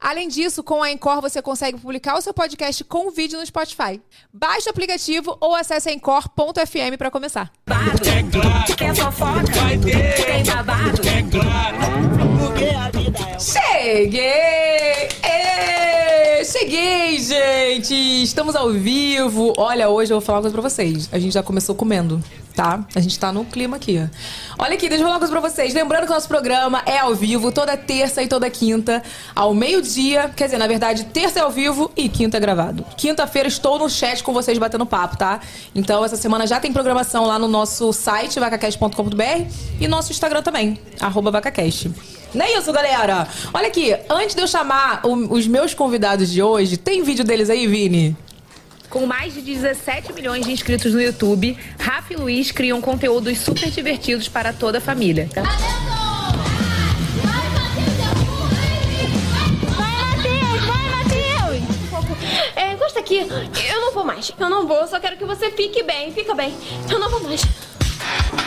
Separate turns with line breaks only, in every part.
Além disso, com a Encore você consegue publicar o seu podcast com vídeo no Spotify. Baixe o aplicativo ou acesse encore.fm para começar.
babado. Quer fofoca? Tem babado? Porque a vida é
Cheguei! Ê! Cheguei, gente! Estamos ao vivo. Olha, hoje eu vou falar uma coisa pra vocês. A gente já começou comendo, tá? A gente tá no clima aqui. Olha aqui, deixa eu falar uma coisa pra vocês. Lembrando que o nosso programa é ao vivo toda terça e toda quinta, ao meio-dia. Quer dizer, na verdade, terça é ao vivo e quinta é gravado. Quinta-feira estou no chat com vocês batendo papo, tá? Então, essa semana já tem programação lá no nosso site, vacacast.com.br e nosso Instagram também, arroba vacacast. Não é isso, galera? Olha aqui, antes de eu chamar o- os meus convidados de hoje, tem vídeo deles aí, Vini?
Com mais de 17 milhões de inscritos no YouTube, Rafa e Luiz criam conteúdos super divertidos para toda a família.
É, encosta aqui. Eu não vou mais. Eu não vou. Eu só quero que você fique bem. Fica bem. Eu não vou mais.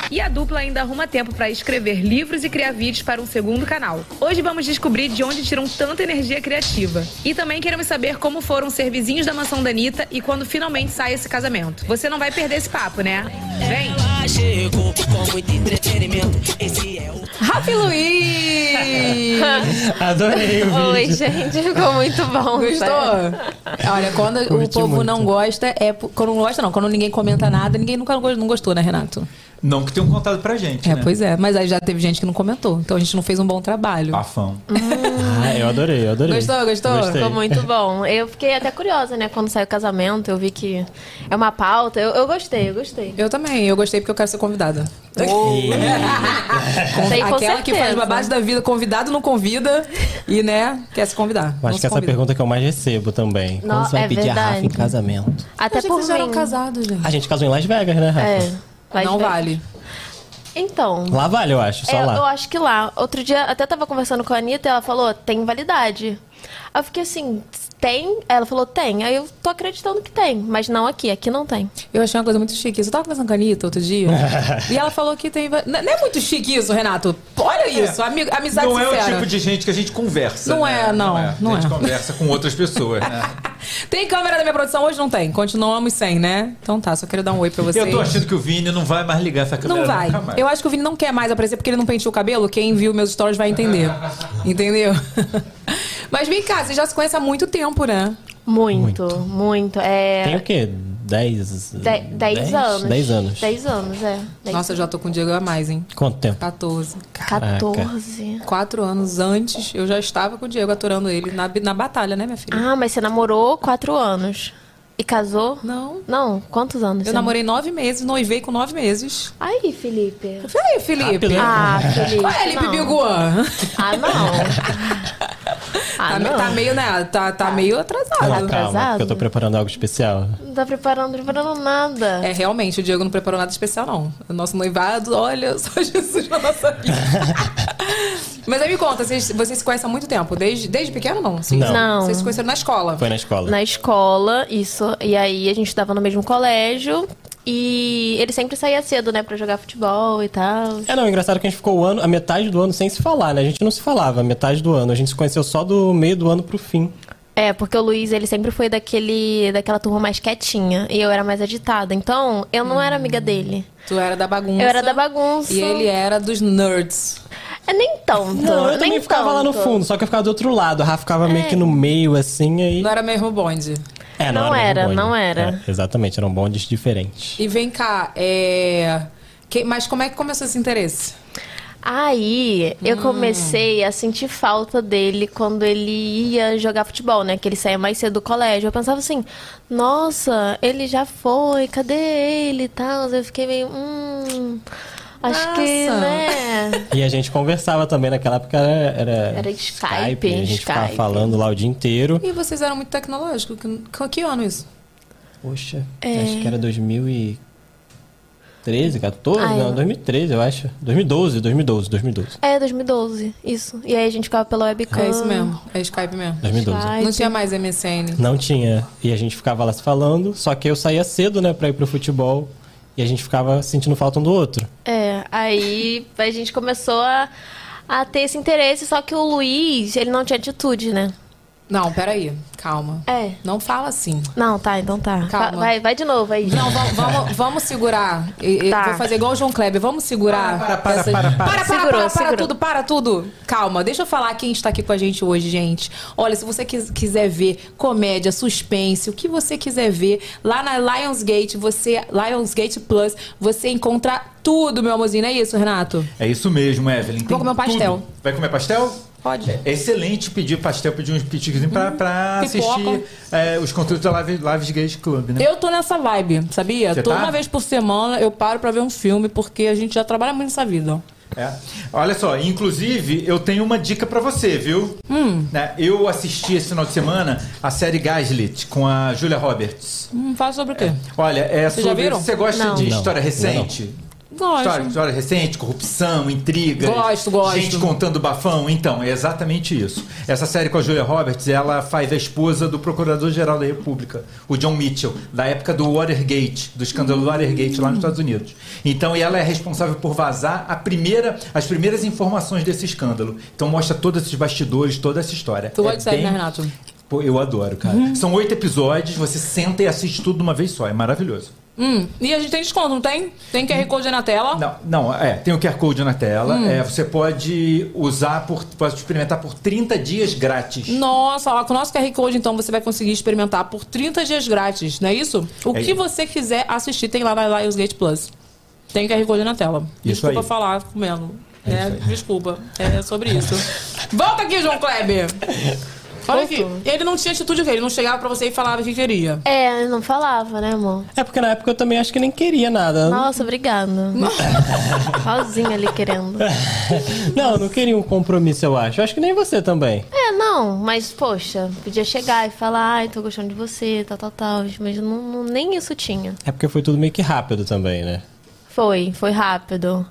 E a dupla ainda arruma tempo para escrever livros e criar vídeos para um segundo canal. Hoje vamos descobrir de onde tiram tanta energia criativa. E também queremos saber como foram ser vizinhos da mansão da Anitta e quando finalmente sai esse casamento. Você não vai perder esse papo, né? Vem!
Ela chegou com muito entretenimento. Esse é o.
Rafa e Luiz!
Adorei o
Oi,
vídeo.
gente, ficou muito bom.
Gostou?
sério.
Olha, quando o
Curti
povo
muito.
não gosta, é. po- Quando não gosta, não. Quando ninguém comenta nada, ninguém nunca go- não gostou, né, Renato?
Não que tenham contado pra gente,
É,
né?
pois é. Mas aí já teve gente que não comentou. Então a gente não fez um bom trabalho.
Bafão. Ah, eu adorei, eu adorei.
Gostou, gostou?
Gostei.
Ficou muito bom. Eu fiquei até curiosa, né? Quando saiu o casamento, eu vi que é uma pauta. Eu, eu gostei, eu gostei.
Eu também, eu gostei porque eu quero ser convidada.
Sei, com
Aquela que faz
certeza.
babado da vida, convidado não convida e, né, quer se convidar.
Eu
Não
acho
se
que essa é a
convida.
pergunta que eu mais recebo também.
No-
Quando você vai
é
pedir a Rafa em
verdade.
casamento?
Eu
Até
achei que
por
vocês já eram
mim.
casados, gente.
A gente casou em Las Vegas, né, Rafa?
É. vai
Não
ver.
vale.
Então.
Lá vale, eu acho, só
é,
lá.
Eu acho que lá. Outro dia, até tava conversando com a Anitta e ela falou, tem validade. Aí eu fiquei assim, tem? Ela falou, tem. Aí eu tô acreditando que tem, mas não aqui. Aqui não tem.
Eu achei uma coisa muito chique. Isso. Eu tava conversando com a Anitta outro dia. e ela falou que tem. va- Não não é muito chique isso, Renato. Olha isso. ami- Amizade
Não é
sincera.
o tipo de gente que a gente conversa.
Não
né?
é, não, não
a gente
é.
conversa com outras pessoas. né?
Tem câmera da minha produção? Hoje não tem. Continuamos sem, né? Então tá, só quero dar um oi pra vocês.
Eu tô achando que o Vini não vai mais ligar essa câmera
Não vai.
é nunca mais.
Eu acho que o Vini não quer mais aparecer porque ele não penteou o cabelo. Quem viu meus stories vai entender. Entendeu? Mas vem cá, você já se conhece há muito tempo, né?
Muito, muito. É...
Tem o quê? Dez...
de- dez anos.
Dez anos.
10 anos, é. Dez
Nossa, eu já tô com o Diego há mais, hein?
Quanto
Ah,
tempo?
14.
14.
Quatro anos antes, eu já estava com o Diego aturando ele na, na batalha, né, minha filha?
Ah, mas você namorou quatro anos. E casou?
Não.
Não, quantos anos?
Eu
você-
namorei nove meses, noivei com nove meses.
Aí, Felipe.
Peraí, Felipe.
Rápido.
Ah, Felipe.
Qual é, Lipe
não.
Biguan?
Ah, não. Ah,
tá, me-
não.
tá meio, né? Tá, tá meio atrasado.
Não, calma,
atrasado?
porque eu tô preparando algo especial.
Não tá preparando, não tá preparando nada.
É, realmente, o Diego não preparou nada especial, não. O nosso noivado, olha, só Jesus na nossa vida. Mas aí me conta, vocês, vocês se conhecem há muito tempo? Desde, desde pequeno, não? Sim.
Não.
Não.
Vocês se conheceram na escola.
Foi na escola.
Na escola, isso. E aí a gente tava no mesmo colégio. E ele sempre saía cedo, né, pra jogar futebol e tal.
É, não, é engraçado que a gente ficou o ano, a metade do ano sem se falar, né? A gente não se falava a metade do ano. A gente se conheceu só do meio do ano pro fim.
É, porque o Luiz, ele sempre foi daquele, daquela turma mais quietinha. E eu era mais agitada. Então, eu não era
Hum.
amiga dele.
Tu era da bagunça.
Eu era da bagunça.
E ele era dos nerds.
É nem tanto.
Não, eu
nem
também ficava lá no
tanto. É.
fundo, só que eu ficava do outro lado. A Rafa ficava meio que no meio, assim, aí...
Não era mesmo bonde.
É,
Não era,
um bonde.
não era.
É, exatamente, eram bondes diferentes.
E vem cá, é. que- mas como é que começou esse interesse?
Aí eu
Hum.
comecei a sentir falta dele quando ele ia jogar futebol, né? Que ele saía mais cedo do colégio. Eu pensava assim, nossa, ele já foi, cadê ele e tal? Eu fiquei meio, hum. Acho que,
Nossa.
né?
E a gente conversava também naquela época, era. Era,
Era Skype,
A gente ficava
Skype.
falando lá o dia inteiro.
E vocês eram muito tecnológicos. Que, que ano isso?
É.
Poxa, acho que era 2014, 13, 14?
Ai,
não,
não.
2013, eu acho. 2012, 2012, 2012.
É, 2012, isso. E aí a gente ficava pela webcam.
É isso mesmo. É Skype mesmo.
2012.
Ah. Ai,
Não
tem-
tinha mais MSN.
Não tinha. E a gente ficava lá se falando, só que eu saía cedo, né, pra ir pro futebol. E a gente ficava sentindo falta um do outro.
É, aí a gente começou a, a ter esse interesse, só que o Luiz, ele não tinha atitude, né?
Não, peraí. Calma.
É.
Não fala assim.
Não, tá, então tá.
Calma.
Va- Vai, vai de novo aí.
Não, vamos, vamos, vamos segurar. E- e
Tá.
Vou fazer igual o João Kleber. Vamos segurar.
Para, para, para, para.
para, para,
Segurou,
para, para
segurou.
tudo, para tudo. Calma, deixa eu falar quem está aqui com a gente hoje, gente. Olha, se você quis- quiser ver comédia, suspense, o que você quiser ver, lá na Lionsgate, você Lionsgate Plus, você encontra tudo, meu amorzinho. Não é isso, Renato?
É isso mesmo, Evelyn. Tem
Vou comer um pastel.
tudo. Vai comer pastel?
Pode.
É excelente pedir pastel, pedir uns pitiquezinhos pra, pra
Hum, pipoca.
assistir é, os conteúdos da Live, Lives Gays Club, né?
Eu tô nessa vibe, sabia?
Você
Toda
tá?
uma vez por semana eu paro pra ver um filme, porque a gente já trabalha muito nessa vida.
É. Olha só, inclusive eu tenho uma dica pra você, viu?
Hum.
Né, Eu assisti esse final de semana a série Gaslit com a Julia Roberts.
Hum, fala sobre o quê?
Olha, é
Vocês
sobre.
já viram?
Você gosta
Não.
de
Não.
história recente?
Gosto.
História, história recente, corrupção, intriga.
Gosto, gosto.
Gente contando bafão. Então, é exatamente isso. Essa série com a Julia Roberts, ela faz a esposa do Procurador-Geral da República, o John Mitchell, da época do Watergate, do escândalo Watergate lá nos Estados Unidos. Então, e ela é responsável por vazar a primeira, as primeiras informações desse escândalo. Então, mostra todos esses bastidores, toda essa história.
Tu gosta
É
de série,
bem-
né, Renato? Uhum.
Pô, eu adoro, cara. São oito episódios, você senta e assiste tudo de uma vez só. É maravilhoso.
Hum, e a gente tem desconto, não tem? Tem QR Code aí na tela.
Não, não, é, tem o QR Code na tela.
Hum.
É, você pode usar por. Pode experimentar por 30 dias grátis.
Hum. Nossa, ó, com o nosso QR Code, então, você vai conseguir experimentar por 30 dias grátis, não é isso? O
É
que
isso.
você quiser assistir tem lá na Lionsgate Plus. Tem QR Code na tela.
Isso
Desculpa
aí.
falar comendo. É, desculpa. É sobre isso. Volta aqui, João Kleber! Olha aqui, ele não tinha atitude o quê? Ele não chegava pra você e falava o que queria.
É, não falava, né, amor?
É porque na época eu também acho que nem queria nada.
Nossa, obrigada. Sozinha ali querendo.
Não, eu não queria um compromisso, eu acho. Eu acho que nem você também.
É, não, mas poxa, podia chegar e falar, ai, tô gostando de você, tal, tal, tal. Mas não, não- nem isso tinha.
É porque foi tudo meio que rápido também, né?
Foi, foi rápido.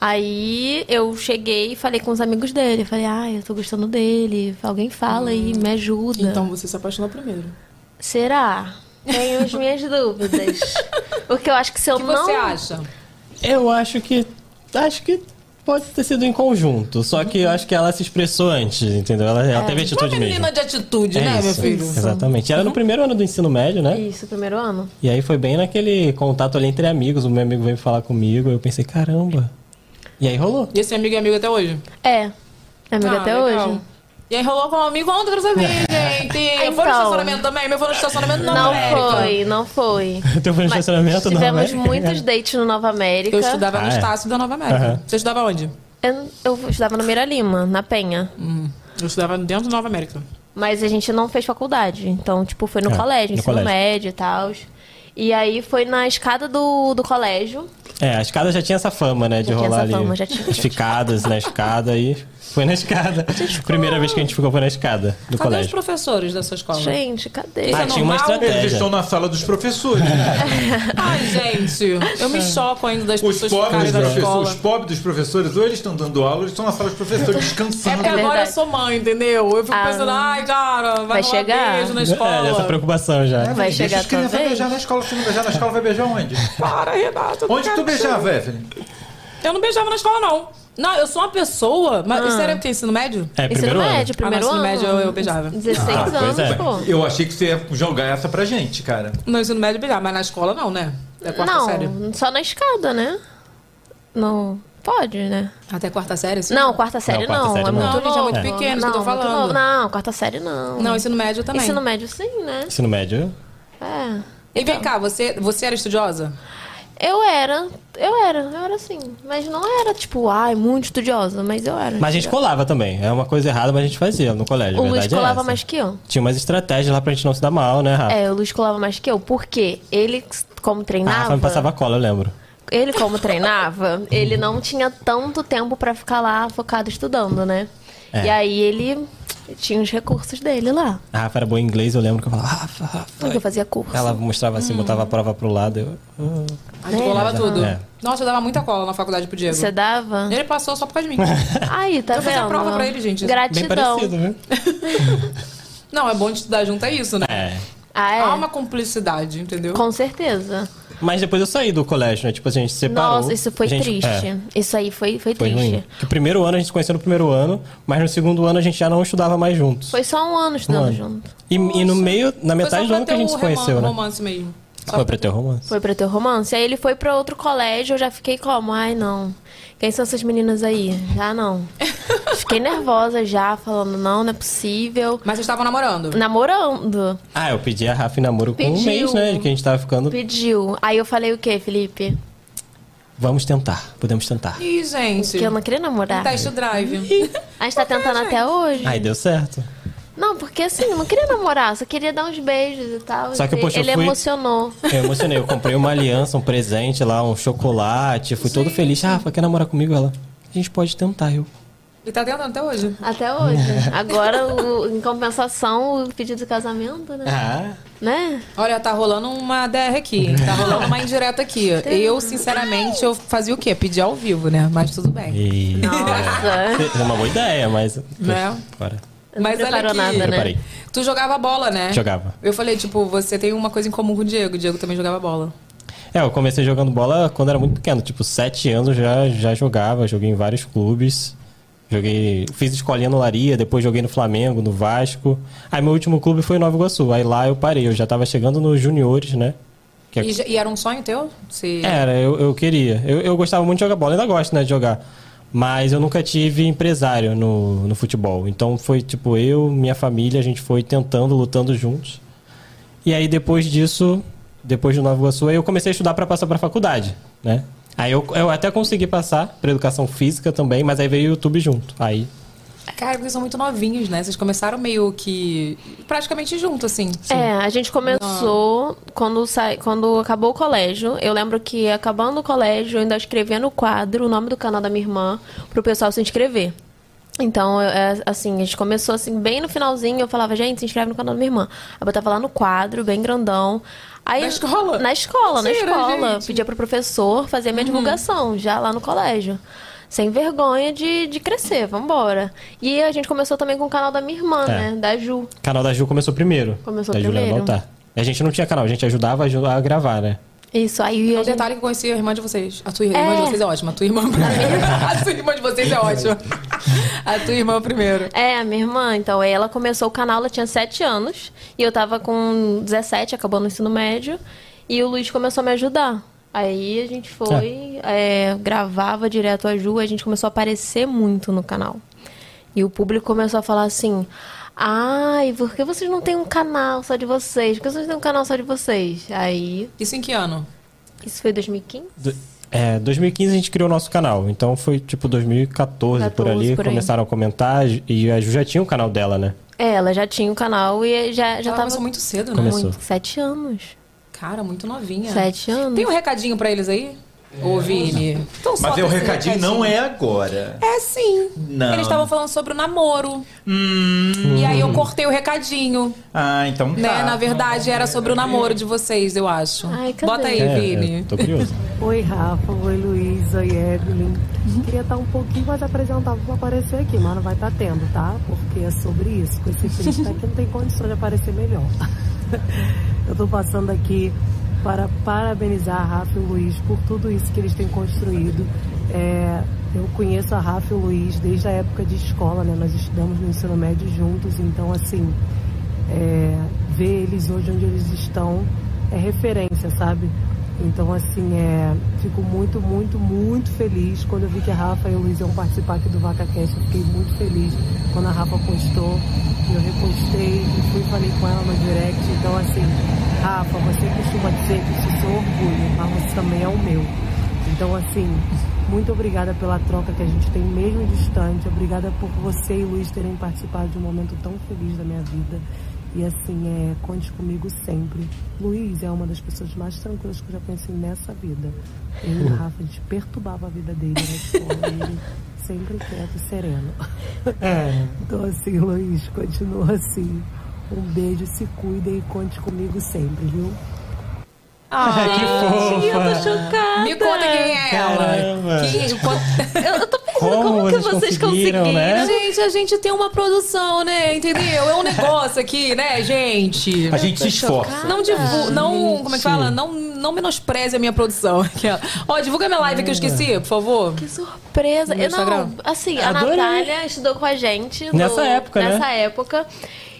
Aí eu cheguei e falei com os amigos dele. Falei, ai, eu tô gostando dele. Alguém fala aí, me ajuda.
Então você se apaixonou primeiro.
Será? Tenho as minhas dúvidas. Porque eu acho que se eu
O que
não.
você acha?
Eu acho que. Acho que pode ter sido em conjunto. Só que eu acho que ela se expressou antes, entendeu? Ela,
É.
ela teve
Uma
atitude mesmo. É
menina de
É
atitude, né, meu filho?
Exatamente. Era no primeiro ano do ensino médio, né?
Isso, primeiro ano?
E aí foi bem naquele contato ali entre amigos. O meu amigo veio falar comigo, eu pensei, caramba. E aí rolou.
E esse amigo é amigo até hoje?
É. É amiga
Ah,
até
legal.
hoje.
E aí rolou com um amigo ontem, eu quero saber,
É.
gente. Eu fui no
Então.
estacionamento também, meu foi no estacionamento não, é, então.
Não
América.
foi, não foi.
Teu foi no
Mas
um estacionamento, não?
Tivemos
né?
muitos dates no Nova América.
Eu estudava no
Ah, é?
Estácio da Nova América.
Aham.
Você estudava onde?
Eu, eu estudava no Mira Lima, na Penha.
Eu estudava dentro da Nova América.
Mas a gente não fez faculdade. Então, tipo, foi no
É,
colégio,
no
ensino
colégio.
médio e tal. E aí foi na escada do, do colégio.
É, a escada já tinha essa fama, né? De
Já tinha
rolar
essa
ali.
fama, já tinha.
As ficadas na escada e foi na escada. Primeira vez que a gente ficou foi na escada
Cadê
do
os
colégio.
professores da sua escola?
Gente, cadê?
Ah, tinha uma
normal?
Eles
estratégia.
estão na sala dos professores. né?
Ai, gente, eu me choco ainda das
Os
pessoas
pobres,
ficarem na
né?
dos professores,
escola.
os pobres dos professores, ou eles estão dando aula, ou eles estão na sala dos professores
É
descansando.
porque agora eu
verdade.
sou mãe, entendeu? Eu fico
Ah.
pensando, ai, cara, vai,
Vai
rolar
chegar.
beijo na
É, essa
escola.
preocupação já.
vai
Deixa
chegar
as crianças
tua vez?
beijar na escola. Se não beijar na escola, vai beijar onde?
Para, Renato. eu não
Onde
quero
tu beijava, Evelyn?
Eu não beijava na escola, não. Não, eu sou uma pessoa... Mas isso era o quê? Ensino médio?
É, primeiro
ensino
ano.
médio, Ah. primeiro
Ah, no
ano.
ensino médio eu- eu beijava.
16
Ah,
anos,
pois é.
pô.
Eu achei que você ia jogar essa pra gente, cara.
No ensino médio beijar, mas na escola não, né? Até quarta
Não,
série.
só na escada, né? Não. Pode, né?
Até quarta série, sim?
Não, quarta
Não,
série
quarta
não.
série não.
é muito
Não, não,
novo.
muito pequeno, isso que eu tô
muito
falando.
novo. Não, quarta série não.
Não, ensino médio também.
Ensino médio sim, né?
Ensino médio.
É.
E vem cá, você, você era estudiosa?
Eu era, eu era, eu era assim. Mas não era, tipo, ai, muito estudiosa, mas eu era.
Mas a gente colava também. É uma coisa errada, mas a gente fazia no colégio.
O
a verdade
Luiz colava
é essa.
mais que eu.
Tinha umas estratégias lá pra gente não se dar mal, né, Rafa?
É, o Luiz colava mais que eu. Porque ele, como
a Rafa
treinava.
Ah, me passava cola, eu lembro.
Ele, como treinava, ele não tinha tanto tempo pra ficar lá focado estudando, né?
É.
E aí ele Tinha os recursos dele lá.
A Rafa era boa em inglês, eu lembro que eu falava, Rafa,
Porque eu
Rafa.
fazia curso.
Ela mostrava
Hum.
assim, botava a prova pro lado. Eu, "Ah".
Aí tu colava tudo.
É.
Nossa, eu dava muita cola na faculdade pro Diego.
Você dava?
Ele passou só por causa de mim.
Aí, tá
Eu fiz
vendo?
Então, a prova pra ele, gente.
Bem
Gratidão.
parecido, né?
Não, é bom de estudar junto, é isso, né?
É.
Ah, é?
Há uma cumplicidade, entendeu?
Com certeza.
Mas depois eu saí do colégio, né? Tipo, a gente se separou.
Nossa, isso foi
A gente-
triste.
é,
Isso aí foi, foi,
foi
triste.
ruim. Que o primeiro ano a gente se conheceu no primeiro ano, mas no segundo ano a gente já não estudava mais juntos.
Foi só um ano
Um
estudando
ano.
junto.
E, e no meio, na
Foi só
metade do
pra
ano
ter
que
um
a gente
o
se conheceu,
reman-
né?
romance mesmo. Só
Foi pra ter um romance.
Foi pra teu romance. Aí ele foi pra outro colégio, eu já fiquei como? Ai, não. Quem são essas meninas aí? Já não. fiquei nervosa já, falando, não, não é possível.
Mas vocês estavam namorando.
Namorando.
Ah, eu pedi a Rafa em namoro com um
Pediu.
mês, né? De que a gente tava ficando.
Pediu. Aí eu falei o quê, Felipe?
Vamos tentar, podemos tentar.
Ih, gente.
Que eu não queria namorar.
Teste drive.
A gente tá tentando até hoje.
Aí deu certo.
Não, porque assim, eu não queria namorar, só queria dar uns beijos e tal.
Só que,
Ele-
poxa, eu
ele
fui-
emocionou.
Eu emocionei, eu comprei uma aliança, um presente lá, um chocolate, fui todo feliz. Ah, Rafa, quer namorar comigo? Ela, a gente pode tentar, eu.
E tá tentando até hoje.
Até hoje. Agora, o- em compensação, o pedido de casamento, né?
Ah,
Né?
Olha, tá rolando uma DR aqui. Tá rolando uma indireta aqui.
um
Eu, sinceramente, eu fazia o quê? Pedir ao vivo, né? Mas tudo bem.
e...
Ah. Nossa.
É uma boa ideia, mas.
Né?
Agora.
Não
Mas olha
preparou
aqui.
nada, né?
Preparei.
Tu jogava bola, né?
Jogava.
Eu falei, tipo, você tem uma coisa em comum com o Diego. O Diego também jogava bola.
É, eu comecei jogando bola quando era muito pequeno, tipo, sete anos já, já jogava, joguei em vários clubes. Joguei. Fiz escolinha no Laria, depois joguei no Flamengo, no Vasco. Aí meu último clube foi em Nova Iguaçu. Aí lá eu parei, eu já tava chegando nos juniores, né? Que é-
E, já- e era um sonho teu? Se...
É.
Era, eu, eu queria. Eu, eu gostava muito de jogar bola, ainda gosto, né, de jogar. Mas eu nunca tive empresário no, no futebol. Então foi tipo eu, minha família, a gente foi tentando, lutando juntos. E aí depois disso, depois do Nova Iguaçu, aí eu comecei a estudar para passar para faculdade, né? Aí eu, eu até consegui passar para educação física também, mas aí veio o YouTube junto. Aí
Cara, vocês são muito novinhos, né? Vocês começaram meio que. praticamente junto, assim.
É, a gente começou quando, sai, quando acabou o colégio. Eu lembro que acabando o colégio, eu ainda escrevia no quadro o nome do canal da minha irmã pro pessoal se inscrever. Então, eu- é, assim, a gente começou assim, bem no finalzinho, eu falava, gente, se inscreve no canal da minha irmã. Aí botava lá no quadro, bem grandão. Aí,
Na escola?
Na escola,
Mentira,
na escola.
gente. Uhum.
Pedia pro professor fazer minha divulgação, já lá no colégio. Sem vergonha de, de crescer, vambora. E a gente começou também com o canal da minha irmã,
É.
né? Da Ju.
o canal da Ju começou primeiro.
Começou
da Juliana
primeiro.
Baltar. A gente não tinha canal, a gente ajudava a Ju a gravar, né?
Isso, aí
É
a
um
gente
detalhe que eu conheci a irmã de vocês. A tua irmã de vocês é ótima. A tua irmã primeiro. A tua irmã de vocês é ótima. A tua irmã primeiro.
É, a minha irmã, então, aí ela começou o canal, ela tinha 7 anos, e eu tava com 17, acabou no ensino médio, e o Luiz começou a me ajudar. Aí a gente foi, é, gravava direto a Ju, a gente começou a aparecer muito no canal. E o público começou a falar assim: ai, por que vocês não têm um canal só de vocês? Por que vocês não têm um canal só de vocês? Aí,
Isso em que ano?
isso foi 2015?
Do- É, 2015 a gente criou o nosso canal. Então foi tipo 2014 por
14
ali.
por aí.
começaram a comentar e a Ju já tinha o canal dela, né?
É, ela já tinha o canal e já, já
Ela
tava
começou muito cedo, né?
Começou.
muito, É. 7 anos.
Cara, muito novinha.
7 anos.
Tem um recadinho pra eles aí? Ô, Vini. Então
Mas
solta
é o
esse
recadinho não é agora.
É sim.
Não.
Eles estavam falando sobre o namoro.
Hum.
E aí eu cortei o recadinho,
Ah, então tá.
né? Na verdade, era sobre o namoro de vocês, eu acho.
Ai, cadê?
Bota aí,
É,
Vini.
eu
né?
tô curioso.
Oi, Rafa. Oi, Luísa. Oi, Evelyn. Queria estar um pouquinho mais apresentável pra aparecer aqui, mas não vai estar tendo, tá? Porque é sobre isso. Com esse triste aqui não tem condição de aparecer melhor. Eu tô passando aqui para parabenizar a Rafa e o Luiz por tudo isso que eles têm construído. É, eu conheço a Rafa e o Luiz desde a época de escola, né? Nós estudamos no ensino médio juntos, então assim, é, ver eles hoje onde eles estão é referência, sabe? Então, assim, é, fico muito, muito, muito feliz. Quando eu vi que a Rafa e o Luiz iam participar aqui do VacaCast, eu fiquei muito feliz. Quando a Rafa postou, eu repostei e fui e falei com ela no direct. Então, assim, Rafa, você costuma dizer que isso é seu orgulho, mas você também é o meu. Então, assim, muito obrigada pela troca que a gente tem mesmo distante. Obrigada por você e Luiz terem participado de um momento tão feliz da minha vida. E assim, é, conte comigo sempre. Luiz é uma das pessoas mais tranquilas que eu já conheci nessa vida. Eu e o Rafa, a gente perturbava a vida dele na escola. né? Tipo, Ele sempre quieto e sereno. Então, assim, Luiz, continua assim. Um beijo, se cuidem e conte comigo sempre, viu?
que
Eu tô
fofa!
chocada.
Me conta quem é
Caramba.
ela. é, Que, quant-
Eu, eu tô pensando
Como
como, que
vocês
vocês
conseguiram,
conseguiram.
né?
Gente, a gente tem uma produção, né? Entendeu? É um negócio aqui, né, gente?
A gente se esforça.
Não divulga, não, como é que
Gente.
fala? Não, não menospreze a minha produção. Aquela. Ó, divulga minha live que eu esqueci, por favor.
Que surpresa.
No
Eu não,
Instagram.
assim, a
Adorei.
Natália estudou com a gente. no-
Nessa época, né?
Nessa época.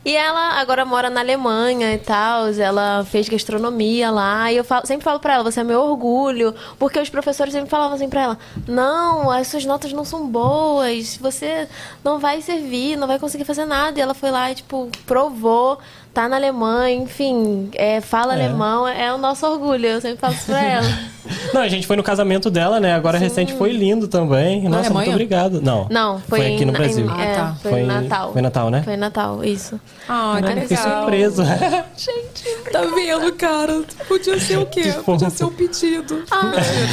E ela agora mora na Alemanha e tal, ela fez gastronomia lá. E eu falo- sempre falo pra ela, você é meu orgulho. Porque os professores sempre falavam assim pra ela, não, as suas notas não são boas, você não vai servir, não vai conseguir fazer nada. E ela foi lá e, tipo, provou, tá na Alemanha, enfim, é, fala
É.
alemão, é o nosso orgulho. Eu sempre falo isso pra ela.
Não, a gente foi no casamento dela, né? Agora recente foi lindo também. Nossa, muito
Alemanha?
obrigado. Não,
Não, foi,
aqui no
em-
Brasil.
em- é,
Ah, tá.
Foi, em Natal.
Foi Natal, né?
Foi em Natal, isso.
Ah, que
Fiquei
legal.
surpreso.
Tá vendo, cara? Podia ser o quê?
Que fofo.
Podia ser um pedido.
Ah.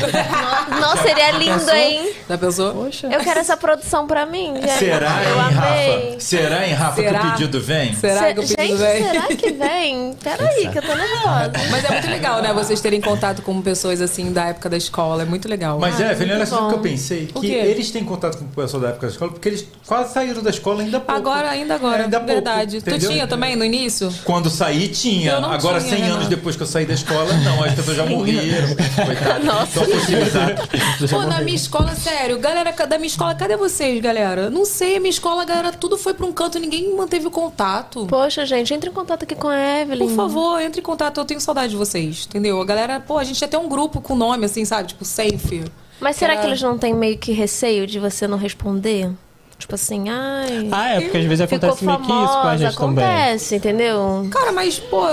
Nossa, seria lindo, hein?
Já pensou?
Eu quero essa produção pra mim.
É,
gente.
Será,
Eu
hein,
amei.
Rafa? Será, hein, Rafa, que
Será?
o pedido vem?
Será que eu
Se-
pedido
Gente,
vem?
será que vem? Peraí, que eu tô nervosa.
Mas é muito legal, né? Vocês terem contato com pessoas assim da época da escola. É muito legal.
Mas,
Ah,
Evelyn, olha só o
muito
que eu
bom.
pensei.
O
Que
quê?
eles têm contato com o pessoal da época da escola, porque eles quase saíram da escola ainda há pouco. É,
agora, ainda agora.
Ainda há pouco,
verdade. tu
entendeu?
tinha também no início?
Quando saí, tinha.
Eu não
Agora,
tinha,
100
Renan.
anos depois que eu saí da escola, não. As pessoas já morreram. Coitado. Então, Só fossilizadas.
Pô, na minha escola, sério, galera ca- da minha escola, cadê vocês, galera? Não sei, a minha escola, galera, tudo foi pra um canto, ninguém manteve o contato. Hum.
Poxa, gente, entre em contato aqui com a Evelyn.
Por favor, entre em contato, eu tenho saudade de vocês, entendeu? A galera, pô, a gente tinha até um grupo com nome, assim, sabe? Tipo, safe.
Mas será
Era-
que eles não têm meio que receio de você não responder? Tipo assim, ai.
Ah, é, porque às vezes
ficou
acontece meio que
famosa,
isso com a gente também.
acontece, entendeu?
Cara, mas, pô,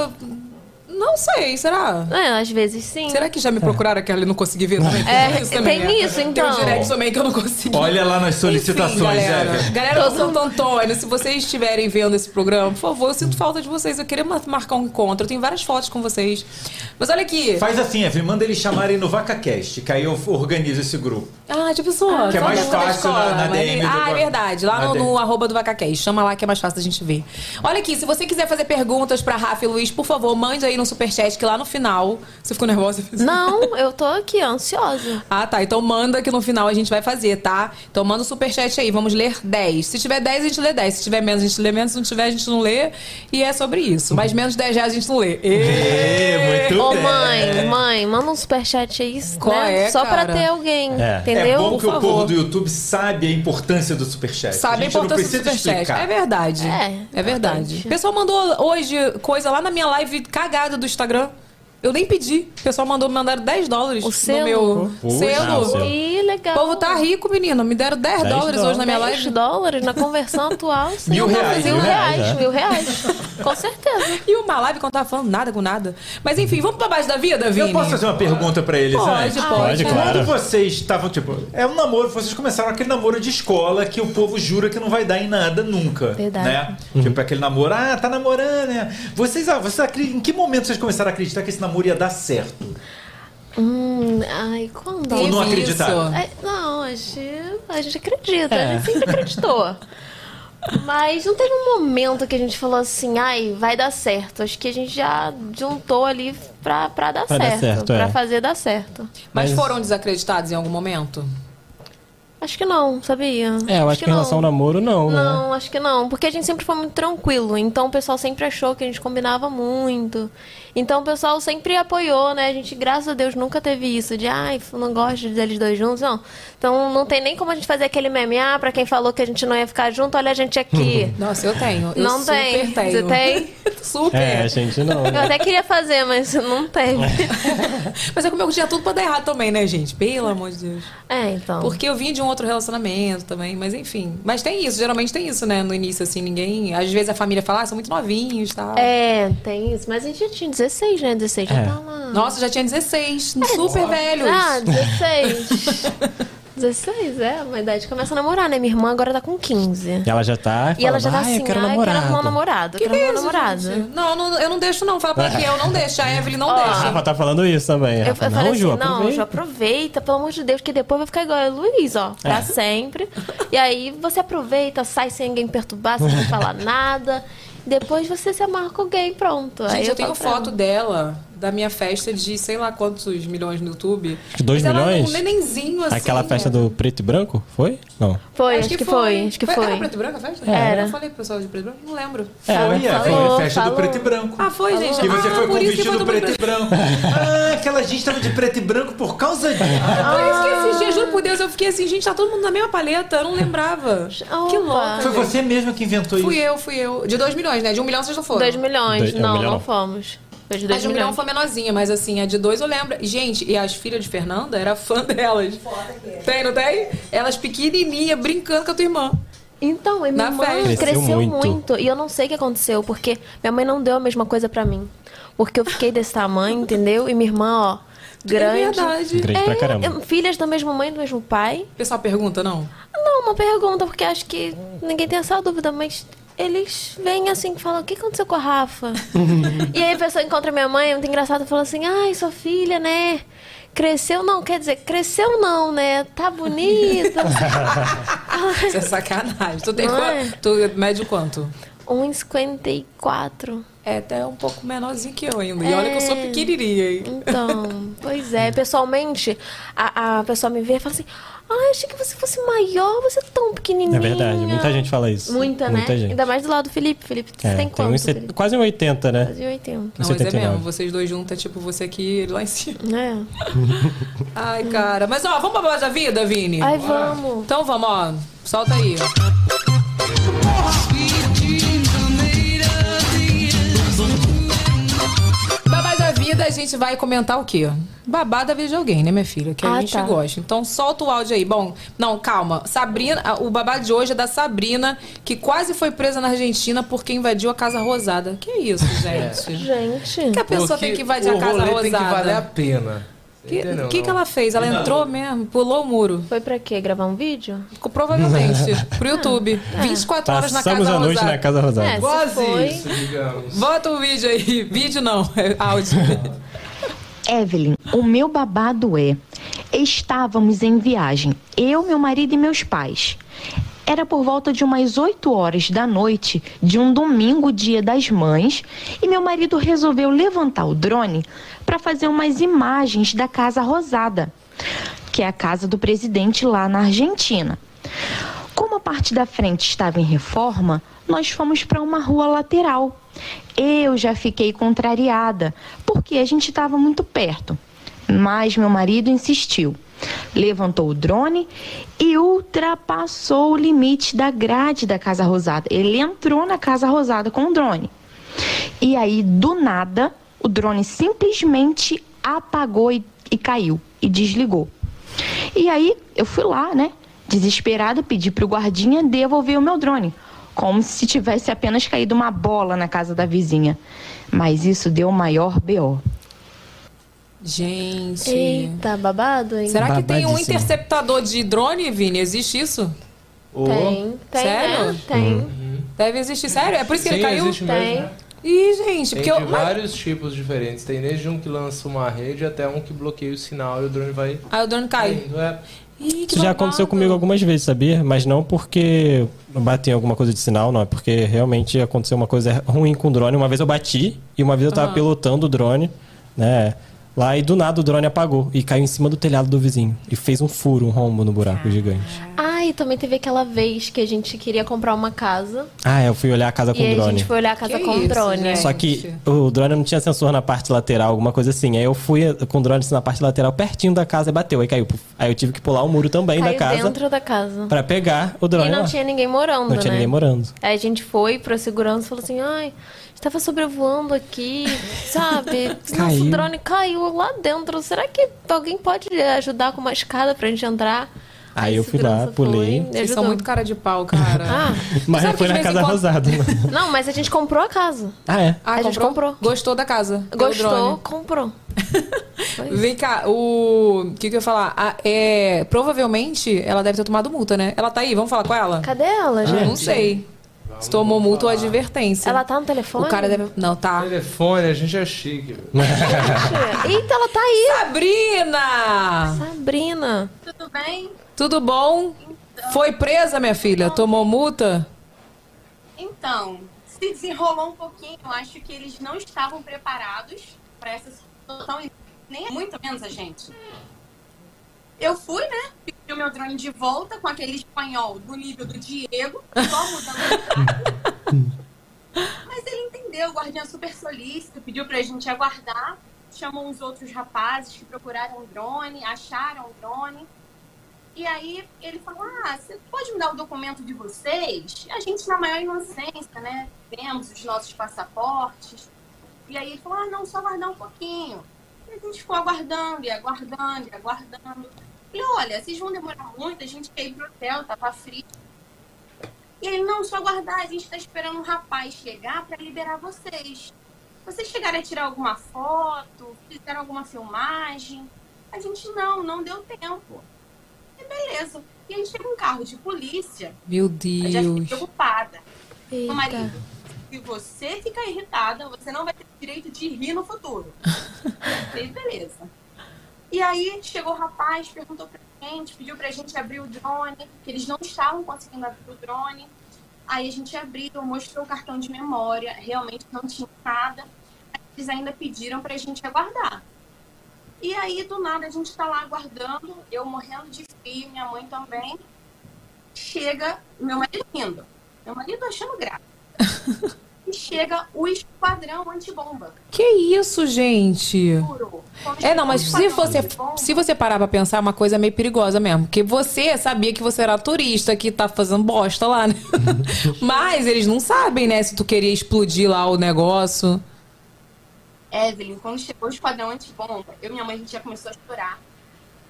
não sei, será?
É, às vezes sim.
Será que já me procuraram aquela e não consegui ver também?
É, tem isso,
Tem um
então.
direct também que eu não consegui.
Olha lá nas solicitações,
Enfim, galera.
Evelyn.
Galera do Santo Antônio, se vocês estiverem vendo esse programa, por favor, eu sinto falta de vocês. Eu queria mar- marcar um encontro. Eu tenho várias fotos com vocês. Mas olha aqui.
Faz assim, Evelyn, manda eles chamarem no VacaCast, que aí eu organizo esse grupo.
Ah, de pessoa.
Que é
só
mais
dentro da
fácil
escola,
na- na
mas-
DM do-
Ah, é verdade. Lá
na
no,
DM.
no arroba do VacaCast. Chama lá que é mais fácil da gente ver. Olha aqui, se você quiser fazer perguntas pra Rafa e Luiz, por favor, mande aí no superchat que lá no final. Você ficou nervosa?
Não, eu tô aqui, ansiosa.
Ah, tá. Então manda que no final a gente vai fazer, tá? Então manda o superchat aí. Vamos ler 10. Se tiver 10, a gente lê 10. Se tiver menos, a gente lê menos. Se não tiver, a gente não lê. E é sobre isso. Mas menos 10 reais a gente não lê. Ê!
muito
Ô, mãe, mãe, manda um superchat aí,
Qual
né?
é,
Só
cara?
pra ter alguém,
É.
É
entendeu?
bom
Por
que o
favor.
povo do YouTube sabe a importância do Superchat.
Sabe a
É, gente não
importância do
precisa
superchat.
explicar.
É verdade.
É,
É verdade.
verdade.
O pessoal mandou hoje coisa lá na minha live cagada do Instagram. Eu nem pedi. O pessoal mandou, me mandaram 10 dólares
O
no
selo?
meu
Pô,
selo.
o selo.
Ih, legal.
O povo tá rico, menino. Me deram 10,
10
dólares hoje na minha
10
live.
dólares na conversão atual. sim.
Mil
Dá pra
reais,
fazer
mil
um
reais, é.
mil reais. Com certeza.
E uma live que eu não tava falando nada com nada. Mas enfim, vamos pra base da vida, Vini?
Eu posso fazer uma pergunta pra eles
Pode,
antes?
Pode,
pode.
claro.
Quando vocês estavam, tipo, é um namoro, vocês começaram aquele namoro de escola que o povo jura que não vai dar em nada nunca.
Verdade.
Né? Tipo, aquele namoro, ah, tá namorando, né? Vocês, ah, vocês acri- em que momento vocês começaram a acreditar que esse namoro ia dar certo?
Hum, ai, quando?
Ou
Isso.
não acreditaram?
É, não, a gente, a gente acredita, a
É.
gente sempre acreditou. Mas não teve um momento que a gente falou assim, ai, vai dar certo. Acho que a gente já juntou ali pra, pra dar
Pra dar
certo.
certo,
pra
é.
fazer dar certo.
Mas
Mas-
foram desacreditados em algum momento?
Acho que não, sabia?
É, eu acho que em relação ao namoro, não, né?
Não, acho que não. Porque a gente sempre foi muito tranquilo. Então o pessoal sempre achou que a gente combinava muito. Então o pessoal sempre apoiou, né? A gente, graças a Deus, nunca teve isso de ai, não gosto deles dois juntos, não. Então não tem nem como a gente fazer aquele meme, ah, pra quem falou que a gente não ia ficar junto, olha a gente aqui.
Nossa, eu tenho. Eu
Não
super
tem.
tenho.
Você tem?
super.
É, a gente não.
Eu
né?
até queria fazer, mas não teve.
Mas é comigo tinha tudo pra dar errado também, né, gente? Pelo amor de Deus.
É, então.
Porque eu vim de um outro relacionamento também, mas enfim. Mas tem isso, geralmente tem isso, né? No início, assim, ninguém. Às vezes a família fala, ah, são muito novinhos e tal.
É, tem isso. Mas a gente já tinha 16, né? 16 já
É.
tá lá.
Nossa, já tinha 16, super velhos.
Ah, 16. 16, Ah, é, uma idade que começa a namorar, né? Minha irmã agora tá com 15.
E ela já tá.
E ela já tá
"Ai,
assim,
eu quero
ah, eu quero
namorado.
arrumar um namorado, eu
Que
quero arrumar um
isso,
namorado.
gente? Não, não, eu não deixo, não. Fala pra aqui, eu não deixo. A Evelyn não
Ó,
A
deixa.
Rafa tá falando isso também.
Eu, eu
Rafa,
falei
não,
assim,
Ju,
não, Ju,
aproveita.
aproveita, pelo amor de Deus, que depois vai ficar igual a Luiz, ó, pra
É.
sempre. E aí você aproveita, sai sem ninguém perturbar, sem ninguém falar nada. Depois você se amarra com alguém, pronto. aí
Gente, eu tenho
falo "Tá, pra
foto dela da minha festa de sei lá quantos milhões no YouTube.
que dois
Mas ela era
milhões?
Um nenenzinho assim.
Aquela festa
é.
cara.
do preto e branco? Foi? Não.
Foi, acho, que foi, acho que
Era
foi.
preto e branco a festa?
Era.
Eu falei pro pessoal de preto e branco, não lembro.
Foi, é, foi
falou,
a festa
falou.
do preto e branco.
Ah, foi, gente.
Que você
ah,
foi com
por
o
isso que
vestido
foi do
preto e branco. ah, aquela gente tava de preto e branco por causa disso.
Por isso que esses dias, juro por Deus, eu fiquei assim, gente, tá todo mundo na mesma paleta, eu não lembrava.
Opa.
que louco.
Foi você mesmo que inventou
Fui
isso.
eu, fui eu. De 2 milhões, né? De 1 um milhão vocês não foram.
2 milhões,
Dois- é, um
não,
milhão
não
não.
fomos. Foi de
A
2
de um milhão
milhões.
foi menorzinha, mas assim, a de dois eu lembro. Gente, e as filhas de Fernanda era fã delas. Tem, não tem? Elas pequenininha brincando com a tua irmã.
Então, e minha
Na
irmã
festa.
cresceu,
Cresceu
muito.
muito.
E eu não sei o que aconteceu, porque minha mãe não deu a mesma coisa pra mim. Porque eu fiquei desse tamanho, entendeu? E minha irmã, ó, grande.
É verdade.
Grande pra caramba.
eu- filhas da mesma mãe, do mesmo pai.
O pessoal pergunta, não?
Não, uma pergunta, porque acho que ninguém tem essa dúvida, mas eles vêm assim e falam: o que aconteceu com a Rafa? e aí a pessoa encontra minha mãe, é muito engraçado, fala assim: ai, sua filha, né? Cresceu não, quer dizer, cresceu não, né? Tá bonita.
Isso é sacanagem. Tu tem
Não é?
quanto? Tu mede quanto?
1,54.
É até um pouco menorzinho que eu ainda. E olha que eu sou
É.
pequenininha, hein?
Então, pois é. Pessoalmente, a, a pessoa me vê e fala assim: ai, achei que você fosse maior, você é tão pequenininha.
É verdade, muita gente fala isso.
Muita, né?
Muita gente.
Ainda mais do lado do Felipe. Felipe, você
É,
tem quanto?
um set-
Felipe?
quase um 80, né?
Quase 80.
Não, mas é
79.
mesmo. Vocês dois juntos é tipo você aqui e ele lá em cima.
É.
Ai, cara. Mas ó, vamos pra voz da vida, Vini?
Ai, vamos.
Então vamos, ó. Solta aí, ó. Babás da vida, a gente vai comentar o quê? Babá da vida de alguém, né, minha filha? Que
Ah,
a gente
tá.
gosta. Então solta o áudio aí. Bom, não, calma. Sabrina, a- o babá de hoje é da Sabrina, que quase foi presa na Argentina porque invadiu a Casa Rosada. Que é isso, gente?
Gente.
que a pessoa tem que invadir a Casa
É. O
Rosada?
rolê tem que valer a pena.
O que, que, que ela fez? Ela entrou mesmo, pulou o muro.
Foi pra quê? Gravar um vídeo?
Ficou Provavelmente. pro YouTube. 24 horas na
Passamos
Casa
a noite
Rosada.
na Casa Rosada.
É, se
Quase
foi.
isso, digamos.
Bota o vídeo aí. Vídeo não, é áudio.
Evelyn, o meu babado é: estávamos em viagem, eu, meu marido e meus pais. Era por volta de umas 8 horas da noite de um domingo, dia das mães, e meu marido resolveu levantar o drone para fazer umas imagens da Casa Rosada, que é a casa do presidente lá na Argentina. Como a parte da frente estava em reforma, nós fomos para uma rua lateral. Eu já fiquei contrariada, porque a gente estava muito perto. Mas meu marido insistiu. Levantou o drone e ultrapassou o limite da grade da Casa Rosada. Ele entrou na Casa Rosada com o drone. E aí, do nada, o drone simplesmente apagou e, e caiu e desligou. E aí, eu fui lá, né? Desesperada, pedi pro guardinha devolver o meu drone. Como se tivesse apenas caído uma bola na casa da vizinha. Mas isso deu o maior BO.
Gente.
Eita, babado, hein?
Será que tem um
Babadíssimo.
interceptador de drone, Vini? Existe isso?
Tem, tem,
Sério?
né? Tem,
Deve existir. Sério? É por isso que
Sim,
ele caiu?
existe
tem.
mesmo.
Hum.
Ih, gente,
Tem
porque eu.
de
mas-
vários tipos diferentes. Tem desde um que lança uma rede até um que bloqueia o sinal e o drone vai.
Aí o drone cai.
indo. É.
Ih, que
Isso já
babado.
aconteceu
né?
comigo algumas vezes, sabia? Mas não porque eu bati em alguma coisa de sinal, não. É porque realmente aconteceu uma coisa ruim com o drone. Uma vez eu bati e uma vez eu tava pilotando o drone, né? Lá e do nada o drone apagou e caiu em cima do telhado do vizinho. E fez um furo, um rombo no buraco gigante.
Ah, e também teve aquela vez que a gente queria comprar uma casa.
Ah, eu fui olhar a casa com
e aí
o
a
drone.
gente foi olhar a casa
Que
com o
isso,
drone.
gente?
Só que o drone não tinha sensor na parte lateral, alguma coisa assim. Aí eu fui com o drone assim, na parte lateral, pertinho da casa, e bateu. Aí caiu. puf. Aí eu tive que pular o muro também
Caiu
da casa
dentro da casa.
pra pegar o drone.
E não
lá.
tinha ninguém morando,
né? Não tinha
né?
ninguém morando.
Aí a gente foi pra segurança e falou assim, ai, estava sobrevoando aqui, sabe? Nosso
Caiu.
drone caiu lá dentro. Será que alguém pode ajudar com uma escada pra gente entrar?
Aí
a
eu fui lá,
segurança
pulei.
me
Vocês são
ajudou.
muito cara de pau, cara.
Ah,
Mas
Sabe que
não foi
de
na
vez em
Casa
quando-
Rosada. né?
não, mas a gente comprou a casa.
ah, é?
Ah,
a gente comprou.
Gostou da casa? Pelo
Gostou,
drone.
comprou.
Vem cá, o. O que, que eu ia falar? Ah, é... Provavelmente ela deve ter tomado multa, né? Ela tá aí, vamos falar com ela?
Cadê
Ah,
ela,
Eu
gente?
não sei. Se tomou multa ou advertência.
Ela tá no telefone?
O cara deve. Não, tá.
Telefone, a gente é chique. velho.
Eita, ela tá aí.
Sabrina!
Sabrina.
Tudo bem?
Tudo bom? Foi presa, minha filha? Tomou multa?
Então, se desenrolou um pouquinho, eu acho que eles não estavam preparados para essa situação, e nem é muito menos a gente. Eu fui, né? Pedi o meu drone de volta com aquele espanhol do nível do Diego, só mudando de cara. Mas ele entendeu, o guardião é super solícito, pediu pra gente aguardar, chamou uns outros rapazes que procuraram o drone, acharam o drone. E aí ele falou: Ah, você pode me dar o documento de vocês? A gente, na maior inocência, né? Temos os nossos passaportes. E aí ele falou: Ah, não, só aguardar um pouquinho. E a gente ficou aguardando e aguardando e aguardando. Falei: Olha, vocês vão demorar muito, a gente quer ir pro hotel, tava frio. E ele: Não, só aguardar, a gente tá esperando um rapaz chegar para liberar vocês. Vocês chegaram a tirar alguma foto? Fizeram alguma filmagem? A gente: Não, não deu tempo. E beleza. E aí chega um carro de polícia,
Meu
eu já fiquei
Deus.
preocupada. Meu marido, se você ficar irritada, você não vai ter direito de rir no futuro. Falei, beleza. E aí chegou o rapaz, perguntou pra gente, pediu pra gente abrir o drone, que eles não estavam conseguindo abrir o drone. Aí a gente abriu, mostrou o cartão de memória, realmente não tinha nada. Eles ainda pediram pra gente aguardar. E aí, do nada, a gente tá lá aguardando, eu morrendo de frio, minha mãe também. Chega, meu marido rindo. Meu marido tá achando graça. e chega o esquadrão antibomba.
Que isso, gente?
Juro.
É, não, mas se
Esquadrão
você,
antibomba.
se você parar pra pensar, é uma coisa meio perigosa mesmo. Porque você sabia que você era turista que tá fazendo bosta lá, né? mas eles não sabem, né? Se tu queria explodir lá o negócio.
Evelyn, quando chegou o esquadrão antibomba, eu e minha mãe a gente já começou a chorar.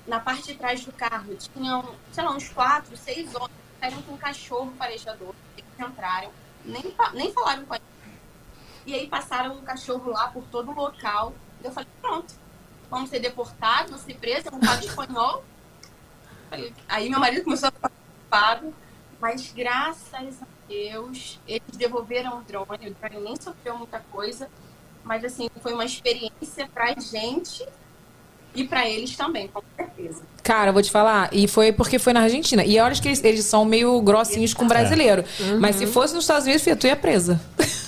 Na parte de trás do carro tinham, sei lá, uns quatro, seis homens que saíram com um cachorro farejador. Eles entraram, nem, fa- nem falaram com a gente. E aí passaram o cachorro lá por todo o local. Eu falei, pronto, vamos ser deportados, vamos ser presos, eu não falo espanhol. Falei, Aí meu marido começou a ficar preocupado, mas graças a Deus, eles devolveram o drone, o drone nem sofreu muita coisa, mas assim, foi uma experiência pra gente e pra eles também, com certeza.
Cara, eu vou te falar, e foi porque foi na Argentina. E olha que eles, eles são meio grossinhos com brasileiro. Mas se fosse nos Estados Unidos, filha, tu ia presa.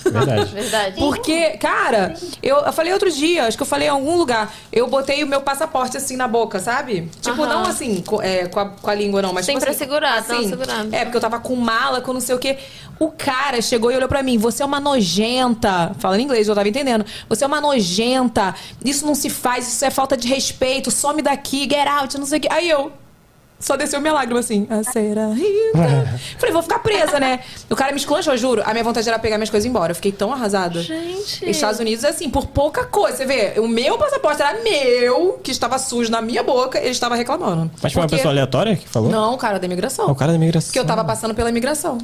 Verdade.
Verdade.
Porque, cara, eu, eu falei outro dia, acho que eu falei em algum lugar, eu botei o meu passaporte assim na boca, sabe? Tipo,
Aham.
não assim, co- é, com, a, com a língua, não, mas
Sim,
tipo
pra
assim,
segurar,
assim,
tá segurando.
É, porque eu tava com mala, com não sei o quê. O cara chegou e olhou pra mim, você é uma nojenta. Falando em inglês, eu tava entendendo. Você é uma nojenta, isso não se faz, isso é falta de respeito, some daqui, get out, não sei o quê. Aí eu. Só desceu minha lágrima assim, a cera rica. Falei, vou ficar presa, né? O cara me esculachou, juro. A minha vontade era pegar minhas coisas e ir embora. Eu fiquei tão arrasada.
Gente.
Estados Unidos é assim, por pouca coisa. Você vê, o meu passaporte era meu, que estava sujo na minha boca, ele estava reclamando.
Mas foi uma
Porque-
pessoa aleatória que falou?
Não, cara, da
Ah,
imigração.
o cara da imigração.
Porque eu tava passando pela imigração.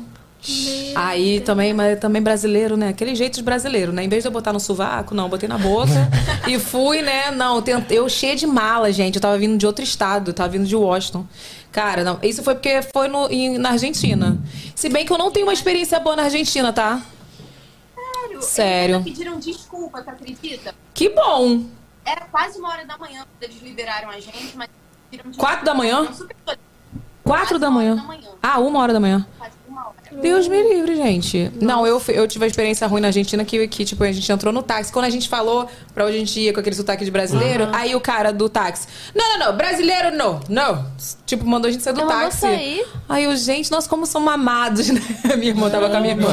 Aí também, mas também brasileiro, né? Aquele jeito de brasileiro, né? Em vez de eu botar no sovaco, não, eu botei na boca e fui, né? Não, tent- eu cheia de mala, gente. Eu tava vindo de outro estado, eu tava vindo de Washington. Cara, não, isso foi porque foi no, em- na Argentina. Se bem que eu não tenho uma experiência boa na Argentina, tá?
Sério, eles
Sério.
ainda pediram desculpa, tu acredita?
Que bom!
Era quase uma hora da manhã quando eles liberaram a gente, mas pediram desculpa.
Quatro da manhã?
Eram super solidários,
Quatro da manhã.
da manhã.
Ah, uma hora da manhã.
quase uma hora.
Deus me livre, gente. Não, eu, fui- eu tive uma experiência ruim na Argentina que, que, tipo, a gente entrou no táxi. Quando a gente falou pra onde a gente ia com aquele sotaque de brasileiro, aí o cara do táxi, não, não, não, brasileiro não, não. Tipo, mandou a gente sair do
Ela mandou
táxi.
sair?
Aí eu, gente, nós como somos amados, né? Minha irmã tava com a minha irmã.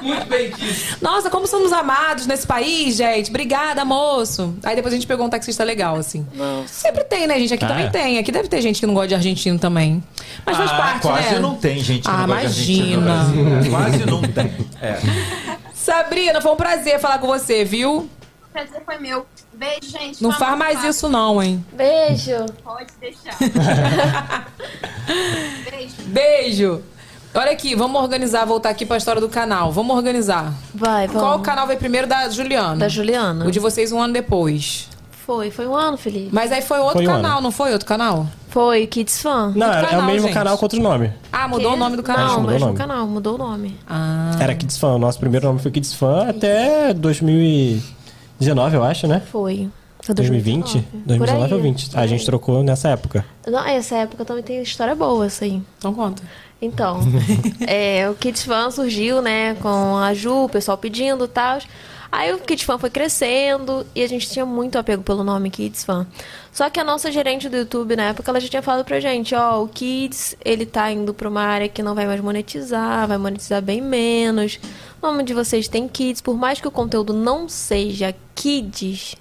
Muito bem disso.
Nossa, como somos amados nesse país, gente. Obrigada, moço. Aí depois a gente pegou um taxista legal, assim. Sempre tem, né, gente? Aqui
Ah,
também
é.
tem. Aqui deve ter gente que não gosta de argentino também. Mas faz
Ah,
parte,
quase
né?
não tem gente que
Ah,
não gosta de
imagina.
Argentina no Brasil. Quase não tem. É.
Sabrina, foi um prazer falar com você, viu?
O prazer foi meu. Beijo, gente.
Não
Vamos
faz mais
lá.
isso não, hein?
Beijo.
Pode deixar. Beijo.
Beijo. Olha aqui, vamos organizar, voltar aqui pra história do canal. Vamos organizar.
Vai, vamos.
Qual canal veio primeiro da Juliana?
Da Juliana.
O de vocês um ano depois.
Foi, foi um ano, Felipe.
Mas aí foi outro
Foi um
canal,
ano.
não foi outro canal?
Foi, Kids Fan.
Não, é, é o mesmo canal com outro nome.
Ah, mudou
Que?
o nome do canal? Ah,
Acho que mudou o
Não, mas o
nome.
canal mudou o nome.
Era Kids Fan. O nosso primeiro nome foi Kids Fan até 2019, eu acho, né?
Foi.
2020? 2019 ou 20? A gente trocou nessa época.
Não, essa época também tem história boa, assim. essa aí.
Então conta.
Então, é, o Kids Fan surgiu, né, com a Ju, o pessoal pedindo e tal. Aí o Kids Fan foi crescendo e a gente tinha muito apego pelo nome Kids Fan. Só que a nossa gerente do YouTube, na época, ela já tinha falado pra gente, ó, o Kids, ele tá indo pra uma área que não vai mais monetizar, vai monetizar bem menos. O nome de vocês tem Kids, por mais que o conteúdo não seja Kids,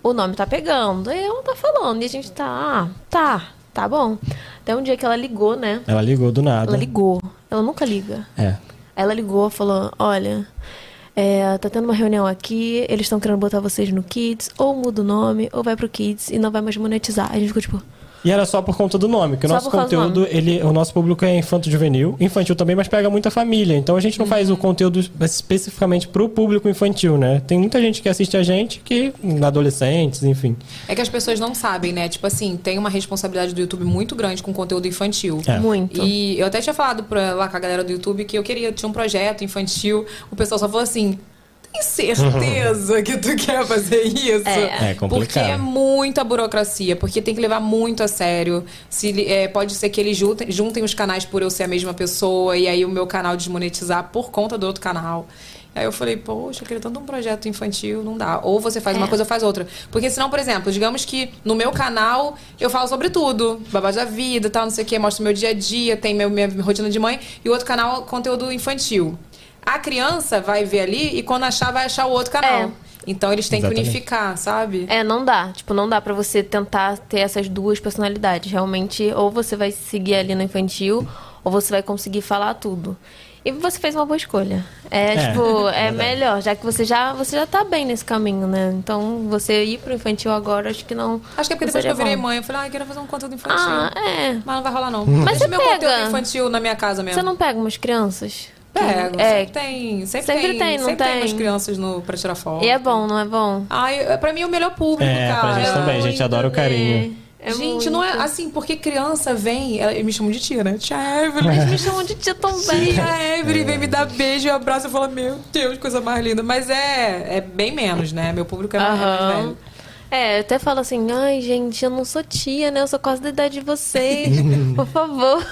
o nome tá pegando. Aí ela tá falando e a gente tá, ah, tá, tá bom. Até um dia que ela ligou, né?
Ela ligou do nada.
Ela ligou. Ela nunca liga.
É.
Ela ligou, falou: Olha, é, tá tendo uma reunião aqui, eles estão querendo botar vocês no Kids, ou muda o nome, ou vai pro Kids e não vai mais monetizar. Aí a gente ficou tipo:
E era só por conta do nome, que o
Só
nosso
por causa do
conteúdo,
nome.
ele, o nosso público é infanto juvenil, infantil também, mas pega muita família. Então a
Uhum.
gente não faz o conteúdo especificamente pro público infantil, né? Tem muita gente que assiste a gente que hum, adolescentes, enfim.
É que as pessoas não sabem, né? Tipo assim, tem uma responsabilidade do YouTube muito grande com conteúdo infantil.
É.
Muito.
E eu até tinha falado pra, lá com a galera do YouTube que eu queria, tinha um projeto infantil. O pessoal só falou assim. Tem certeza que tu quer fazer isso?
É.
Porque
É complicado.
é muita burocracia, porque tem que levar muito a sério. Se, li- é, pode ser que eles juntem, juntem os canais por eu ser a mesma pessoa e aí o meu canal desmonetizar por conta do outro canal. Aí eu falei, poxa, eu queria tanto um projeto infantil, não dá. Ou você faz uma
É.
coisa ou faz outra. Porque senão, por exemplo, digamos que no meu canal eu falo sobre tudo. Babado da vida, tal, não sei o quê. Mostro meu dia a dia, tem meu, minha rotina de mãe. E o outro canal, conteúdo infantil. A criança vai ver ali e quando achar, vai achar o outro canal.
É.
Então eles têm
Exatamente.
que unificar, sabe?
É, não dá. Tipo, não dá pra você tentar ter essas duas personalidades. Realmente, ou você vai seguir ali no infantil, ou você vai conseguir falar tudo. E você fez uma boa escolha. É,
É,
tipo, é
verdade.
melhor, já que você já, você já tá bem nesse caminho, né? Então, você ir pro infantil agora, acho que não.
Acho que é porque depois
não
que
seria
eu virei
bom.
mãe, eu falei, ah, eu quero fazer um conteúdo infantil.
Ah, é.
Mas não vai rolar, não.
Mas
Deixa
você
meu
pega.
conteúdo infantil na minha casa mesmo.
É.
Você não pega umas crianças?
Pego.
É.
Sempre tem. Sempre,
Sempre
tem,
tem, não
sempre
tem?
umas crianças no, pra tirar foto.
E é bom, não é bom?
Ai, pra mim é o melhor público,
É, pra
cara.
gente também, a gente adora o carinho.
É
gente, não é
muito.
assim, porque criança vem. ela- Eles me chamam de tia, né? Tia Evelyn.
Eles me chamam de tia também.
Tia Evelyn vem me dar beijo e abraço. Eu falo, meu Deus, coisa mais linda. Mas é, é bem menos, né? Meu público é mais, é mais
Aham.
velho.
É, eu até falo assim, ai, gente, eu não sou tia, né? Eu sou quase da idade de vocês. Por favor.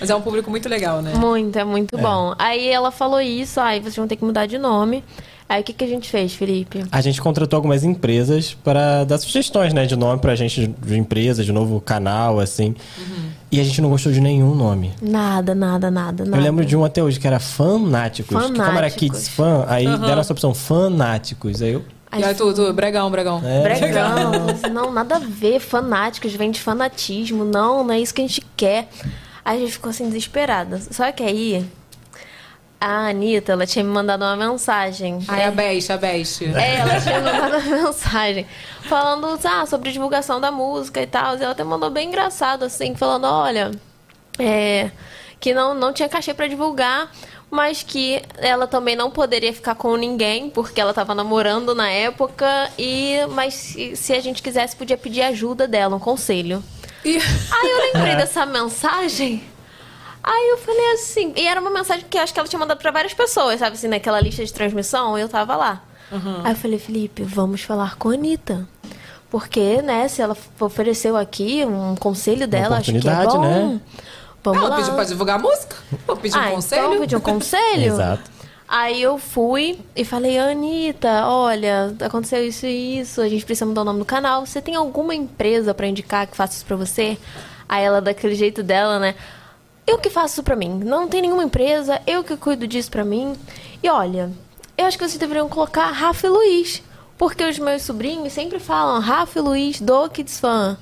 Mas é um público muito legal, né?
Muito, é muito bom. Aí ela falou isso, aí vocês vão ter que mudar de nome. Aí o que, que a gente fez, Felipe?
A gente contratou algumas empresas para dar sugestões, né, de nome pra gente, de empresa, de novo canal, assim.
Uhum.
E a gente não gostou de nenhum nome.
Nada, nada, nada, nada.
Eu lembro de um até hoje que era Fanáticos. Que como era
Fanáticos.
Kids Fan, aí deram essa opção Fanáticos. Aí eu.
E aí, tu, tu, bregão, bregão.
É.
Bregão, não, nada a ver, fanáticos, vem de fanatismo, não, não é isso que a gente quer. Aí a gente ficou assim, desesperada. Só que aí, a Anitta, ela tinha me mandado uma mensagem.
Ai, a Beste, a Beste.
É, ela tinha mandado uma mensagem falando ah, sobre divulgação da música e tal. E ela até mandou bem engraçado, assim, falando, olha, é, que não, não tinha cachê pra divulgar, mas que ela também não poderia ficar com ninguém, porque ela tava namorando na época, e mas se, se a gente quisesse, podia pedir ajuda dela, um conselho.
Ih.
Aí eu
É.
lembrei dessa mensagem. Aí eu falei assim, e era uma mensagem que eu acho que ela tinha mandado pra várias pessoas, sabe assim, naquela lista de transmissão, eu tava lá.
Uhum.
Aí eu falei, Felipe, vamos falar com a Anitta. Porque, né, se ela f- ofereceu aqui um conselho dela, acho que é
oportunidade,
bom.
né?
Vamos
Ela
lá.
pediu pra divulgar a música? Pô, pediu
ah,
um conselho?
Então, pediu um conselho?
Exato.
Aí eu fui e falei, Anitta, olha, aconteceu isso e isso, a gente precisa mudar o nome do canal. Você tem alguma empresa pra indicar que faça isso pra você? Aí ela, daquele jeito dela, né? Eu que faço isso pra mim. Não tem nenhuma empresa, eu que cuido disso pra mim. E olha, eu acho que vocês deveriam colocar Rafa e Luiz. Porque os meus sobrinhos sempre falam Rafa e Luiz do Kids Fan.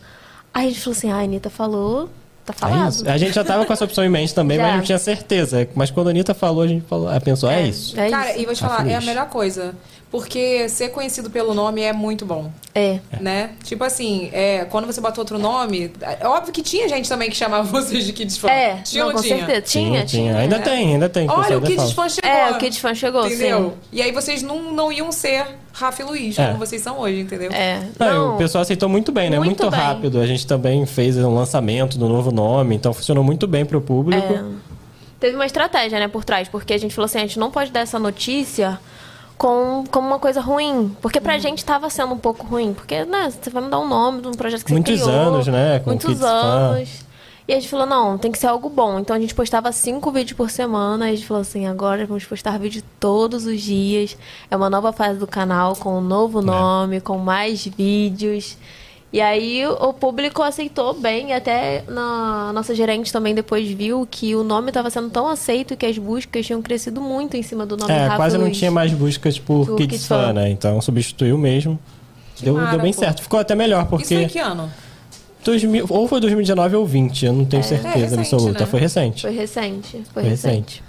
Aí a gente falou assim, ah, a Anitta falou, tá
É
falado.
isso. A gente já tava com essa opção em mente também,
Já.
mas não tinha certeza. Mas quando a Anitta falou, a gente falou, ah, pensou, é, isso.
É
Cara,
isso.
e vou te falar,
Afluente.
é a melhor coisa. Porque ser conhecido pelo nome é muito bom.
É.
Né? Tipo assim, é, quando você bota outro nome, é óbvio que tinha gente também que chamava vocês de Kids Fan.
É,
tinha
não,
ou
com
tinha?
certeza. Tinha, né? tinha.
Ainda tem, ainda tem. o
Olha,
pessoal
o
ainda
Kids
fala.
Fan chegou.
É, o Kids Fan chegou,
Entendeu?
sim.
E aí vocês não, não iam ser Rafa e Luiz,
É.
como vocês são hoje, entendeu?
É.
Ah, e o pessoal aceitou muito bem, né?
Muito
Muito,
bem.
rápido. A gente também fez um lançamento do novo nome, então funcionou muito bem pro público.
Teve uma estratégia, né, por trás, porque a gente falou assim, a gente não pode dar essa notícia com, como uma coisa ruim. Porque
Uhum.
pra gente tava sendo um pouco ruim. Porque, né, você vai mudar o nome de um projeto que
Muitos
você criou.
anos, né, com
muitos
Kids Fan.
anos. E a gente falou, não, tem que ser algo bom. Então a gente postava cinco vídeos por semana. E a gente falou assim, agora vamos postar vídeo todos os dias. É uma nova fase do canal, com um novo
É.
nome, com mais vídeos. E aí o público aceitou bem. e Até na nossa gerente também depois viu que o nome estava sendo tão aceito que as buscas tinham crescido muito em cima do nome
É,
Rafa
quase não
Luiz.
tinha mais buscas por
Do
Kids,
Kids
Fan,
Fan.
né? Então substituiu mesmo. Deu,
mara,
deu bem
pô.
certo. Ficou até melhor,
Isso
porque.
foi que ano?
2000 ou foi 2019 ou 20, eu não tenho certeza absoluta. Foi recente.
Foi recente.
Foi
Foi
recente.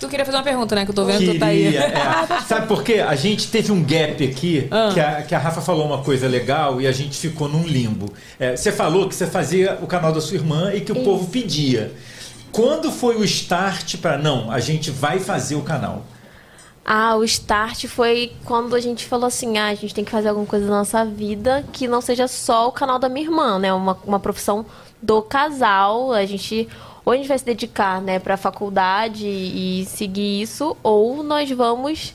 Tu queria fazer uma pergunta, né? Que eu tô vendo que tu tá aí.
Queria, é. Sabe por quê? A gente teve um gap aqui
Ah.
que, a, que a Rafa falou uma coisa legal e a gente ficou num limbo. É, você falou que você fazia o canal da sua irmã e que o
Isso.
povo pedia. Quando foi o start para não, a gente vai fazer o canal?
Ah, o start foi quando a gente falou assim: ah, a gente tem que fazer alguma coisa na nossa vida que não seja só o canal da minha irmã, né? Uma, uma profissão do casal. A gente. Ou a gente vai se dedicar, né, pra faculdade e seguir isso, ou nós vamos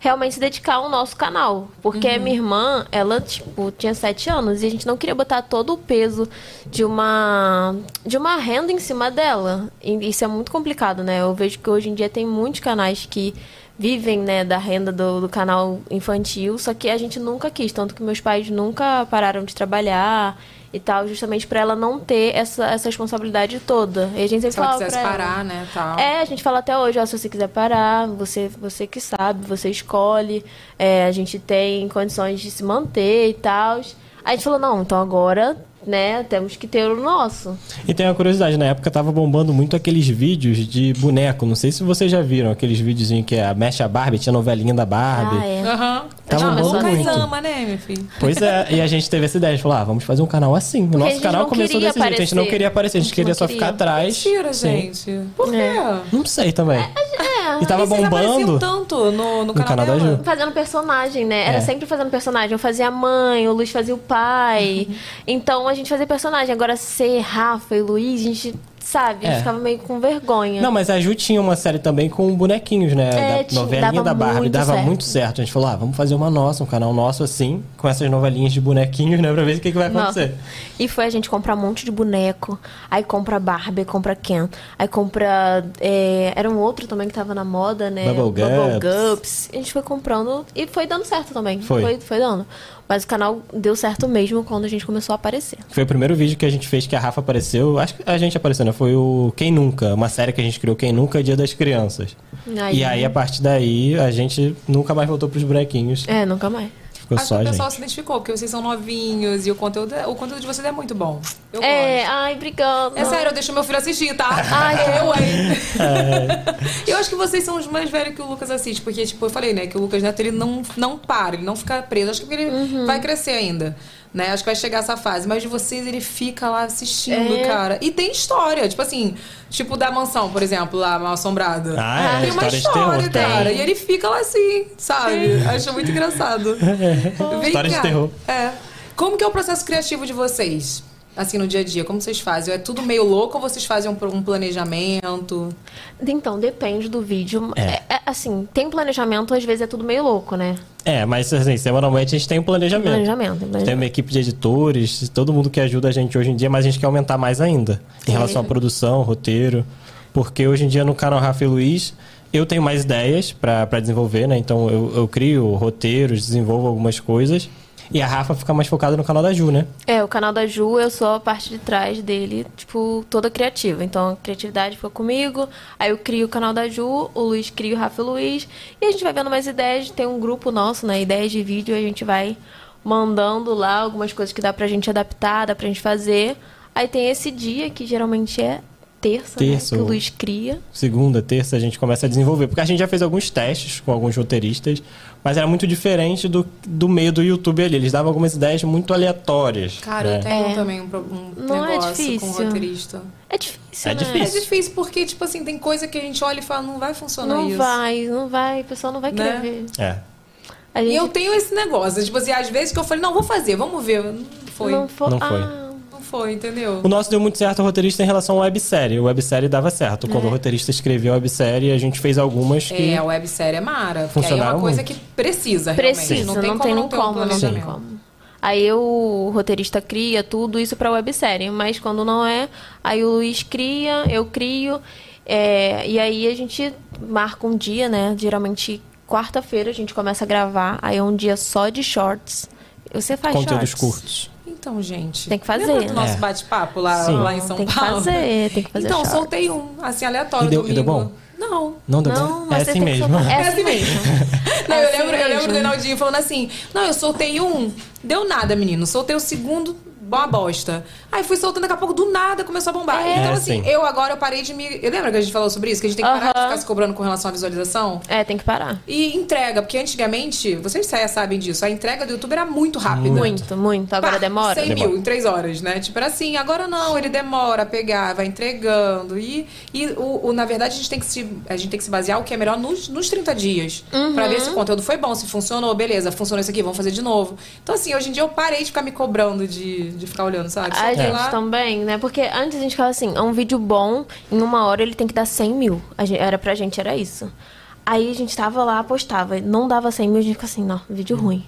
realmente se dedicar ao nosso canal. Porque
Uhum.
a minha irmã, ela, tipo, tinha sete anos e a gente não queria botar todo o peso de uma de uma renda em cima dela. E isso é muito complicado, né? Eu vejo que hoje em dia tem muitos canais que vivem, né, da renda do, do canal infantil, só que a gente nunca quis, tanto que meus pais nunca pararam de trabalhar e tal, justamente pra ela não ter essa, essa responsabilidade toda. E a gente sempre
Se ela
falava
quisesse
pra ela.
parar, né? Tal.
É, a gente fala até hoje, ó, se você quiser parar, você, você que sabe, você escolhe, é, a gente tem condições de se manter e tal. Aí a gente falou, não, então agora, né, temos que ter o nosso.
E tem uma curiosidade, na época tava bombando muito aqueles vídeos de boneco. Não sei se vocês já viram aqueles videozinhos que é a Mexe a Barbie, tinha a novelinha da Barbie.
Ah, é.
Aham.
Tá
Não, mas
bombando
nunca
muito.
ama, né, meu filho?
Pois é, e a gente teve essa ideia, a gente falou, ah, vamos fazer um canal assim. O
a
nosso
gente
canal
não
começou
queria
desse jeito, a gente não
aparecer.
queria aparecer, a gente queria só ficar atrás.
Mentira,
Sim.
gente. Por quê?
Não sei também.
É,
E tava
E vocês apareciam
bombando.
tanto no, no
No
canal
canal da
dela.
Ju.
Fazendo personagem, né? Era
É.
sempre fazendo personagem. Eu fazia a mãe, o Luiz fazia o pai.
Uhum.
Então a gente fazia personagem. Agora ser Rafa e Luiz, a gente, sabe, a gente
É.
ficava meio com vergonha.
Não, mas a Ju tinha uma série também com bonequinhos, né?
É,
da
tinha-
novelinha
dava
da Barbie.
muito
Dava
certo.
muito certo. A gente falou, ah, vamos fazer uma nossa, um canal nosso assim, com essas novelinhas de bonequinhos, né? Pra ver o que, que vai
Nossa.
acontecer.
E foi a gente comprar um monte de boneco. Aí compra Barbie, compra Ken. Aí compra. é, era um outro também que tava na moda, né?
Bubble
Bubble
Gups.
Gups. A gente foi comprando e foi dando certo também.
Foi.
foi. Foi dando. Mas o canal deu certo mesmo quando a gente começou a aparecer.
Foi o primeiro vídeo que a gente fez que a Rafa apareceu. Acho que a gente apareceu, né? Foi o Quem Nunca, uma série que a gente criou, Quem Nunca, Dia das Crianças.
Aí.
E aí, a partir daí, a gente nunca mais voltou pros bonequinhos.
É, nunca mais.
Ficou
Acho que
só a
o
gente.
pessoal se identificou, porque vocês são novinhos e o conteúdo, o conteúdo de vocês é muito bom. Eu
É,
gosto.
ai, obrigada.
É sério, eu deixo meu filho assistir, tá?
Ai, que
eu, hein? eu acho que vocês são os mais velhos que o Lucas assiste, porque, tipo, eu falei, né, que o Lucas Neto, ele não, não para, ele não fica preso. Acho que porque ele
Uhum.
vai crescer ainda, né? Acho que vai chegar essa fase. Mas de vocês, ele fica lá assistindo,
É.
cara. E tem história, tipo assim, tipo da mansão, por exemplo, lá, Mal Assombrada.
Ah, é,
tem uma
história de
história,
terror, tem.
cara. E ele fica lá assim, sabe? Acho muito engraçado. Vem
História de
cá.
terror.
É. Como que é o processo criativo de vocês? Assim, no dia a dia, como vocês fazem? É tudo meio louco ou vocês fazem um, pro- um planejamento?
Então, depende do vídeo.
É.
É, é, assim, tem planejamento, às vezes é tudo meio louco, né?
É, mas assim, semanalmente a gente tem um planejamento.
Tem planejamento, tem
A
Né?
gente tem uma equipe de editores, todo mundo que ajuda a gente hoje em dia, mas a gente quer aumentar mais ainda.
É.
Em relação à produção, roteiro. Porque hoje em dia no canal Rafa e Luiz, eu tenho mais ideias pra pra desenvolver, né? Então eu, eu crio roteiros, desenvolvo algumas coisas. E a Rafa fica mais focada no canal da Ju, né?
É, o canal da Ju, eu sou a parte de trás dele, tipo, toda criativa. Então, a criatividade fica comigo, aí eu crio o canal da Ju, o Luiz cria o Rafa e o Luiz, e a gente vai vendo mais ideias, tem um grupo nosso, né, ideias de vídeo, a gente vai mandando lá algumas coisas que dá pra gente adaptar, dá pra gente fazer. Aí tem esse dia, que geralmente é terça, né,
Terça,
que o
o-
Luiz cria.
segunda, terça, a gente começa a desenvolver. Porque a gente já fez alguns testes com alguns roteiristas, mas era muito diferente do, do meio do YouTube ali. Eles davam algumas ideias muito aleatórias.
Cara,
né?
eu tenho também um, pro- um
Não é
negócio com
difícil.
roteirista.
É difícil,
É
né?
difícil.
É difícil porque, tipo assim, tem coisa que a gente olha e fala, não vai funcionar
Não
isso.
vai, não vai, o pessoal não vai querer
Né?
ver.
É.
E eu tenho esse negócio. Tipo assim, às vezes que eu falei, não, vou fazer, vamos ver. Não foi.
Não Ah, foi.
Não foi.
Não foi, entendeu?
O nosso deu muito certo o roteirista em relação à websérie. O websérie dava certo. Quando
É.
o roteirista escreveu a websérie, a gente fez algumas que.
É, a websérie é mara. Porque aí é uma
Funcionaram
coisa
muito.
que precisa,
Precisa,
realmente.
É, não tem, nem
ter um
como, não tem
planejamento.
como. Aí o roteirista cria tudo isso pra websérie, mas quando não é, aí o Luiz cria, eu crio, é, e aí a gente marca um dia, né? Geralmente quarta-feira a gente começa a gravar, aí é um dia só de shorts. Você faz
Conteúdos
shorts?
curtos.
Então, gente.
Tem que fazer,
Lembra do
né?
nosso
É.
bate-papo lá,
Sim.
lá em São
Tem que
Paulo?
fazer, tem que fazer
Então,
shorts.
soltei um, assim, aleatório.
E deu-
domingo.
e deu bom?
Não.
Não deu bom? É
mas
assim
você tem que
mesmo.
soltar.
É
É assim
assim
mesmo. Não, eu,
assim
lembro, eu lembro
mesmo.
do Reinaldinho falando assim: não, eu soltei um, deu nada, menino. Soltei o segundo, uma bosta. Aí fui soltando, daqui a pouco, do nada começou a bombar.
É.
Então,
É,
assim,
sim.
eu agora eu parei de me. Eu lembro que a gente falou sobre isso? Que a gente tem que parar de
Aham.
ficar se cobrando com relação à visualização?
É, tem que parar.
E entrega, porque antigamente, vocês sa- sabem disso, a entrega do YouTube era muito rápida.
Muito, muito. Agora
Pá,
demora?
100 mil em três horas, né? Tipo, era assim, agora não, ele demora a pegar, vai entregando. E, e o, o- na verdade, a gente tem que se, a gente tem que se basear o que é melhor nos, nos 30 dias.
Uhum.
Pra ver se o conteúdo foi bom, se funcionou, beleza, funcionou isso aqui, vamos fazer de novo. Então, assim, hoje em dia eu parei de ficar me cobrando de, de ficar olhando, sabe?
A
Sei
gente
lá.
também, né? Porque antes a gente ficava assim, é um vídeo bom, em uma hora ele tem que dar 100 mil. A gente, era pra gente, era isso. Aí a gente tava lá, postava, não dava 100 mil, a gente ficava assim, não, vídeo ruim.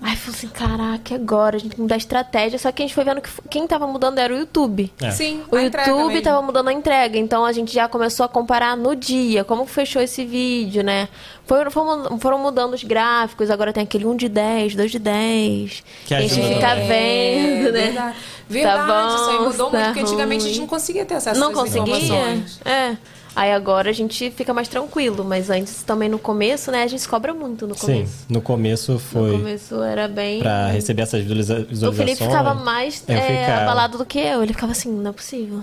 Aí falou assim, caraca, e agora? A gente tem que mudar a estratégia. Só que a gente foi vendo que f- quem tava mudando era o YouTube.
É. Sim,
O
a entrega
YouTube
mesmo.
tava mudando a entrega, então a gente já começou a comparar no dia, como fechou esse vídeo, né? Foram, foram- foram mudando os gráficos, agora tem aquele 1 de 10, 2 de 10.
Que
a gente
ajuda,
fica
né?
Tá vendo,
É,
né? tá
verdade. Verdade, isso aí mudou muito, porque antigamente a gente
ruim.
não conseguia ter acesso a
Não
essas
conseguia.
informações.
É. Aí agora a gente fica mais tranquilo, mas antes também no começo, né? A gente cobra muito no
Sim,
começo.
no começo foi.
No começo era bem.
Pra receber essas visualiza-
O
visualizações.
Felipe ficava mais
Eu
é,
ficava.
abalado do que eu. Ele ficava assim, não é possível.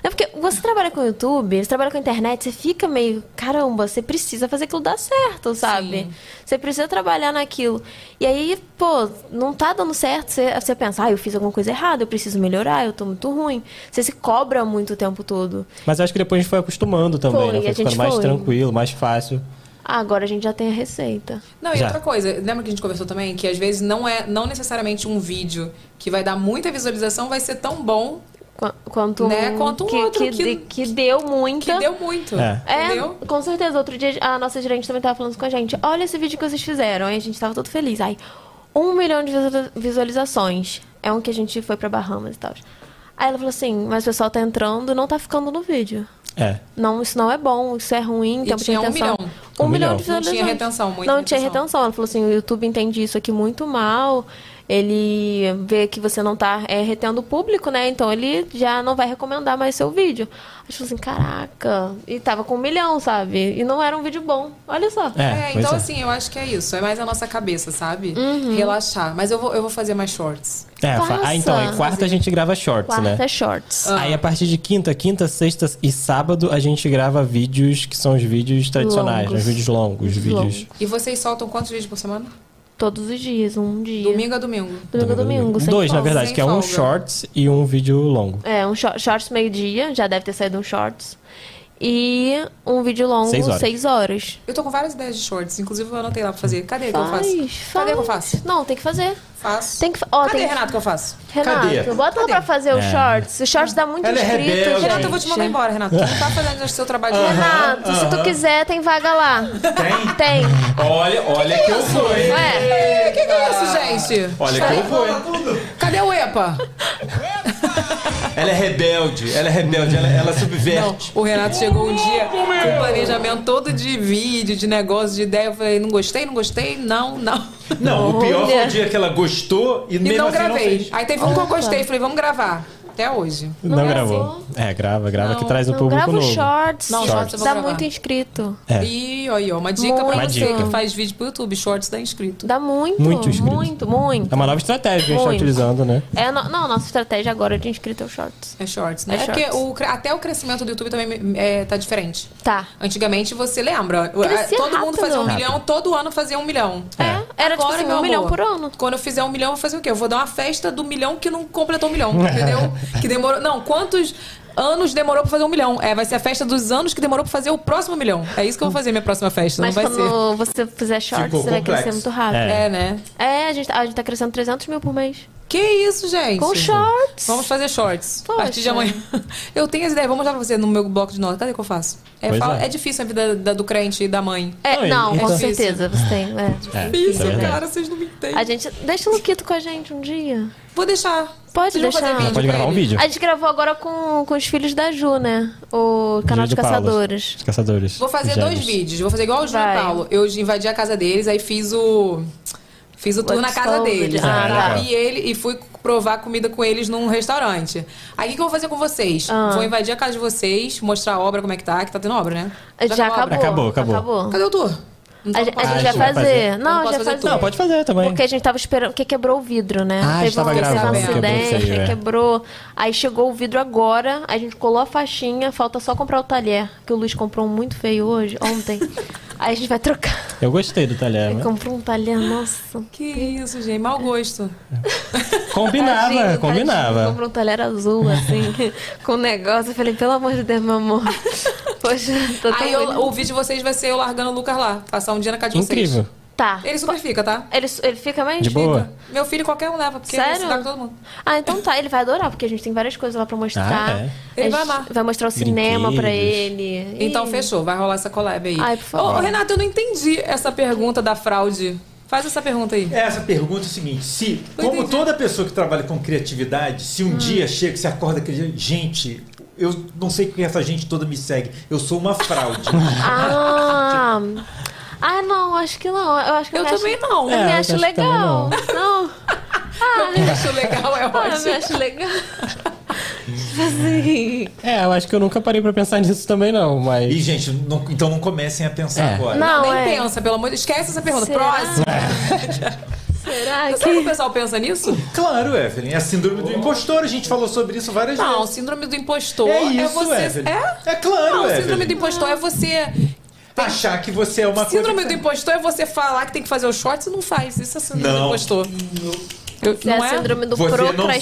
É porque você trabalha com YouTube, você trabalha com internet, você fica meio, caramba, você precisa fazer aquilo dar certo, sabe? Você precisa trabalhar naquilo. E aí, pô, não tá dando certo, você, você pensa, ah, eu fiz alguma coisa errada, eu preciso melhorar, eu tô muito ruim. Você se cobra muito o tempo todo.
Mas eu acho que depois a gente foi acostumando também,
Foi,
né?
a
Foi
gente
ficando mais
foi.
tranquilo, mais fácil.
Ah, agora a gente já tem a receita.
Não, e
Já.
outra coisa, lembra que a gente conversou também que às vezes não é não necessariamente um vídeo que vai dar muita visualização vai ser tão bom
Qua- Quanto um,
Né? Quanto um
que,
outro
que,
que-
de- que deu muita.
que deu muito.
É.
Então, É,
Entendeu?
com certeza. Outro dia a nossa gerente também tava falando com a gente. Olha esse vídeo que vocês fizeram. Aí a gente tava todo feliz. Aí, um milhão de visualiza- visualizações. É um que a gente foi pra Bahamas e tal. Aí ela falou assim, mas o pessoal tá entrando e não tá ficando no vídeo.
É.
Não, isso não é bom, isso é ruim, tempo
tinha um
de retenção.
milhão.
Um,
Um
milhão
milhão.
Não
de
tinha
visualizações.
retenção, muita
Não tinha
retenção.
retenção. Ela falou assim, o YouTube entende isso aqui muito mal. Ele vê que você não tá é, retendo o público, né? Então ele já não vai recomendar mais seu vídeo. A gente falou assim, caraca. E tava com um milhão, sabe? E não era um vídeo bom. Olha só.
É,
É,
pois
então
é.
assim, eu acho que é isso. É mais a nossa cabeça, sabe?
Uhum.
Relaxar. Mas eu vou, eu vou fazer mais shorts.
É, fa- ah, então, aí quarta a gente grava shorts, né?
Quarta é shorts.
Ah,
Aí a partir de quinta, quinta, sexta e sábado a gente grava vídeos que são os vídeos tradicionais,
Longos.
os vídeos longos, os vídeos.
Longos.
E vocês soltam quantos vídeos por semana?
Todos os dias, um dia.
Domingo a domingo.
Domingo, a domingo, um sem
Dois, na
folga.
verdade,
Sem
que é um
folga.
shorts e um vídeo longo.
É, um short, shorts meio-dia, já deve ter saído um shorts. E um vídeo longo,
Seis
seis
horas.
horas.
Eu tô com várias ideias de shorts, inclusive eu anotei lá pra fazer. Cadê que eu
Faz,
faço?
faz.
Cadê que eu faço?
Não, tem que fazer.
Faço.
Tem que, fa- ó,
Cadê,
tem que-
Renato, que eu faço?
Renato,
Cadê?
bota lá pra fazer o
É.
shorts. O shorts dá muito
Ela é
inscrito,
rebelde.
gente.
Renato, eu vou te mandar embora, Renato. Tu não tá fazendo o seu trabalho de
Renato, se tu quiser, tem vaga lá.
Tem?
Tem.
Olha, olha que, eu fui.
Ué,
O que, que é isso, gente?
Olha que eu fui.
Cadê o EPA?
Ela é rebelde, ela é rebelde, ela, ela
Não,
subverte.
o Renato chegou um dia com um planejamento todo de vídeo, de negócio, de ideia. Eu falei, não gostei, não gostei, não, não.
Não, o pior foi
Olha.
o dia que ela gostou e,
E
mesmo
não
assim não
gravei.
fez.
Aí teve um que eu gostei, falei, vamos gravar. Até hoje.
Não,
gravou.
gravou. É, grava, grava
Não,
que traz o
assim? não,
público
grava o
novo.
shorts.
Não, shorts eu vou
Dá
gravar.
muito inscrito.
É.
E aí, ó, uma dica pra
Muito.
você
Uma dica.
que faz vídeo pro YouTube, shorts da inscrito.
Dá muito.
Muito inscrito.
Muito, muito.
É uma nova estratégia que a gente tá
Muito.
utilizando, né?
É, no- não, nossa estratégia agora de inscrito é o shorts.
É shorts, né?
É
É porque
shorts.
o cre- até o crescimento do YouTube também é, tá diferente.
Tá.
Antigamente, você lembra?
Crescia
todo mundo fazia um
rápido.
milhão, todo ano fazia um milhão.
É, era tipo assim,
meu
um milhão
amor,
por ano.
Quando eu fizer um milhão, eu vou fazer o quê? Eu vou dar uma festa do milhão que não completou um milhão, entendeu? que demorou. Não, quantos. anos demorou pra fazer um milhão. É, vai ser a festa dos anos que demorou pra fazer o próximo milhão. É isso que eu vou fazer minha próxima festa.
Mas
não vai ser.
quando você fizer shorts,
Ficou
você vai
complexo.
crescer muito rápido.
É. É, né?
É, a gente, a gente tá crescendo 300 mil por mês.
Que isso, gente?
Com shorts.
Vamos fazer shorts. A partir de
Poxa.
amanhã. Eu tenho as ideias. Vou mostrar pra você no meu bloco de notas. Cadê que eu faço? É,
Pois
fala-
é.
é difícil a vida da- do crente e da mãe.
É, não,
É
com
difícil.
certeza, você tem. É,
É,
difícil,
isso é
né?
verdade. vocês não me entendem.
A gente. Deixa o Luquito com a gente um dia.
Vou deixar.
Pode
Vocês vão fazer
deixar.
vídeo Pode gravar pra um ele? vídeo.
A gente gravou agora com, com os filhos da Ju, né? O canal
Júlio
de
Paulo.
caçadores.
Os caçadores.
Vou fazer dois
Gêmeos.
vídeos. Vou fazer igual o Júlio e
Vai.
Paulo. Eu invadi a casa deles, aí fiz o. Fiz o tour na casa
Untold.
deles.
Ah, tá.
E ele e fui provar comida com eles num restaurante. Aí o que, que eu vou fazer com vocês?
Ah.
Vou invadir a casa de vocês, mostrar a obra como é que tá, que tá tendo obra, né?
Já
a obra?
acabou. Acabou, acabou.
Cadê o tour?
A, gente- a
Ah,
gente vai fazer. Não,
Eu posso
já
fazer
faz.
tudo. Não, pode fazer também.
Porque a gente tava esperando. Porque quebrou o vidro, né?
Ah, a gente tava
teve
gravando,
um
quebrou
acidente,
isso aí,
aí
é.
quebrou. Aí chegou o vidro agora, a gente colou a faixinha, falta só comprar o talher, que o Luiz comprou um muito feio hoje, ontem. aí a gente vai trocar.
Eu gostei do talher, né?
Comprou um talher, nossa.
Que isso, gente, mau gosto.
Combinava,
Tadinho, tadinho,
combinava.
Comprou um talher azul, assim, com um negócio. Eu falei, pelo amor de Deus, meu amor. Poxa, tô tão
Aí eu-
bonita.
o vídeo de vocês vai ser eu largando o Lucas lá. Passar um dia na casa de vocês.
Incrível.
Tá.
Ele super fica, tá?
Ele, ele fica mais?
De boa?
Meu filho qualquer um leva, porque ele se
Sério?
dá com todo mundo.
Ah, então tá, ele vai adorar, porque a gente tem várias coisas lá pra mostrar.
Ah, é? Ele
A
vai
gente
amar.
Vai mostrar o cinema pra
Brinquedos.
ele.
Então
Ih.
fechou, vai rolar essa collab aí.
Ai, por favor.
Ô, ô, Renato, eu não entendi essa pergunta da fraude. Faz essa pergunta aí.
Essa pergunta é o seguinte: se, como toda pessoa que trabalha com criatividade, se
Hum.
um dia chega, que você acorda aquele dia, gente, eu não sei que essa gente toda me segue, eu sou uma fraude.
Ah. Ah, não, acho que não. Eu acho que
Eu
me acho-
também não.
Eu
É,
me
eu
acho
acho que também
legal. Não. Ah,
Eu acho legal, é
Ah, eu me
ótimo.
acho legal. Tipo assim.
É, eu acho que eu nunca parei pra pensar nisso também, não, mas.
E, gente, então não comecem a pensar agora.
Não,
Não,
nem
é.
pensa, pelo amor de Deus. Esquece essa pergunta.
Será?
Próximo.
Será que...
Será que o pessoal pensa nisso?
Claro, Evelyn, é a síndrome do impostor, a gente falou sobre isso várias
Não,
vezes.
síndrome do impostor
É
é,
isso,
você.
Evelyn.
É?
É claro,
Não,
Evelyn.
síndrome do impostor é você.
Achar que você é uma coisa
Síndrome
que
do impostor é você falar que tem que fazer o shorts e não faz. Isso é síndrome do
Não.
impostor. Eu,
Isso é
né,
a síndrome do procrastinador.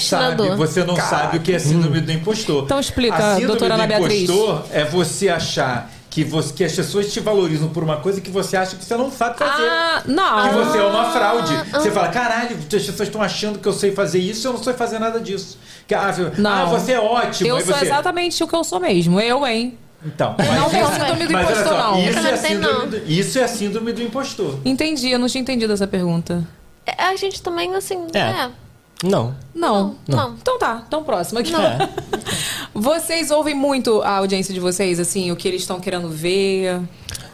sabe, você não sabe o que é síndrome do impostor. Então
explica,
a síndrome
doutora
do
Ana Beatriz.
impostor é você achar que, você, que as pessoas te valorizam por uma coisa que você acha que você não sabe fazer.
Ah, não.
Que você é uma fraude. Você
ah.
fala, caralho, as pessoas estão achando que eu sei fazer isso e eu não sei fazer nada disso. Que, ah,
Não.
ah, você é ótimo.
Eu
aí
sou
você...
exatamente o que eu sou mesmo. Eu, hein?
Então,
Não
mas
tem
isso-
síndrome do
mas olha
impostor,
só,
não.
Isso
Eu
é,
não
a
tenho,
síndrome
não.
do, isso é a síndrome do impostor.
Entendi, eu não tinha entendido essa pergunta.
É, A gente também, assim,
É.
né,
é.
Não.
Não.
Não.
Então tá, então próximo aqui.
Não. É.
Vocês ouvem muito a audiência de vocês, assim, o que eles estão querendo ver?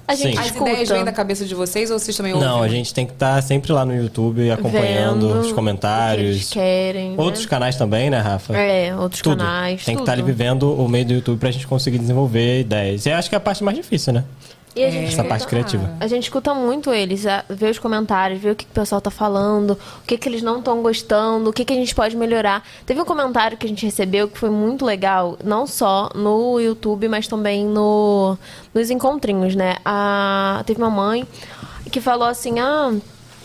A gente
As
escuta.
ideias vêm da cabeça de vocês ou vocês também ouvem?
Não, a gente tem que estar sempre lá no YouTube acompanhando
Vendo
os comentários.
Eles querem. né?
Outros canais também, né, Rafa?
É, outros
Tudo.
canais.
Tem que
tudo.
estar ali vivendo o meio do YouTube pra gente conseguir desenvolver ideias. E acho que é a parte mais difícil, né?
E a gente
Essa
escuta-
parte criativa.
A gente escuta muito eles, a- vê os comentários, vê o que, que o pessoal tá falando, o que, que eles não estão gostando, o que, que a gente pode melhorar. Teve um comentário que a gente recebeu que foi muito legal, não só no YouTube, mas também no, nos encontrinhos, né? A, teve uma mãe que falou assim: ah,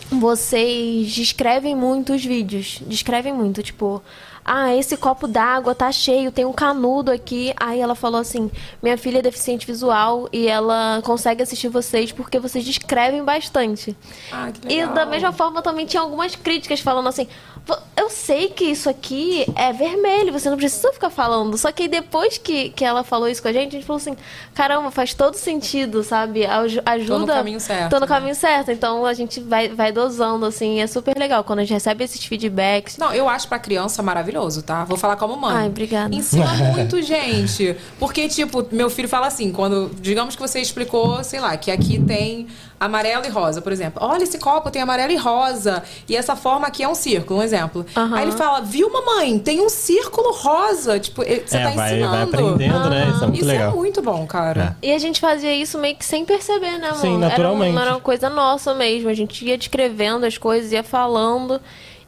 vocês descrevem muito os vídeos, descrevem muito, tipo. Ah, esse copo d'água tá cheio, tem um canudo aqui. Aí ela falou assim: Minha filha é deficiente visual e ela consegue assistir vocês porque vocês descrevem bastante.
Ah, que
E
legal.
da mesma forma também tinha algumas críticas falando assim: "Vo- Eu sei que isso aqui é vermelho, você não precisa ficar falando. Só que aí depois que, que ela falou isso com a gente, a gente falou assim: Caramba, faz todo sentido, sabe? Aj- Ajuda.
caminho certo, né?"
Tô no caminho certo. Então a gente vai, vai dosando, assim. É super legal quando a gente recebe esses feedbacks.
Não, eu acho pra criança maravilhoso, tá? Vou falar como mãe.
Ai, obrigada.
Ensina muito, gente. Porque, tipo, meu filho fala assim, quando. Digamos que você explicou, sei lá, que aqui tem amarelo e rosa, por exemplo. Olha, esse copo tem amarelo e rosa. E essa forma aqui é um círculo, um exemplo. Aí ele fala, viu, mamãe? Tem um círculo rosa. Tipo, ele- você
É,
tá
vai-
ensinando.
vai
Ah.
aprendendo, né? Isso é muito legal.
muito bom, cara.
E a gente fazia isso meio que sem perceber, né, amor?
Sim, naturalmente.
Era, uma- era uma coisa nossa mesmo. A gente ia descrevendo as coisas, ia falando.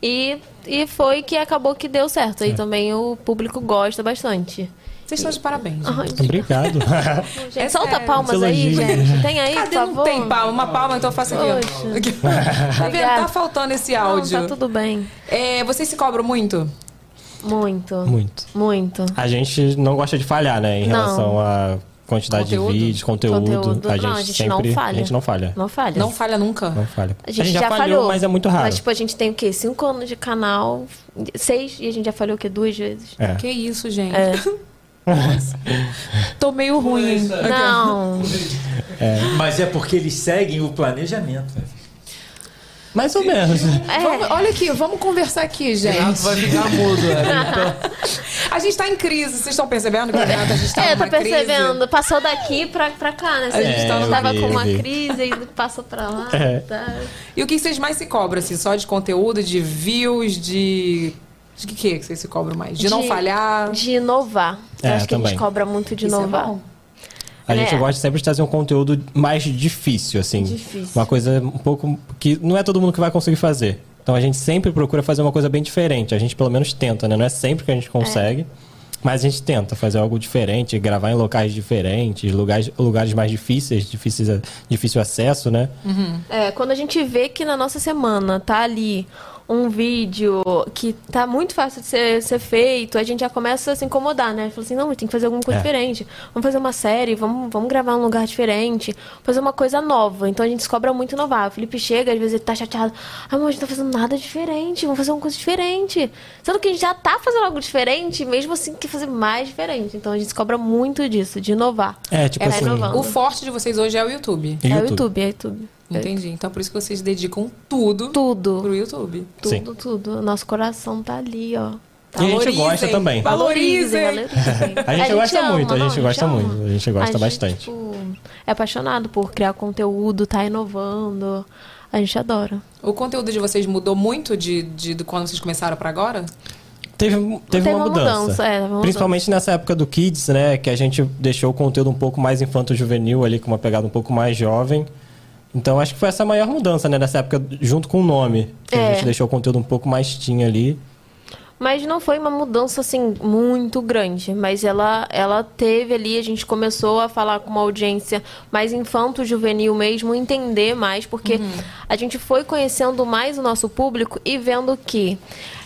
E, e foi que acabou que deu certo. E também o público gosta bastante.
É.
Vocês estão de parabéns.
Ai,
Obrigado.
gente, é solta
é sério.
palmas
Seu
aí,
elogio.
gente. Tem aí,
Cadê?
por
Não
favor? tá
tem palma. Uma palma, então eu faço aqui. Aqui. Tá vendo? Tá faltando esse
Não,
áudio.
tá tudo bem.
É, vocês se cobram muito?
Muito.
Muito. Ah,
Muito.
A gente não gosta de falhar, né? Em
Não.
relação à quantidade
Conteúdo.
de vídeos, conteúdo.
Conteúdo.
A gente,
Não, a gente não
sempre.
falha.
A gente é. não falha.
Não falha.
Não falha nunca.
Não falha.
A gente, já, falhou,
mas é muito raro.
Mas, tipo, a gente tem o quê? Cinco anos de canal, seis, e a gente já falhou o quê? Duas vezes.
É.
Que isso, gente.
É.
Tô meio ruim, hein?
Não.
Mas é porque eles seguem o planejamento.
Mais ou menos.
É.
Vamos- olha aqui, vamos conversar aqui, gente.
Renato vai ficar mudo, né?
A gente tá em crise, vocês estão percebendo que Renato, a gente tá
é,
numa
tá percebendo.
crise?
Passou daqui pra, pra cá, né?
É,
A gente tava-
eu
tava
vi,
com
eu
uma
vi.
crise e passou pra lá.
É.
Tá.
E o que vocês mais se cobram, assim? Só de conteúdo, de views, de... De que que vocês se cobram mais? De, não
De-
falhar?
De inovar. Eu
É,
acho que a
também.
gente cobra muito de
Isso é
inovar.
bom.
A gente
É.
gosta sempre de trazer um conteúdo mais difícil, assim.
Difícil.
Uma coisa um pouco que não é todo mundo que vai conseguir fazer. Então a gente sempre procura fazer uma coisa bem diferente. A gente pelo menos tenta, né? Não é sempre que a gente consegue, mas a gente tenta fazer algo diferente, gravar em locais diferentes, lugares, lugares mais difíceis, difíceis, a- difícil acesso, né?
É, quando a gente vê que na nossa semana tá ali um vídeo que tá muito fácil de ser, ser feito, a gente já começa a se incomodar, né? Fala assim, não, tem que fazer alguma coisa
É.
diferente. Vamos fazer uma série, vamos, vamos gravar em um lugar diferente, fazer uma coisa nova. Então a gente descobre muito inovar. O Felipe chega, às vezes ele tá chateado. Ah, mas a gente não tá fazendo nada diferente, vamos fazer uma coisa diferente. Sendo que a gente já tá fazendo algo diferente, mesmo assim quer fazer mais diferente. Então a gente descobre muito disso, de inovar.
É, tipo
É,
assim.
inovando.
O forte de vocês hoje é o YouTube.
e
É o YouTube, é o YouTube.
Entendi. Então por isso que vocês dedicam tudo
Tudo.
pro YouTube.
Tudo,
Sim.
tudo. Nosso coração tá ali, ó.
E a gente gosta também.
Valorizem.
valorizem. né?
A gente gosta muito, a
não,
gente gosta
ama.
muito, a gente gosta bastante.
tipo, é apaixonado por criar conteúdo, tá inovando. A gente adora.
O conteúdo de vocês mudou muito de, de, de quando vocês começaram pra agora?
Teve, teve
Teve
uma
uma
mudança.
mudança, é, teve uma
Principalmente nessa época do Kids, né? Que a gente deixou o conteúdo um pouco mais infanto-juvenil ali, com uma pegada um pouco mais jovem. Então acho que foi essa a maior mudança, né? Nessa época, junto com o nome. Que A
É.
gente deixou o conteúdo um pouco mais teen ali.
Mas não foi uma mudança assim muito grande, mas ela ela teve ali, a gente começou a falar com uma audiência mais infanto juvenil mesmo, entender mais, porque a gente foi conhecendo mais o nosso público e vendo que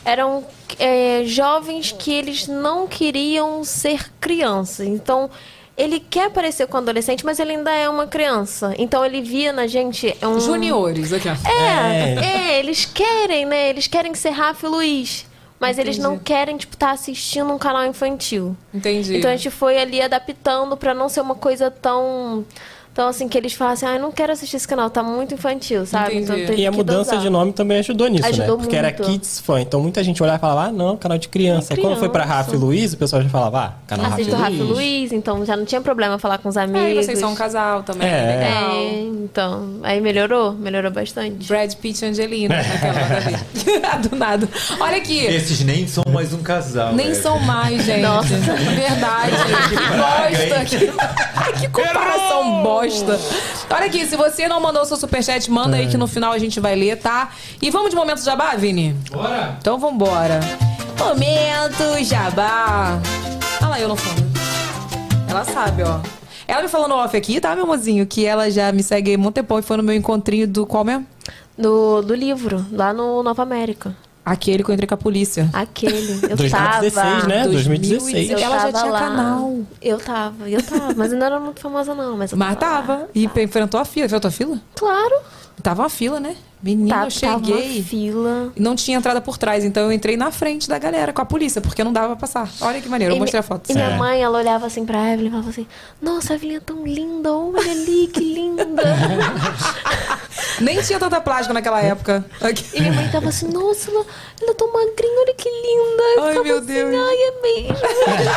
eram é, jovens que eles não queriam ser crianças. Então, ele quer parecer com adolescente, mas ele ainda é uma criança. Então ele via na gente é um
Juniores, aqui ó.
é, é, eles querem, né? Eles querem ser Rafa e Luiz. Mas eles não querem, tipo, estar assistindo um canal infantil.
Entendi.
Então a gente foi ali adaptando pra não ser uma coisa tão. Tão assim, que eles falam assim, ah, eu não quero assistir esse canal, tá muito infantil, sabe?
Entendi.
Então teve
E a
que
mudança
dosar.
de nome também ajudou nisso, né?
Ajudou
Porque era
muito.
Kids Fã. Então muita gente olhava e falava, ah, não, canal de criança.
É
Aí Quando foi pra
criança.
Rafa e Luiz, o pessoal já falava, ah, canal Rafa e
Assisto
Luiz.
Rafa e Luiz, então já não tinha problema falar com os amigos.
Aí vocês são um casal também.
É.
legal.
É, então. Aí melhorou, melhorou bastante.
Brad Pitt e Angelina. Aquela, nada a ver. Do nada. Olha aqui.
Esses nem são mais um casal.
Nem
né?
são mais, gente.
Nossa.
Verdade. Que bosta. Que, que comparação bosta. Olha aqui, se você não mandou o seu superchat, manda aí que no final a gente vai ler, tá? E vamos de momento jabá, Vini?
Bora!
Então vambora. Momento jabá. Ah lá, eu não falo. Ela sabe, ó. Ela me falou no off aqui, tá, meu mozinho? Que ela já me segue há muito tempo e foi no meu encontrinho do qual mesmo?
Do, do livro, lá no Nova América.
Aquele que eu entrei com a polícia.
Ah, Aquele. Eu
2016,
tava.
né?
2016.
2016.
Eu Ela já
tava
tinha
lá.
canal.
Eu tava, eu tava. Mas ainda não era muito famosa, não. Mas, eu
Mas
lá.
tava. E enfrentou a fila. Enfrentou a fila?
Claro.
Tava uma fila, né? Menina,
Tá,
eu
Tava
cheguei.
uma fila.
e não tinha entrada por trás, então eu entrei na frente da galera com a polícia, porque não dava pra passar. Olha que maneiro, eu
E
mostrei
mi-
a foto.
E minha
É.
mãe, ela olhava assim pra Evelyn e falava assim: Nossa, a Evelyn é tão linda, olha ali, que linda.
Nem tinha tanta plástica naquela época. Aqui.
e minha mãe tava assim: Nossa, ela, ela é tão magrinha, olha que linda. Eu
Ai,
ficava
meu
assim,
Deus.
Ai, é mesmo.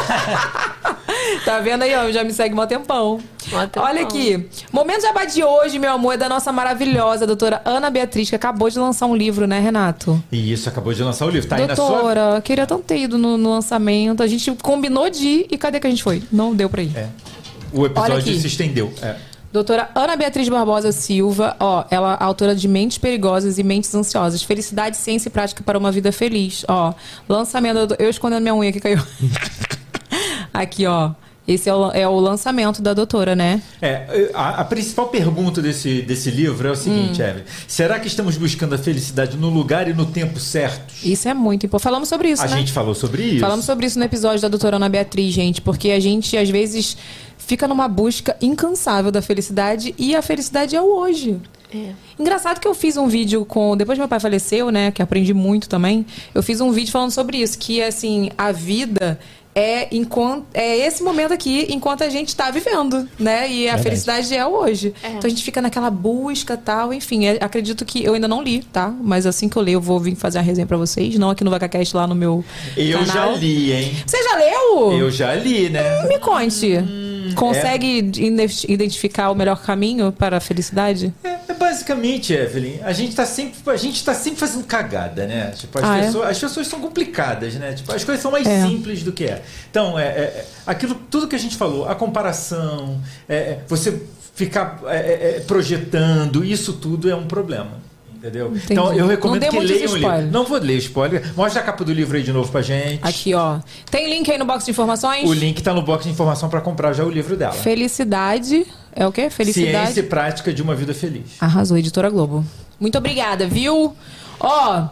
Tá vendo aí, ó? Já me segue mó tempão.
Mó tempão.
Olha aqui. Momento jabá de hoje, meu amor, é da nossa maravilhosa doutora Ana Beatriz, que acabou de lançar um livro, né, Renato?
E isso, acabou de lançar o livro. Tá aí na sua.
doutora, queria tanto ter ido no, no lançamento. A gente combinou de ir e cadê que a gente foi? Não deu pra ir.
É. O
Olha aqui.
episódio se estendeu. É.
Doutora Ana Beatriz Barbosa Silva, ó, ela é autora de Mentes Perigosas e Mentes Ansiosas. Felicidade, ciência e prática para uma vida feliz. Ó, lançamento. Eu escondendo minha unha que caiu. aqui, ó. Esse é o, é o lançamento da doutora, né?
É, a, a principal pergunta desse, desse livro é o seguinte,
Hum.
Evelyn. Será que estamos buscando a felicidade no lugar e no tempo certos?
Isso é muito importante. Falamos sobre isso,
a
né?
gente falou sobre isso.
Falamos sobre isso no episódio da doutora Ana Beatriz, gente, porque a gente às vezes fica numa busca incansável da felicidade e a felicidade é o hoje. Engraçado que eu fiz um vídeo com. Depois que meu pai faleceu, né? Que aprendi muito também. Eu fiz um vídeo falando sobre isso. Que, assim, a vida é, enquanto, é esse momento aqui enquanto a gente tá vivendo, né? E a
Verdade.
felicidade é hoje.
É.
Então a gente fica naquela busca tal. Enfim, é- acredito que. Eu ainda não li, tá? Mas assim que eu ler, eu vou vir fazer uma resenha pra vocês. Não aqui no VacaCast, lá no meu.
Eu já
canal.
li, hein?
Tá Você já leu?
Eu É. já li, né?
Me conte. Consegue inde- identificar o melhor caminho para a felicidade?
É, Basicamente, Evelyn, a gente tá sempre, a gente tá sempre fazendo cagada, né? Tipo, as,
Ah, é?
pessoas, as pessoas são complicadas, né? Tipo, as coisas são mais
É.
simples do que é. Então, é, é, é, aquilo, tudo que a gente falou, a comparação, é, é, você ficar é, é, é, projetando, isso tudo é um problema. Entendeu?
Entendi.
Então eu
Não
recomendo
dê
que
muitos
leiam o livro.
spoilers.
Não vou ler spoiler. Mostra a capa do livro aí de novo pra gente.
Aqui, ó. Tem link aí no box de informações?
O link tá no box de informação pra comprar já o livro dela.
Felicidade. É o quê? Felicidade.
Ciência e prática de uma vida feliz.
Arrasou, editora Globo. Muito obrigada, viu? Ó.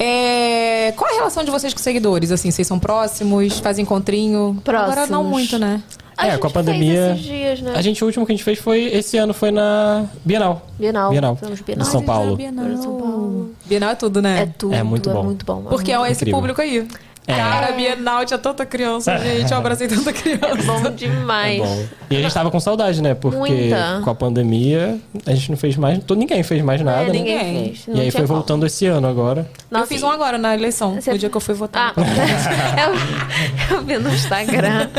é, Qual a relação de vocês com os seguidores? Assim, vocês são próximos, fazem encontrinho? Agora não
Próximos.
muito, né?
é, com a pandemia.
né?
A gente, o último que a gente fez foi esse ano, foi na Bienal.
Bienal.
Bienal.
Fomos
Em São Paulo.
Bienal é tudo, né? É
tudo.
É muito bom.
Porque é esse
Incrível.
público aí.
É.
Cara, Bienal tinha tanta criança, gente. Eu abracei tanta criança.
bom demais.
Bom, E a gente tava com saudade, né? Porque
Muita. É,
com a pandemia a gente não fez mais. to- Ninguém fez mais nada. né?
ninguém fez, não
E aí
tinha
foi
como.
voltando esse ano agora.
eu fiz um agora na eleição, no dia que eu fui votar.
Tá. Ah. eu, vi no Instagram.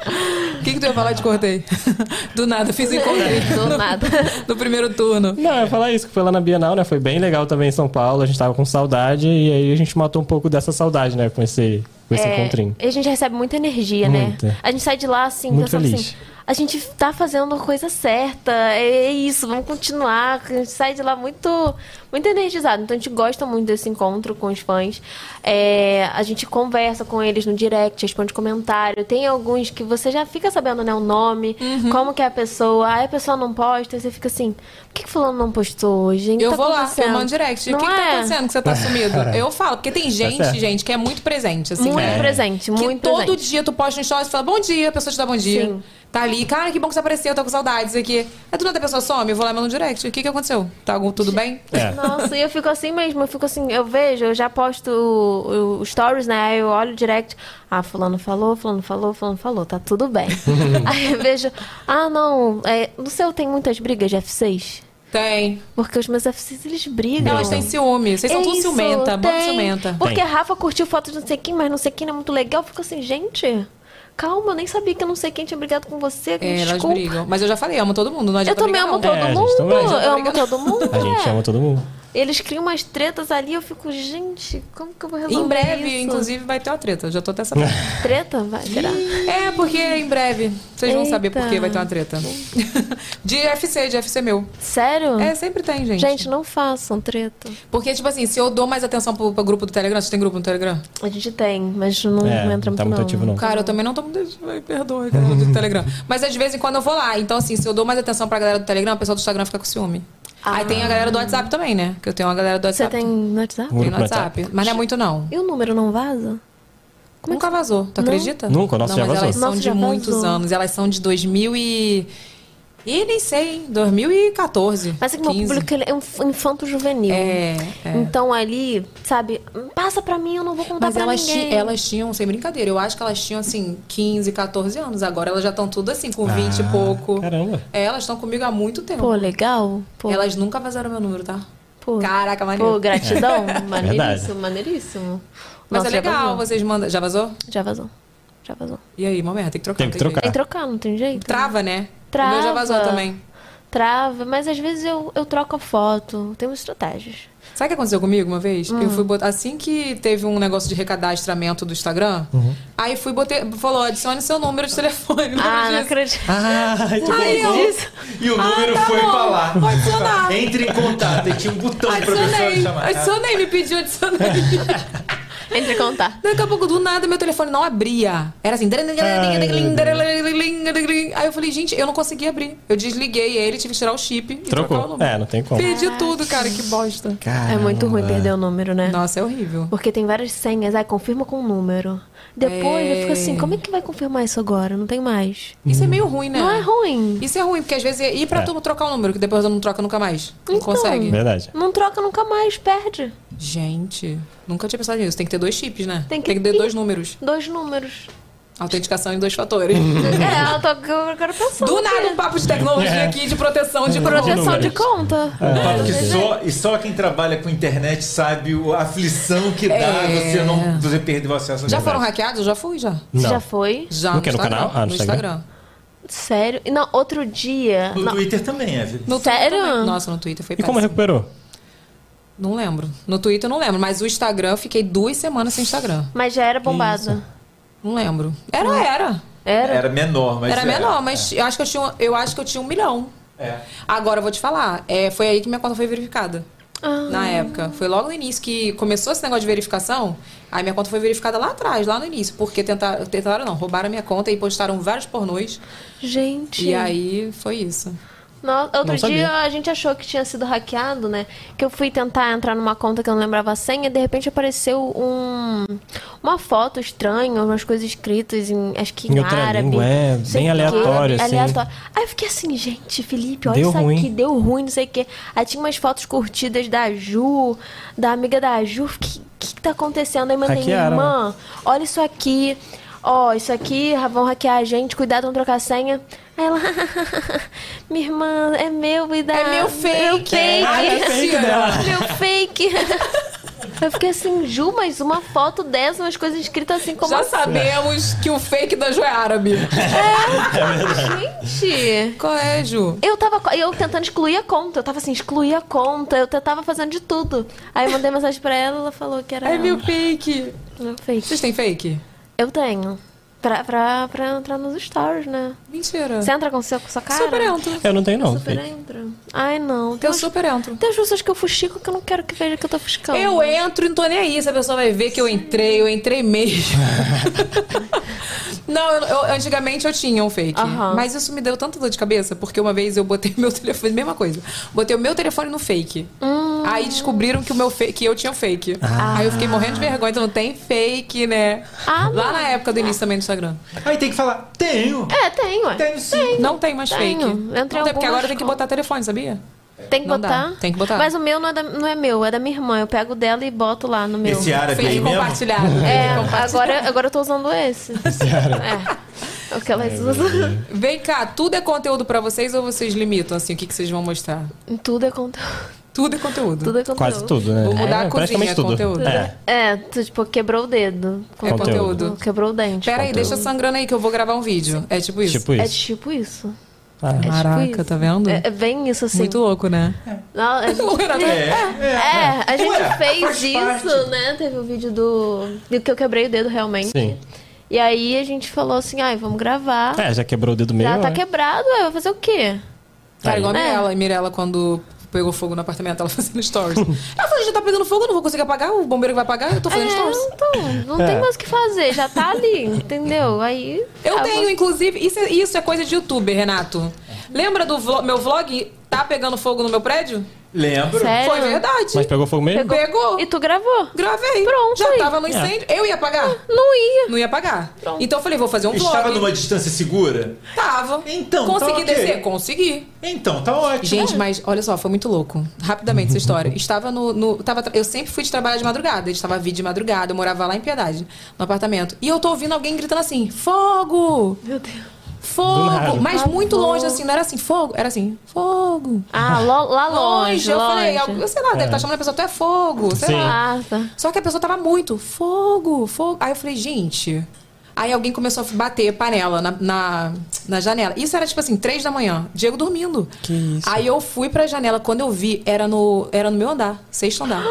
O que, que tu ia falar de cortei? Do nada, fiz encontrei.
Do nada.
No primeiro turno.
Não, eu ia falar isso, que foi lá na Bienal, né? Foi bem legal também em São Paulo, a gente tava com saudade e aí a gente matou um pouco dessa saudade, né? Com esse, com esse
É,
encontrinho.
A gente recebe muita energia, né?
Muita.
A gente sai de lá assim,
Muito
pensando
feliz.
assim. A gente tá fazendo a coisa certa, é isso, vamos continuar. A gente sai de lá muito, muito energizado. Então a gente gosta muito desse encontro com os fãs. É, a gente conversa com eles no direct, responde comentário. Tem alguns que você já fica sabendo, né? O nome,
Uhum.
como que é a pessoa. Aí a pessoa não posta, aí você fica assim, por que, que fulano não postou hoje? hein? O que
Eu
tá
vou lá, eu
acontecendo?"
mando direct. O
Não
que, que tá
é?
acontecendo que você tá sumido? Eu falo, porque
Tá
tem gente,
certo.
gente, que é muito presente, assim.
Muito
É.
né?
presente,
que
muito
todo
presente.
dia tu posta um stories e fala, bom dia, a pessoa te dá bom dia.
Sim.
Tá ali, cara, que bom que você apareceu, tô com saudades aqui. Aí do nada a pessoa some, eu vou lá e mando um direct. O que que aconteceu? Tá algum- tudo bem?
É.
Nossa, e eu fico assim mesmo, eu fico assim, eu vejo, eu já posto o, o- o stories, né? Aí eu olho o direct, ah, fulano falou, fulano falou, fulano falou, tá tudo bem. Aí eu vejo, ah, não, é, no seu tem muitas brigas de F6?
Tem.
Porque os meus F6, eles brigam.
Elas têm ciúme. Vocês são tudo
Isso,
ciumenta, bando
tem.
ciumenta.
Porque Rafa curtiu foto de não sei quem, mas não sei quem não é muito legal. Eu fico assim, gente, calma, eu nem sabia que eu não sei quem tinha brigado com você,
É, elas
desculpa.
brigam. Mas eu já falei, amo todo mundo. Não
eu
adianta
também
brigar,
amo
não.
todo
É, a gente
mundo,
também.
eu amo todo mundo.
A gente
é.
ama todo mundo.
Eles criam umas tretas ali, eu fico, gente, como que eu vou resolver
Em breve,
isso?
inclusive, vai ter uma treta. Eu já tô até sabendo.
Treta? Vai, será?
É, porque em breve. Vocês vão saber por
Eita.
que vai ter uma treta. De FC, de FC meu.
Sério?
É, sempre tem, gente.
Ah. Gente, não façam treta.
Porque, tipo assim, se eu dou mais atenção pro, pro grupo do Telegram, você tem grupo no Telegram?
A gente tem, mas não,
É,
não entra
não tá muito ativo, não.
Cara, eu também não tô muito. Ai, Perdoa, galera do Telegram. Mas às vezes em quando eu vou lá. Então, assim, se eu dou mais atenção pra galera do Telegram, o pessoal do Instagram fica com ciúme. Aí tem a galera do WhatsApp também, né? Que eu tenho uma galera do
Ah. Você
WhatsApp.
tem no
Um.
WhatsApp?
Tem no WhatsApp. Mas não é muito, não.
E o número não vaza? é
Nunca vazou, tu
Não?
acredita?
Nunca, o nosso
Não,
já
mas
vazou.
elas são
Nosso
de
já
muitos
vazou.
anos. Elas são de 2000 e... E nem sei, hein? 2014,
Mas é que meu
15.
público ele é um infanto juvenil.
É, é.
Então ali, sabe, passa pra mim, eu não vou contar
Mas
pra
elas, ti-
ninguém.
elas tinham, sem brincadeira, eu acho que elas tinham, assim, 15, 14 anos. Agora elas já estão tudo assim, com 20 e pouco.
Ah, Caramba.
É, elas estão comigo há muito tempo.
Pô, legal. Pô.
Elas nunca vazaram meu número, tá? Caraca, maneiro.
Pô, gratidão.
É.
Maneiríssimo,
Verdade.
maneiríssimo.
Mas
Nossa,
é
já
legal,
vazou.
vocês mandam... Já vazou?
Já vazou. Já vazou.
E aí, uma merda, tem que trocar.
Tem que trocar.
Tem que trocar, não tem jeito.
Trava, né?
Trava.
O meu já vazou também.
Trava, mas às vezes eu, eu troco a foto. Tem umas estratégias.
Sabe o que aconteceu comigo uma vez?
Hum.
Eu fui botar. Assim que teve um negócio de recadastramento do Instagram,
Uhum.
aí fui botei. Falou, adicione seu número de telefone.
Ah, não
acredito.
Ah,
tu colocou E o número
tá
foi
bom.
pra lá.
Vou adicionar.
Entre em contato. E tinha um botão pra pessoa
é.
Adicionei,
chamar.
adicionei, me pediu, adicionei.
Entre contar.
Daqui a pouco, do nada, meu telefone não abria. Era assim. Aí eu falei, gente, eu não consegui abrir. Eu desliguei ele, tive que tirar o chip. e trocar o
Trocou.
número.
É, não tem como.
Perdi tudo, cara, que bosta.
É muito ruim perder o número, né?
Nossa, é horrível.
Porque tem várias senhas. Ai, confirma com o número. Depois
É.
eu fico assim, como é que vai confirmar isso agora? Não tem mais.
Uhum.
Isso é meio ruim, né?
Não é ruim.
Isso é ruim, porque às vezes. E pra
É.
tu trocar o número, que depois tu não troca nunca mais. Não
Então.
consegue.
Verdade.
Não troca nunca mais, perde.
Gente, nunca tinha pensado nisso. Tem que ter dois chips, né?
Tem que-
ter dois números.
Dois números.
Autenticação em dois fatores.
é, eu tô agora pensando.
Do nada um papo de tecnologia
É.
aqui, de proteção de
Proteção de
Números.
conta.
Um papo
Né?
que só, e só quem trabalha com internet sabe o- a aflição que dá
É.
você não você perder o acesso à
Já
internet.
foram hackeados? Já fui, já.
Você já foi?
Já no, Instagram, no Instagram.
Sério? Não, outro dia.
No
não.
Twitter também, é, Evelyn.
No Sério? Nossa, no Twitter foi
E como é
péssimo.
recuperou?
Não lembro. No Twitter eu não lembro, mas o Instagram eu fiquei duas semanas sem Instagram.
Mas já era bombado.
Não lembro. Era, era.
Era?
Era menor, mas
era menor, mas eu, acho que eu, tinha, um- eu acho que eu tinha um milhão.
É.
Agora eu vou te falar, é, foi aí que minha conta foi verificada. Na época. Foi logo no início que começou esse negócio de verificação. Aí minha conta foi verificada lá atrás, lá no início. Porque tentaram, tentaram não, roubaram a minha conta e postaram vários pornôs.
Gente.
E aí foi isso.
No- outro
Não
dia
sabia.
a gente achou que tinha sido hackeado, né? Que eu fui tentar entrar numa conta que eu não lembrava a senha e de repente apareceu um uma foto estranha, umas coisas escritas em acho que em,
Em outra
árabe.
língua, é,
não sei
bem
o quê.
aleatório, assim.
Aleatório. Aí eu fiquei assim, gente, Felipe, olha
Deu
isso
ruim.
aqui, deu ruim, não sei o quê. Aí tinha umas fotos curtidas da Ju, da amiga da Ju. Fiquei, o que, que tá acontecendo? Aí mandei minha
Hackearam,
irmã. Olha isso aqui. Ó, isso aqui, vão hackear a gente, cuidado, não trocar a senha. Aí ela, minha irmã, é meu e da... É meu
fake. Ah, é fake dela.
Meu fake. Eu fiquei assim, Ju, mas uma foto dessa, umas coisas escritas assim como
Já
assim?
sabemos que o fake da Ju é árabe.
Gente.
Qual é, Ju?
Eu tava co- eu tentando excluir a conta. Eu tava assim, excluir a conta. Eu tava fazendo de tudo. Aí eu mandei mensagem pra ela, ela falou que era.
É
ela.
meu fake.
Meu fake.
Vocês têm fake?
Eu tenho. Pra, pra, pra entrar nos stories, né?
Mentira.
Você entra com, seu, com sua cara?
é Super entro.
Eu não tenho, não.
Super
fake.
entro. Ai, não.
Eu super entro.
Tem as pessoas que eu fuxico que eu não quero que veja que eu tô fuscando.
Eu entro e não tô nem aí. Se a pessoa vai ver que eu entrei, eu entrei mesmo. não, eu- eu- antigamente eu tinha um fake.
Aham.
Mas isso me deu tanta dor de cabeça, porque uma vez eu botei meu telefone, mesma coisa. Botei o meu telefone no fake.
Hum.
Aí descobriram que, o meu fake, que eu tinha um fake.
Ah.
Aí eu fiquei morrendo de vergonha, então não tem fake, né? Lá na época do início também do Instagram.
Aí tem que falar, tenho.
É, tem, ué.
Tenho sim. Tenho.
Não tem mais
Tenho.
fake.
Entra em
não tem, porque
algumas
agora tem que botar telefone, sabia?
Tem que
Não dá.
botar?
Tem que botar.
Mas o meu não é, da- não é meu, é da minha irmã. Eu pego dela e boto lá no meu.
Esse árabe aí mesmo?
É, agora, agora eu tô usando esse. É. O que elas usam.
Vem cá, tudo é conteúdo pra vocês ou vocês limitam, assim, o que, que vocês vão mostrar?
Tudo é conteúdo.
Tudo é conteúdo.
Tudo é conteúdo.
Quase tudo, né?
Vou mudar
É,
a cozinha,
praticamente
é
tudo.
conteúdo.
É.
É, tu, tipo, quebrou o dedo.
É conteúdo.
Quebrou o dente.
Pera aí, deixa sangrando aí que eu vou gravar um vídeo. É tipo isso?
Tipo isso.
É tipo isso. É tipo
Caraca,
isso.
tá vendo?
É, é bem isso assim.
Muito louco, né?
Não, a gente...
É,
É, a gente
Ué,
fez isso,
faz
né? Teve o vídeo do... do que eu quebrei o dedo realmente.
Sim.
E aí a gente falou assim, ai, vamos gravar.
É, já quebrou o dedo meio.
Já tá
né?
quebrado, ué, vai fazer o quê?
Cara, Tá igual a
É.
Mirella. A Mirella, quando pegou fogo no apartamento, ela fazendo stories. ela falou, já tá pegando fogo, eu não vou conseguir apagar, o bombeiro vai apagar, eu tô fazendo stories.
É, Então, não
É.
tem mais o que fazer, já tá ali, entendeu? Aí.
Eu
tá,
tenho, inclusive, isso é, isso é coisa de youtuber, Renato. Lembra do vlo- meu vlog Tá Pegando Fogo no Meu Prédio?
Lembro.
Sério? Foi verdade.
Mas pegou fogo mesmo?
Pegou.
E tu gravou?
Gravei. Pronto. Já tava no
É.
incêndio. Eu ia apagar?
Não ia.
Não ia apagar. Então eu falei, vou fazer um vlog.
Estava numa distância segura?
Tava.
Então, tá
Consegui
ok.
descer? Consegui. É.
Então, tá ótimo.
Gente, mas olha só, foi muito louco. Rapidamente essa história. Estava no. no- tava, tra- eu sempre fui de trabalhar de madrugada. Estava vídeo de madrugada, eu morava lá em Piedade, no apartamento. E eu tô ouvindo alguém gritando assim: fogo!
Meu Deus.
Fogo!
Do nada.
Mas
Ah,
muito
fogo.
longe, assim, não era assim, fogo, era assim, fogo.
Ah, lo- lá longe,
Eu
longe.
falei, algo- sei lá, deve
É.
estar chamando a pessoa, tu é fogo, sei
Sim.
lá.
Ah, tá.
Só que a pessoa tava muito, fogo, fogo. Aí eu falei, gente. Aí alguém começou a bater panela na, na, na janela. Isso era tipo assim, três da manhã. Diego dormindo. Que isso. Aí eu fui pra janela. Quando eu vi, era no, era no meu andar, sexto andar.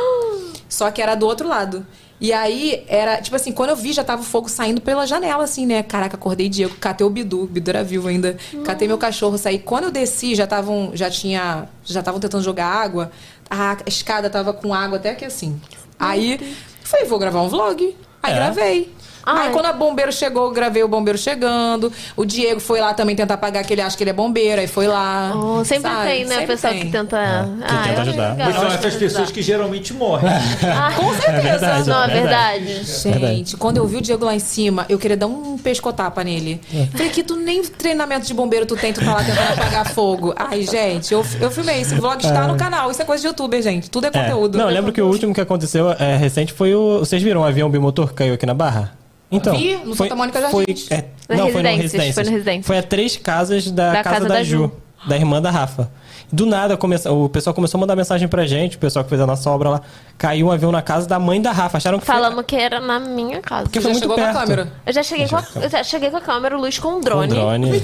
Só que era do outro lado. E aí, era, tipo assim, quando eu vi, já tava o fogo saindo pela janela, assim, né? Caraca, acordei Diego, catei o Bidu, o Bidu era vivo ainda. Catei meu cachorro, saí. Quando eu desci, já estavam, já tinha, já estavam tentando jogar água. A escada tava com água até aqui, assim. Aí, Falei, vou gravar um vlog. Aí
É.
gravei. Aí quando a bombeiro chegou, eu gravei o bombeiro chegando. O Diego foi lá também tentar pagar, que ele acha que ele é bombeiro, aí foi lá.
sempre
sabe?
tem, né?
Sempre
o pessoal
tem.
que tenta.
É, Que
Ah,
tenta
eu-
ajudar.
Mas são essas pessoas que geralmente morrem.
Com certeza.
É verdade,
Não, é Ah, verdade.
Gente,
Verdade.
quando eu vi o Diego lá em cima, eu queria dar um pescotapa nele.
É.
Falei que tu nem treinamento de bombeiro tu tem, tu tá lá tentando apagar fogo. Ai, gente, eu, eu filmei. Esse vlog está no canal. Isso é coisa de youtuber, gente. Tudo é
É.
conteúdo.
né,
Não, eu lembro que o último que aconteceu é, recente foi o. Vocês viram um avião bimotor que caiu aqui na Barra? Então.
Vi no
foi,
Santa Mônica Jardim.
foi, é,
Na
Não, foi no
Residências,
Residências.
foi no Residências.
Foi a três casas da,
Da
casa, da, Ju, da irmã da Rafa. Do nada, começa, o pessoal começou a mandar mensagem pra gente, o pessoal que fez a nossa obra lá. Caiu um avião na casa da mãe da Rafa. Acharam que foi um
Falamos que era na minha casa.
Porque foi Já muito chegou com a perto. câmera?
Eu já cheguei, com a, eu já cheguei com a câmera, o Luiz com um drone.
drone.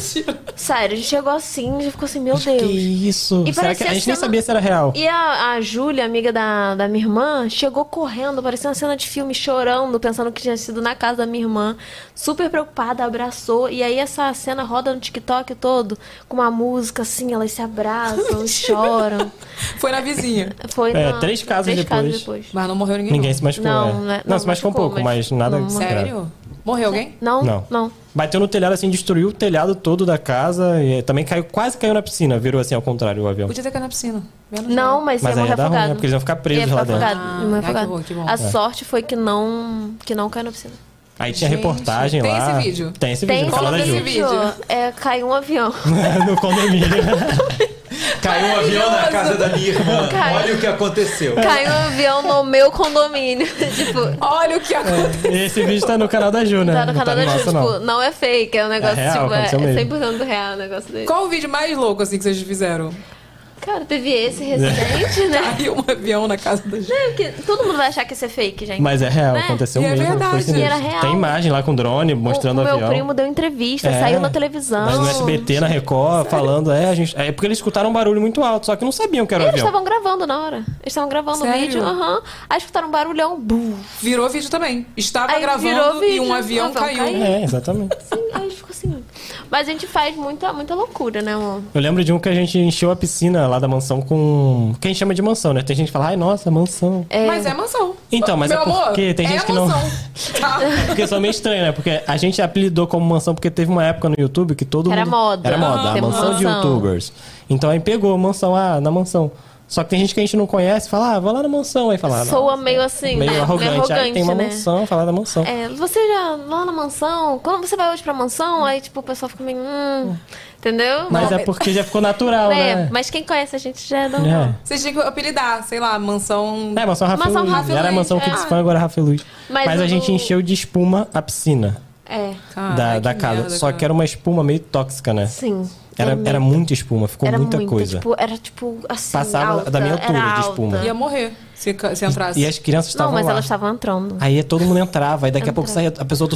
Sério, a gente chegou assim, já ficou assim, meu Deus.
Que isso?
E
Será que
parecia
a gente nem
cena-
sabia se era real?
E a, a Júlia, amiga da, da minha irmã, chegou correndo, parecia uma cena de filme, chorando, pensando que tinha sido na casa da minha irmã. Super preocupada, abraçou. E aí essa cena roda no TikTok todo, com uma música assim, elas se abraçam, choram.
Foi na vizinha.
Foi
É,
na-
três casas depois.
Mas não morreu ninguém.
Ninguém se machucou.
Não,
é.
né?
não,
Não,
se machucou um
machucou,
pouco,
mas
mas nada.
não-
grave.
Sério? Morreu alguém?
Não,
Não.
não.
Bateu no telhado, assim, destruiu o telhado todo da casa. E é, também caiu, quase caiu na piscina, virou assim ao contrário o avião.
Podia ter caído na piscina.
Não, mas
Mas
é ia
aí
morrer
ia dar ruim,
afogado.
né? Porque eles iam ficar presos
Ia ficar
lá dentro.
afogado,
Ah,
ia morrer
ai, que
afogado.
horror, que bom.
A
É.
sorte foi que não, que não caiu na piscina.
Aí tinha
Gente,
reportagem
tem
lá.
esse vídeo?
Tem esse
Tem
vídeo.
esse
falando da
vídeo,
Ju.
É, caiu um avião.
no condomínio.
Caiu um avião na casa da minha irmã.
Caiu.
Olha o que aconteceu.
Caiu um avião no meu condomínio. tipo,
olha o que aconteceu.
Esse vídeo tá no canal da Ju, né?
Tá no
Não
canal da Ju,
nosso,
tipo, não. é fake, é um negócio,
real,
tipo, é,
aconteceu
é
mesmo.
100% real o negócio dele.
Qual o vídeo mais louco assim que vocês fizeram?
Cara, teve esse recente, né?
Caiu um avião na casa da gente.
Não, porque todo mundo vai achar que isso é fake, gente.
Mas é real, aconteceu
E
mesmo.
É
foi
verdade.
sinistro.
E era real.
Tem imagem lá com drone mostrando
o,
o
meu
avião.
primo deu entrevista,
É.
saiu na televisão.
Mas no SBT, na Record, falando, é, a gente. É porque eles escutaram um barulho muito alto, só que não sabiam que era o
Eles
avião.
estavam gravando na hora. Eles estavam gravando o
Sério?
vídeo, aham. Aí escutaram um barulhão, bum.
Virou vídeo também. Estava
Aí virou
gravando e
vídeo, Ah,
um avião caiu.
É, exatamente.
Sim, aí ficou assim. Mas a gente faz muita, muita loucura, né, amor?
Eu lembro de um que a gente encheu a piscina lá da mansão com. Quem chama de mansão, né? Tem gente que fala, ai, nossa, mansão.
Mas é mansão.
Então, mas
Meu
é porque
amor,
tem
é
gente que não-
mansão. Tá?
Porque isso é meio estranho, né? Porque a gente apelidou como mansão porque teve uma época no YouTube que todo
Era
mundo...
moda.
Era moda,
Tem
a mansão de
mansão.
youtubers. Então aí pegou mansão, ah, na mansão. Só que tem gente que a gente não conhece, fala, ah, vou lá na mansão. Aí fala, ah, não,
Soa meio assim,
meio
né?
arrogante.
meio
aí tem uma
né?
mansão, falar da mansão.
É, você já lá na mansão, quando você vai hoje pra mansão, aí tipo o pessoal fica meio. Hum, entendeu?
Mas é porque já ficou natural,
É,
né?
mas quem conhece a gente já não.
É.
Vocês tinham que apelidar, sei lá, mansão.
É, mansão Rafa
Mansão
Luiz.
Rafa
Era a
Luiz,
mansão
é.
que Fan, agora Rafa Luiz.
Mas
Mas,
o
a gente
do-
encheu de espuma a piscina
É.
da, da casa. Só que era uma espuma meio tóxica, né?
Sim.
Era,
Era
era muita espuma, ficou
era
muita,
muita,
coisa.
Tipo, era tipo assim.
Passava
alta,
da minha altura
era
de
alta.
espuma.
Ia morrer se, ca- se entrasse.
um E as crianças
Não,
estavam
mas
lá.
elas estavam entrando.
Aí todo mundo entrava, aí daqui a pouco saía a pessoa do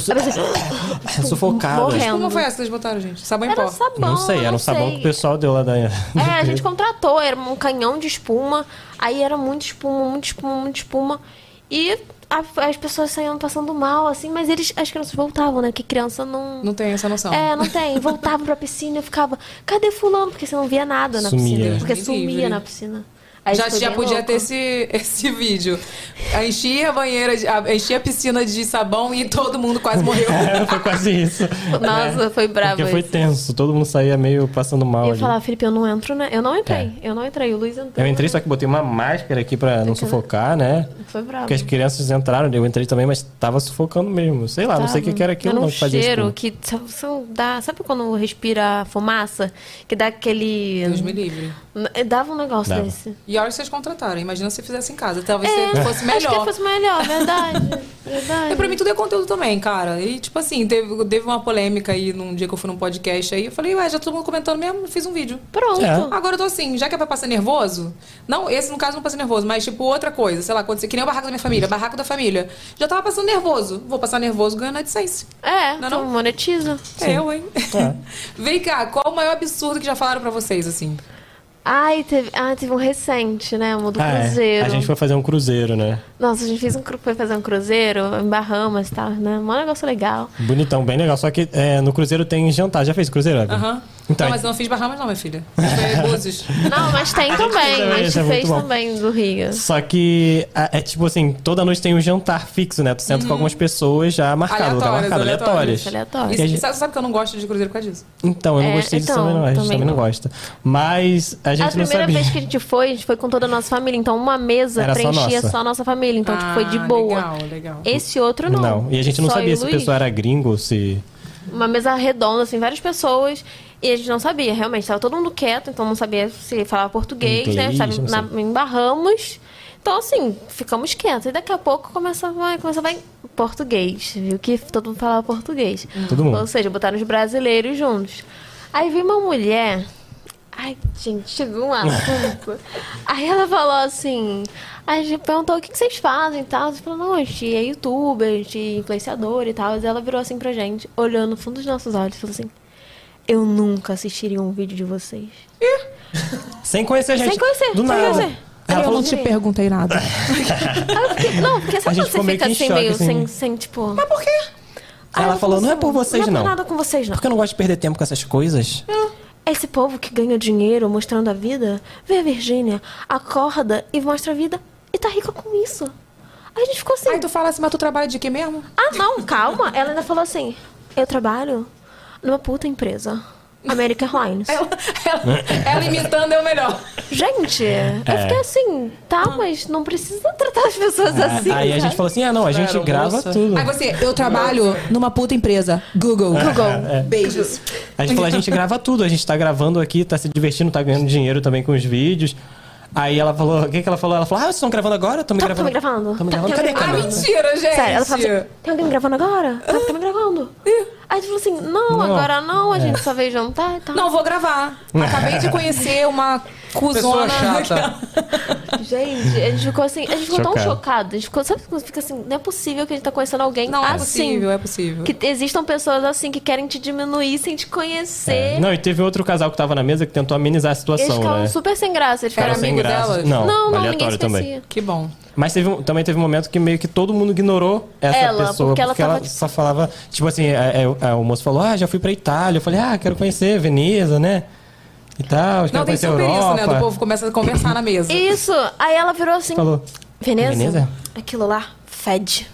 É sufocada.
morrendo.
Como foi essa que vocês botaram, gente? Sabão em
Era
pó.
sabão.
Não sei, era um
não
sabão
sei.
que o pessoal deu lá da.
É, a gente contratou, era um canhão de espuma, aí era muita espuma, muita espuma, muita espuma. E a- as pessoas saíam passando mal, assim, mas eles, as crianças voltavam, né? Porque criança não.
Não tem essa noção.
É, não tem. Voltavam pra piscina, eu ficava, cadê fulano? Porque você não via nada na
Sumia.
piscina.
Deus
Porque
me
sumia
livre.
na piscina.
né? já
isso foi
já
bem
podia
louco.
ter esse, esse vídeo. Enchia a banheira, de- a- enchia a piscina de sabão e todo mundo quase morreu.
É, foi quase isso. É,
Nossa, foi bravo
Porque foi
isso.
tenso, todo mundo saía meio passando
E
mal
eu
ali.
falava, Felipe, eu não entro, né? Eu não entrei, eu não entrei. O Luiz entrou.
É. Eu entrei, só que botei uma máscara aqui pra não sufocar, né?
Foi bravo.
Porque as crianças entraram, eu entrei também, mas tava sufocando mesmo. Sei lá, não sei o que que era aquilo
Era um
não que fazia
cheiro
espuma.
que sabe, você dá, sabe quando respira fumaça que dá aquele
Deus me livre.
N- dava um negócio
Dava.
desse.
E olha que vocês contrataram. Imagina se fizesse em casa. Talvez
É,
se fosse melhor.
Acho que fosse melhor, verdade. verdade.
E pra mim tudo é conteúdo também, cara. E tipo assim, teve, teve uma polêmica aí num dia que eu fui num podcast aí, eu falei, ué, já todo mundo comentando mesmo, fiz um vídeo.
Pronto.
É.
Agora eu tô assim, já que é pra passar nervoso, não, esse no caso não passa nervoso, mas tipo outra coisa, sei lá, quando você, que nem o barraco da minha família, barraco da família. Já tava passando nervoso. Vou passar nervoso ganhando AdSense.
É,
Não é
tu
não?
monetiza.
É eu, hein?
É.
Vem cá, qual o maior absurdo que já falaram pra vocês, assim?
Ai, teve, ah, teve um recente, né? Um do
Ah, é.
Cruzeiro.
A gente foi fazer um cruzeiro, né?
Nossa, a gente fez um, cru- foi fazer um cruzeiro em Bahamas e tal, né? Um negócio legal.
Bonitão, bem legal. Só que é, no cruzeiro tem jantar. Já fez cruzeiro, Evelyn?
Aham.
Então, Tá,
Não, mas eu não fiz Bahamas não, minha filha. Foi Búzios.
Não, mas tem também.
também,
A
isso é
gente
muito
fez
bom.
também do Rio.
Só que a- é tipo assim, toda noite tem um jantar fixo, né? Tu senta com algumas pessoas já marcado, lugar marcado, aleatórias. E a
E,
gente-
sabe, sabe que eu não gosto de cruzeiro por causa disso?
Então, eu não
É,
gostei disso
então,
também, não. A gente
também
também não
não.
gosta. Mas a gente
a
não
primeira
sabia.
vez que a gente foi, a gente foi com toda a nossa família. Então, uma mesa
Era só
preenchia
nossa.
só a nossa família. Então, tipo, foi de
Ah,
boa.
legal, legal.
Esse outro não.
E a gente não
Só eu
sabia
e
se o
Luiz.
pessoal era gringo, se.
Uma mesa redonda, assim, várias pessoas. E a gente não sabia, realmente. Tava todo mundo quieto, então não sabia se falava português, né?
Inglês,
Sabe,
não
na,
sei.
em Barramos. Então, assim, ficamos quietos. E daqui a pouco começa, vai, começa a vai português. Viu que todo mundo falava português.
Todo mundo.
Ou seja, botaram os brasileiros juntos. Aí vi uma mulher. Ai, gente, chegou um assunto. Aí ela falou assim. Aí a gente perguntou o que que vocês fazem e tal. A gente falou, não, a gente é youtuber, a gente é influenciador e tal. Mas ela virou assim pra gente, olhando no fundo dos nossos olhos, falou assim: Eu nunca assistiria um vídeo de vocês.
Sem conhecer a gente.
Sem conhecer,
Do
sem
nada.
conhecer.
Ela
eu
falou,
não te perguntei nada.
Aí Ah, eu fiquei, não, porque
A
sabe
gente
quando você
ficou meio
fica
que em
assim,
choque,
meio
assim.
sem, sem, tipo. Mas
por quê?
Ela falou, não é por vocês,
Não é
não.
por nada com vocês, não.
Porque eu não gosto de perder tempo com essas coisas.
Esse povo que ganha dinheiro mostrando a vida, vê a Virgínia, acorda e mostra a vida e tá rica com isso. Aí a gente ficou assim. Aí
tu fala assim, mas tu trabalha de quê mesmo?
Ah, não, calma. Ela ainda falou assim: eu trabalho numa puta empresa. American Airlines.
É Ela imitando é o melhor.
Gente, eu
É.
fiquei assim, tá, mas não precisa tratar as pessoas
É,
assim.
aí a gente
sabe?
falou assim: ah, não, a gente
Era
grava
moça.
tudo.
Aí você, eu trabalho numa puta empresa. Google.
É, é.
Beijos.
A gente falou, a gente grava tudo, a gente tá gravando aqui, tá se divertindo, tá ganhando dinheiro também com os vídeos. Aí ela falou, o que, que ela falou? Ela falou, ah, vocês estão gravando agora? Tô me
Tá, tá me
gravando.
gravando.
Tá me gravando?
tá me
Cadê a câmera?
gravando.
Ah, Mentira, gente.
Sério, ela falou assim, tem alguém me gravando agora? Tá, tá me gravando. Aí a gente falou assim, não,
Não.
agora não, a
É.
gente só veio jantar e tal.
Não, vou gravar. Acabei de conhecer uma
Pessoa
cuzona.
chata.
Gente, a gente ficou assim, a gente ficou tão
Chocado.
chocado. A gente ficou, sabe quando fica assim, não é possível que a gente tá conhecendo alguém
Não, é
assim.
possível, é possível.
Que existam pessoas assim que querem te diminuir sem te conhecer.
Não, e teve outro casal que tava na mesa que tentou amenizar a
é. eles
situação,
ficaram
né?
super sem graça. Eles
Ficaram
ficaram
sem
amigos
graça.
delas.
Não,
não, não ninguém se
aleatório também.
conhecia.
Que bom.
Mas teve um- também teve um momento que meio que todo mundo ignorou essa
Ela,
pessoa.
porque ela tava, tipo-
só falava, tipo assim, é, é, é, o moço falou, ah, já fui pra Itália. Eu falei, ah, quero conhecer Veneza, né? E tal, quero
Não, tem
conhecer a
super isso,
Europa.
né? Do povo começa a conversar na mesa.
Isso, aí ela virou assim,
Falou.
Veneza,
Veneza?
aquilo lá fede.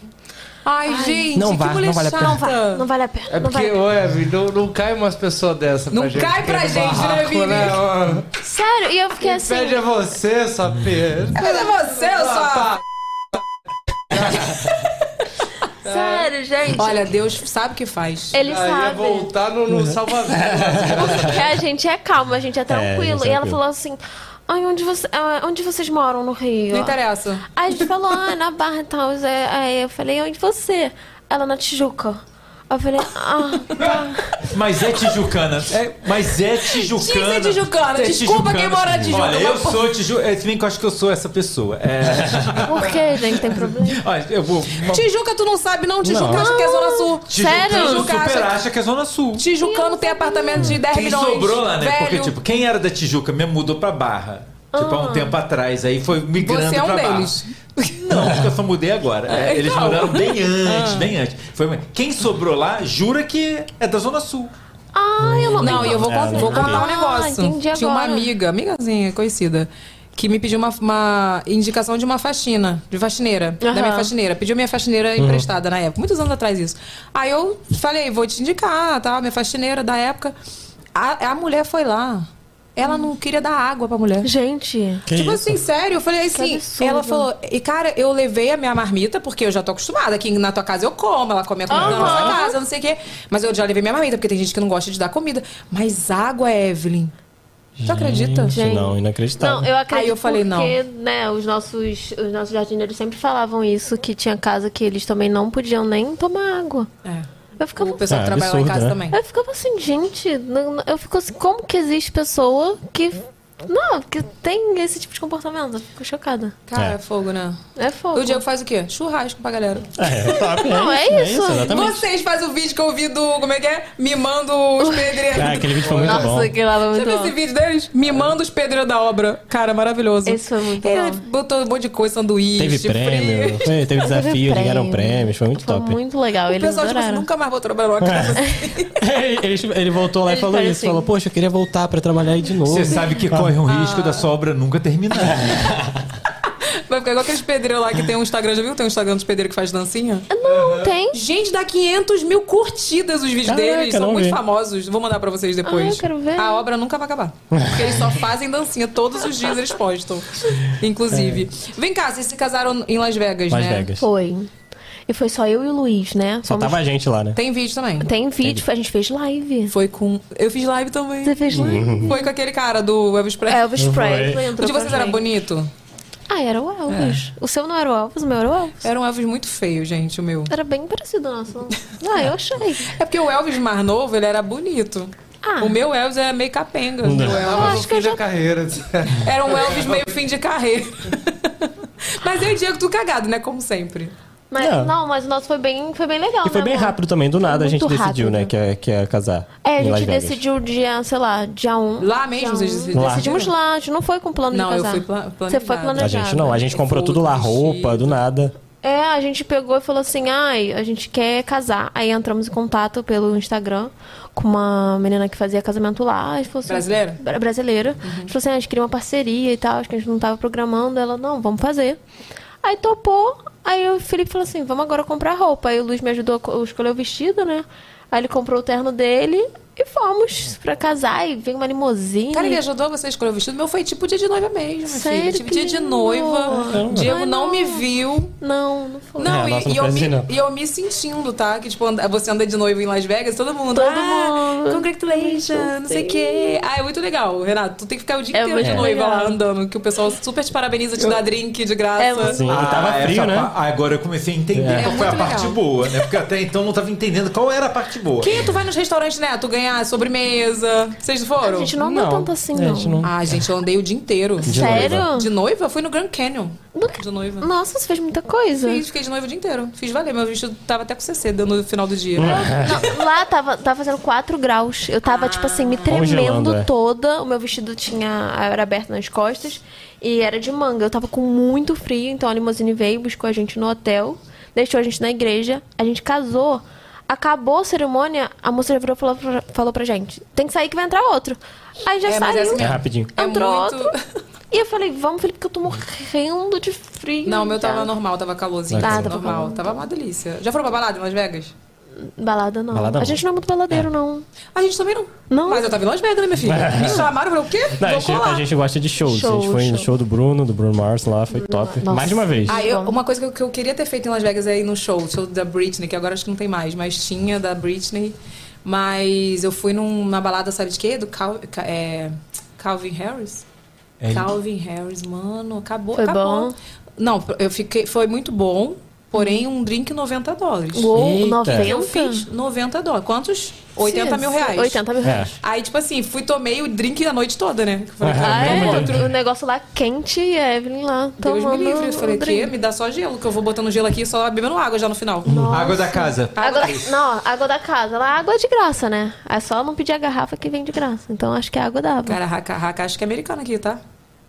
Ai, gente,
Não
que
vá,
mulher
não vale a
chata.
pena.
Não
Ah.
vale, não vale a pena.
É
não vale
porque,
a pena.
ô Evelyn, não, não cai umas pessoas dessa pra
Não
gente.
cai
que
pra
é
gente, né,
barraco,
Vini?
ó.
Sério, e eu fiquei assim.
Pede
é
a você, sua perda.
Mas é você, eu só.
Sério, gente.
Olha, Deus sabe o que faz.
ele
Ia
sabe.
voltar Tá no, no salva-vidas.
Porque a gente é calmo, a gente é
a gente é
tranquilo. e ela
tranquilo.
falou assim: Ai, onde, você, ah, onde vocês moram no Rio?
Não interessa.
Aí a gente falou, ah, na Barra e tal. Zé." Aí eu falei, onde você? Ela na Tijuca. Aí eu falei, ah, tá.
Mas é tijucana. É, mas é tijucana.
Tinha que ser tijucana.
É
Desculpa quem mora em Tijuca,
Olha, eu
mas, pô.
sou tijucana. Se bem que eu acho que eu sou essa pessoa. É,
Por que, gente? Tem problema?
olha, eu vou...
Tijuca, tu não sabe, não? Tijuca
Não.
acha que é Zona Sul.
Sério?
Tijucana
Tijuca,
super
acha-
acha que é Zona Sul.
Tijucano tem apartamento de 10
Quem
milhões.
sobrou lá, né?
É Velho, Ah.
Porque, tipo, quem era da Tijuca mesmo mudou pra Barra. Tipo, há um tempo atrás. Aí foi migrando
Você é um
pra
deles.
Barra. Não, porque eu só mudei agora. É, eles
então. Ah.
mudaram bem antes, bem antes. Foi, quem sobrou lá, jura que é da Zona Sul.
Ai, ah, eu não
Não, e eu vou, con-
não
vou
entendi.
contar um
Ah,
negócio.
entendi
Tinha uma
agora.
amiga, amigazinha conhecida, que me pediu uma, uma indicação de uma faxina, de faxineira, da
Aham.
minha faxineira. Pediu minha faxineira emprestada na época, muitos anos atrás isso. Aí eu falei, vou te indicar, tá? Minha faxineira da época. A, a mulher foi lá.
Hum.
Ela não queria dar água pra mulher.
Gente,
Que
tipo
isso?
assim, sério, eu falei assim.
absurdo.
Ela falou, e cara, eu levei a minha marmita, porque eu já tô acostumada. Aqui na tua casa eu como, ela come a comida na nossa casa, não sei o quê. Mas eu já levei minha marmita, porque tem gente que não gosta de dar comida. Mas água, Evelyn. Tu acredita?
Gente, né? Não, inacreditável.
Não, eu acredito
Aí eu falei, não.
porque, né, os nossos, os nossos jardineiros sempre falavam isso, que tinha casa que eles também não podiam nem tomar água.
É.
Eu
O
ficava,
pessoal
É,
que trabalha lá em
absurdo,
casa
né?
também.
eu ficava assim, gente, não- não- eu fico assim, como que existe pessoa que Não, porque tem esse tipo de comportamento. Eu Fico chocada.
Cara, é. fogo, né?
É fogo.
E o Diego faz o quê? Churrasco pra galera.
É, top, é
Não, é
isso, é
isso.
isso, exatamente.
Vocês fazem o vídeo que eu vi do. Como é que é? Mimando os pedreiros.
Ah, aquele vídeo foi muito bom.
Nossa, que lá foi
Você
muito
viu esse
bom.
vídeo deles? Mimando os pedreiros da obra. Cara, maravilhoso.
Esse foi muito
Ele
bom.
botou um monte de coisa, sanduíche.
Teve
frio.
prêmio, foi- teve desafio,
prêmio.
ganharam prêmios, foi muito
Foi
top.
muito
O
legal. Eles
pessoal, tipo assim,
adoraram.
nunca mais vou trabalhar numa casa assim.
ele, ele- ele voltou lá e
Ele
falou
faz
isso.
assim.
Falou, poxa, eu queria voltar pra trabalhar aí de novo.
Você sabe que
Ah.
corre um risco da sua obra nunca terminar.
Vai ficar igual aqueles pedreiros lá que tem um Instagram, já viu? Tem um Instagram dos pedreiros que faz dancinha?
Não tem.
Gente, dá 500 mil curtidas os vídeos
Caraca,
deles. São
não
muito
vi.
famosos. Vou mandar pra vocês depois.
Ah, eu quero ver.
A obra nunca vai acabar. Porque eles só fazem dancinha. Todos os dias eles postam. Inclusive. Vem cá, vocês se casaram em Las Vegas,
É. Las
né?
Vegas.
Foi. E foi só eu e o Luiz, né?
Só
Fomos-
tava a gente lá, né?
Tem vídeo também.
Tem vídeo, a gente fez live.
Foi com. Eu fiz live também.
Você fez
Uhum.
É, live?
Foi com aquele cara do Elvis Presley.
Elvis Presley
O
entrou
de
pra
vocês era É.
gente.
bonito?
Ah, era o Elvis. O seu não era o Elvis, o meu era o Elvis.
Era um Elvis muito feio, gente, o meu.
Era bem parecido o nosso. Ah, eu achei.
É porque o Elvis mais novo, ele era bonito.
Ah.
O meu Elvis era meio capenga. O meu
Eu
Elvis.
acho que eu já... carreira.
Era um Elvis meio fim de carreira. Mas eu e o Diego, tu cagado, né? Como sempre.
Mas,
Não.
não. mas o nosso foi bem, foi bem legal.
E foi
né,
bem
amor?
rápido também, do nada a gente
muito
decidiu,
rápido.
né, que ia, que ia casar.
É, a
em Las
gente
Vegas.
decidiu dia, sei lá, dia 1.
Lá mesmo vocês decidiram?
Lá.
Então, Decidimos lá, a gente não foi com plano
Não,
de
eu
casar.
fui pla-
Você foi
planejada.
planejado.
A gente
né?
não, a gente comprou
Fogo,
tudo lá,
vestido.
roupa, do nada.
É, a gente pegou e falou assim, ai, a gente quer casar. Aí entramos em contato pelo Instagram com uma menina que fazia casamento lá. E falou assim,
Brasileira? Uhum.
Bra- Brasileira. A gente falou assim, ah, a gente queria uma parceria e tal, acho que a gente não tava programando. Ela, não, vamos fazer. Aí topou, aí o Felipe falou assim, vamos agora comprar roupa. Aí o Luiz me ajudou a co- escolher o vestido, né? Aí ele comprou o terno dele e fomos pra casar. E veio uma limousine.
Cara, ele ajudou você a escolher o vestido. Meu foi tipo dia de noiva mesmo, filha.
Sério,
Tipo
que
dia de
lindo.
noiva.
Caramba.
Diego
Ai,
não
não.
me viu.
Não, não foi.
Não,
É, a
e,
nossa não
e eu
foi
me,
assim, não.
e eu me sentindo, tá? Que, tipo, anda- você anda de noivo em Las Vegas, todo mundo.
Todo
ah,
mundo.
Congratulations, não sei o quê. Ah, é muito legal, Renato. Tu tem que ficar o dia
É
inteiro de
muito
noiva
legal.
lá andando, que o pessoal super te parabeniza, te dá drink de graça.
É muito
Sim, e tava
Ah,
frio,
essa
né?
pa- Ah, Agora eu comecei a entender
É.
qual
É
foi a
muito
parte
legal.
boa, né? Porque até então eu não tava entendendo qual era a parte boa.
Quem é tu vai nos restaurantes, né? Tu ganhar sobremesa. Vocês
A
foram?
gente não andou tanto assim,
É, a
não.
gente não-
Ah, gente, eu andei o dia inteiro.
De
Sério?
noiva.
De noiva? Eu fui no Grand Canyon.
Nunca-
De noiva.
Nossa, você fez muita coisa.
Fiz, fiquei de noiva o dia inteiro. Fiz valer. Meu vestido tava até com CC no final do dia.
Não, lá tava, tava fazendo 4 graus. Eu tava, tipo assim, me
Congelando,
tremendo
é.
toda. O meu vestido tinha. Era aberto nas costas. E era de manga. Eu tava com muito frio. Então a limusine veio, buscou a gente no hotel, deixou a gente na igreja. A gente casou. Acabou a cerimônia, a moça já virou e falou pra, falou pra gente: tem que sair que vai entrar outro. Aí já
É, mas é
saiu.
assim
É rapidinho.
É
Entrou
muito-
outro. E eu falei, vamos, Felipe, que eu tô morrendo de frio. tá?"
Não, o meu
já."
tava normal, tava calorzinho.
Ah,
tava
tava
normal.
calor.
Tava uma delícia. Já foram pra balada em Las Vegas?
Balada não.
Balada
a
não.
gente não é muito baladeiro, não.
A gente também não.
Não.
Mas eu tava em Las Vegas, né, minha filha? Me chamaram pra o quê?
Não, a,
Vou
gente, a
colar.
gente gosta de shows. a
Show,
gente foi no
show.
show do Bruno, do Bruno Mars lá, foi top.
Nossa.
Mais de uma vez.
Ah, eu- uma coisa que eu, que eu queria ter feito em Las Vegas é ir no show, show da Britney, que agora acho que não tem mais, mas tinha da Britney. Mas eu fui num- numa balada, sabe de quê? Do Cal- Ca- é, Calvin Harris?
É,
Calvin Harris, mano, acabou.
Foi
acabou.
bom?
Não, eu fiquei. Foi muito bom, porém um drink 90 dólares.
Uou,
Eita.
90?
Eu fiz 90 dólares. Quantos? 80 mil reais.
80 mil reais.
É.
Aí, tipo assim, fui tomei o drink a noite toda, né? Eu Falei,
Ah,
cara,
é?
não vou.
O negócio lá quente e a Evelyn lá
Deus
tomando
me livre. Eu falei,
o
que?
drink.
Me dá só gelo, que eu vou botando gelo aqui e só bebendo água já no final.
Água da casa.
Água da, não, água da casa. Lá água é de graça, né? É só não pedir a garrafa que vem de graça. Então acho que é água dava.
Cara, Raca, Raca acho que é americana aqui, tá?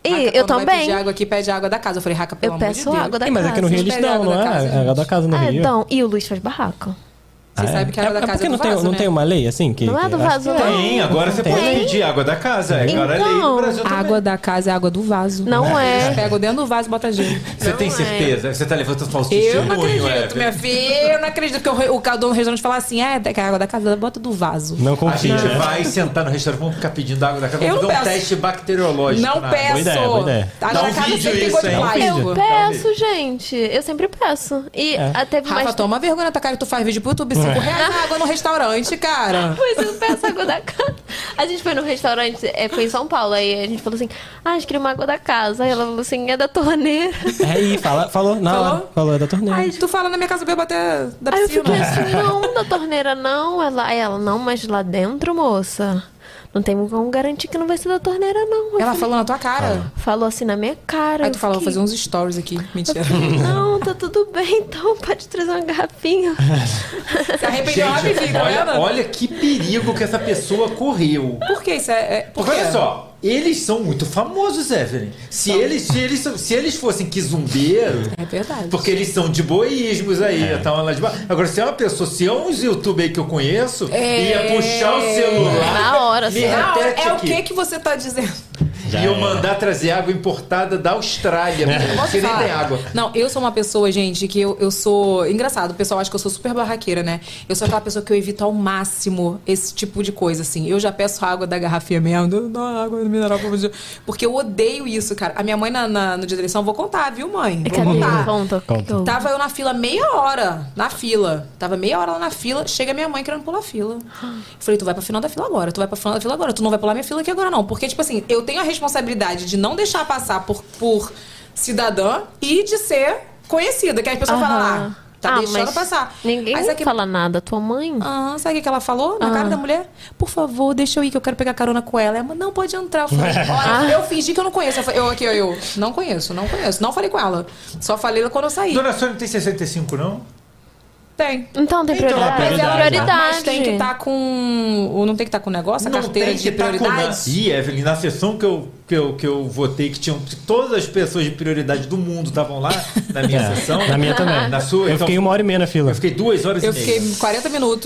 Ih,
Raca,
eu
quando vai
também.
pedir água aqui, pede água da casa. Eu falei, Raca, pelo
eu
amor
peço
de Deus.
água da
Ih, mas
casa.
aqui no Rio eles
Vocês
dão,
pedem
não
água
é?
da casa,
É água da casa no
Ah,
Rio.
então. E o Luiz faz barraco.
Ah,
Você sabe que a água da
é, é
casa
porque
é do
não, tem,
vaso,
não
né?
tem uma lei assim? Que,
Não é
que-
do
acho
vaso,
que
não.
Tem, agora você
Tem.
pode pedir água da casa. Agora é lei
Então,
no Brasil também.
Água da casa é água do vaso.
Não é.
Pega dentro do vaso e bota gelo.
Você tem certeza? Você tá levantando falso
é. Eu não
testemunho,
acredito,
Evelyn?
minha filha. Eu não acredito que o, re- o cara do restaurante fala assim: é, é que a água da casa bota do vaso.
Não
A
confia,
gente
né?
vai sentar no restaurante, vamos ficar pedindo água da casa,
Eu
vamos
não
fazer um
peço.
teste bacteriológico.
Não
na água.
peço.
Boa ideia, boa ideia.
A água
Dá
da
um
casa
vídeo
sempre tem
isso,
cor de
hein? Dá um
plástico.
Eu
Tá
peço, gente. Eu sempre peço. E
É.
até teve mais.
Rafa, toma vergonha na tua cara. Tu faz vídeo pro YouTube, 5 reais na água no restaurante, cara.
Mas eu peço água da casa. A gente foi num restaurante, é, foi em São Paulo, aí a gente falou assim, ah, a gente queria uma água da casa. Aí ela falou assim, é da torneira.
É aí, fala, falou, na
Falou?
hora. Falou, é da torneira.
Ai, tu fala na minha casa, eu bebo até da
Aí eu fiquei
piscina.
assim, não, da torneira não. Ela, aí ela, não, mas lá dentro, moça. não tem como garantir que não vai ser da torneira, não.
Ela falou na tua cara?
Falou assim na minha cara.
Aí tu fala,
falou
vou um-" fazer uns stories aqui. Mentira.
Não, tá tudo bem, então pode trazer uma garrafinha.
Se arrependeu rapidinho, tá
olha,
vendo?
olha que perigo que essa pessoa correu.
Por que isso é. é- por
Porque
quê?
olha só, eles são muito famosos, Evelyn. Se eles, se eles, se eles fossem que zumbeiro.
É verdade.
Porque eles são de boísmos aí,
É.
então ela de boa. Agora, se é uma pessoa, se é um youtuber aí que eu conheço,
É.
ia puxar o celular. me
Na hora.
repete
É o
aqui.
que que você tá dizendo?
E eu mandar trazer água importada da Austrália,
Posso
porque nem
falar?
tem água.
Não, eu sou uma pessoa, gente, que eu, eu sou. Engraçado, o pessoal acha que eu sou super barraqueira, né? Eu sou aquela pessoa que eu evito ao máximo esse tipo de coisa, assim. Eu já peço água da garrafinha mesmo, eu dou água mineral pra você. Porque eu odeio isso, cara. A minha mãe na, na- no dia da eleição, eu vou contar, viu, mãe? Vou
Cadê?
contar.
Conta. Conta.
Tava eu na fila meia hora, na fila. Tava meia hora lá na fila, chega minha mãe querendo pular a fila. Falei, tu vai pra final da fila agora, tu vai pra final da fila agora, tu não vai pular minha fila aqui agora não. Porque, tipo assim, eu tenho a responsabilidade de não deixar passar por, por cidadã e de ser conhecida, que as pessoas
Aham.
falam, ah, tá
Ah,
deixando
mas
passar.
Ninguém
Aí,
vai
sabe que-
falar nada. Tua mãe?
Ah, sabe o que que ela falou na
Ah.
cara da mulher? Por favor, deixa eu ir que eu quero pegar carona com ela. Ela, não, pode entrar. Eu falei, olha,
Ah.
eu fingi que eu não conheço. Eu, falei, eu aqui, eu, eu, não conheço, não conheço. Não falei com ela. Só falei quando eu saí.
Dona Sônia não tem 65, não?
Tem.
Então tem prioridade.
mas ela-
Prioridade.
Mas tem que tá- estar com. Ou não tem que estar com o negócio, a carteira de
tá com na-
prioridades.
Ih, Evelyn, na sessão que eu, que, eu, que eu votei, que tinham todas as pessoas de prioridade do mundo estavam lá, na minha
É,
sessão.
na minha também.
Na sua,
eu fiquei um- uma hora e meia na fila. Eu
então. fiquei duas horas
Eu fiquei 40 minutos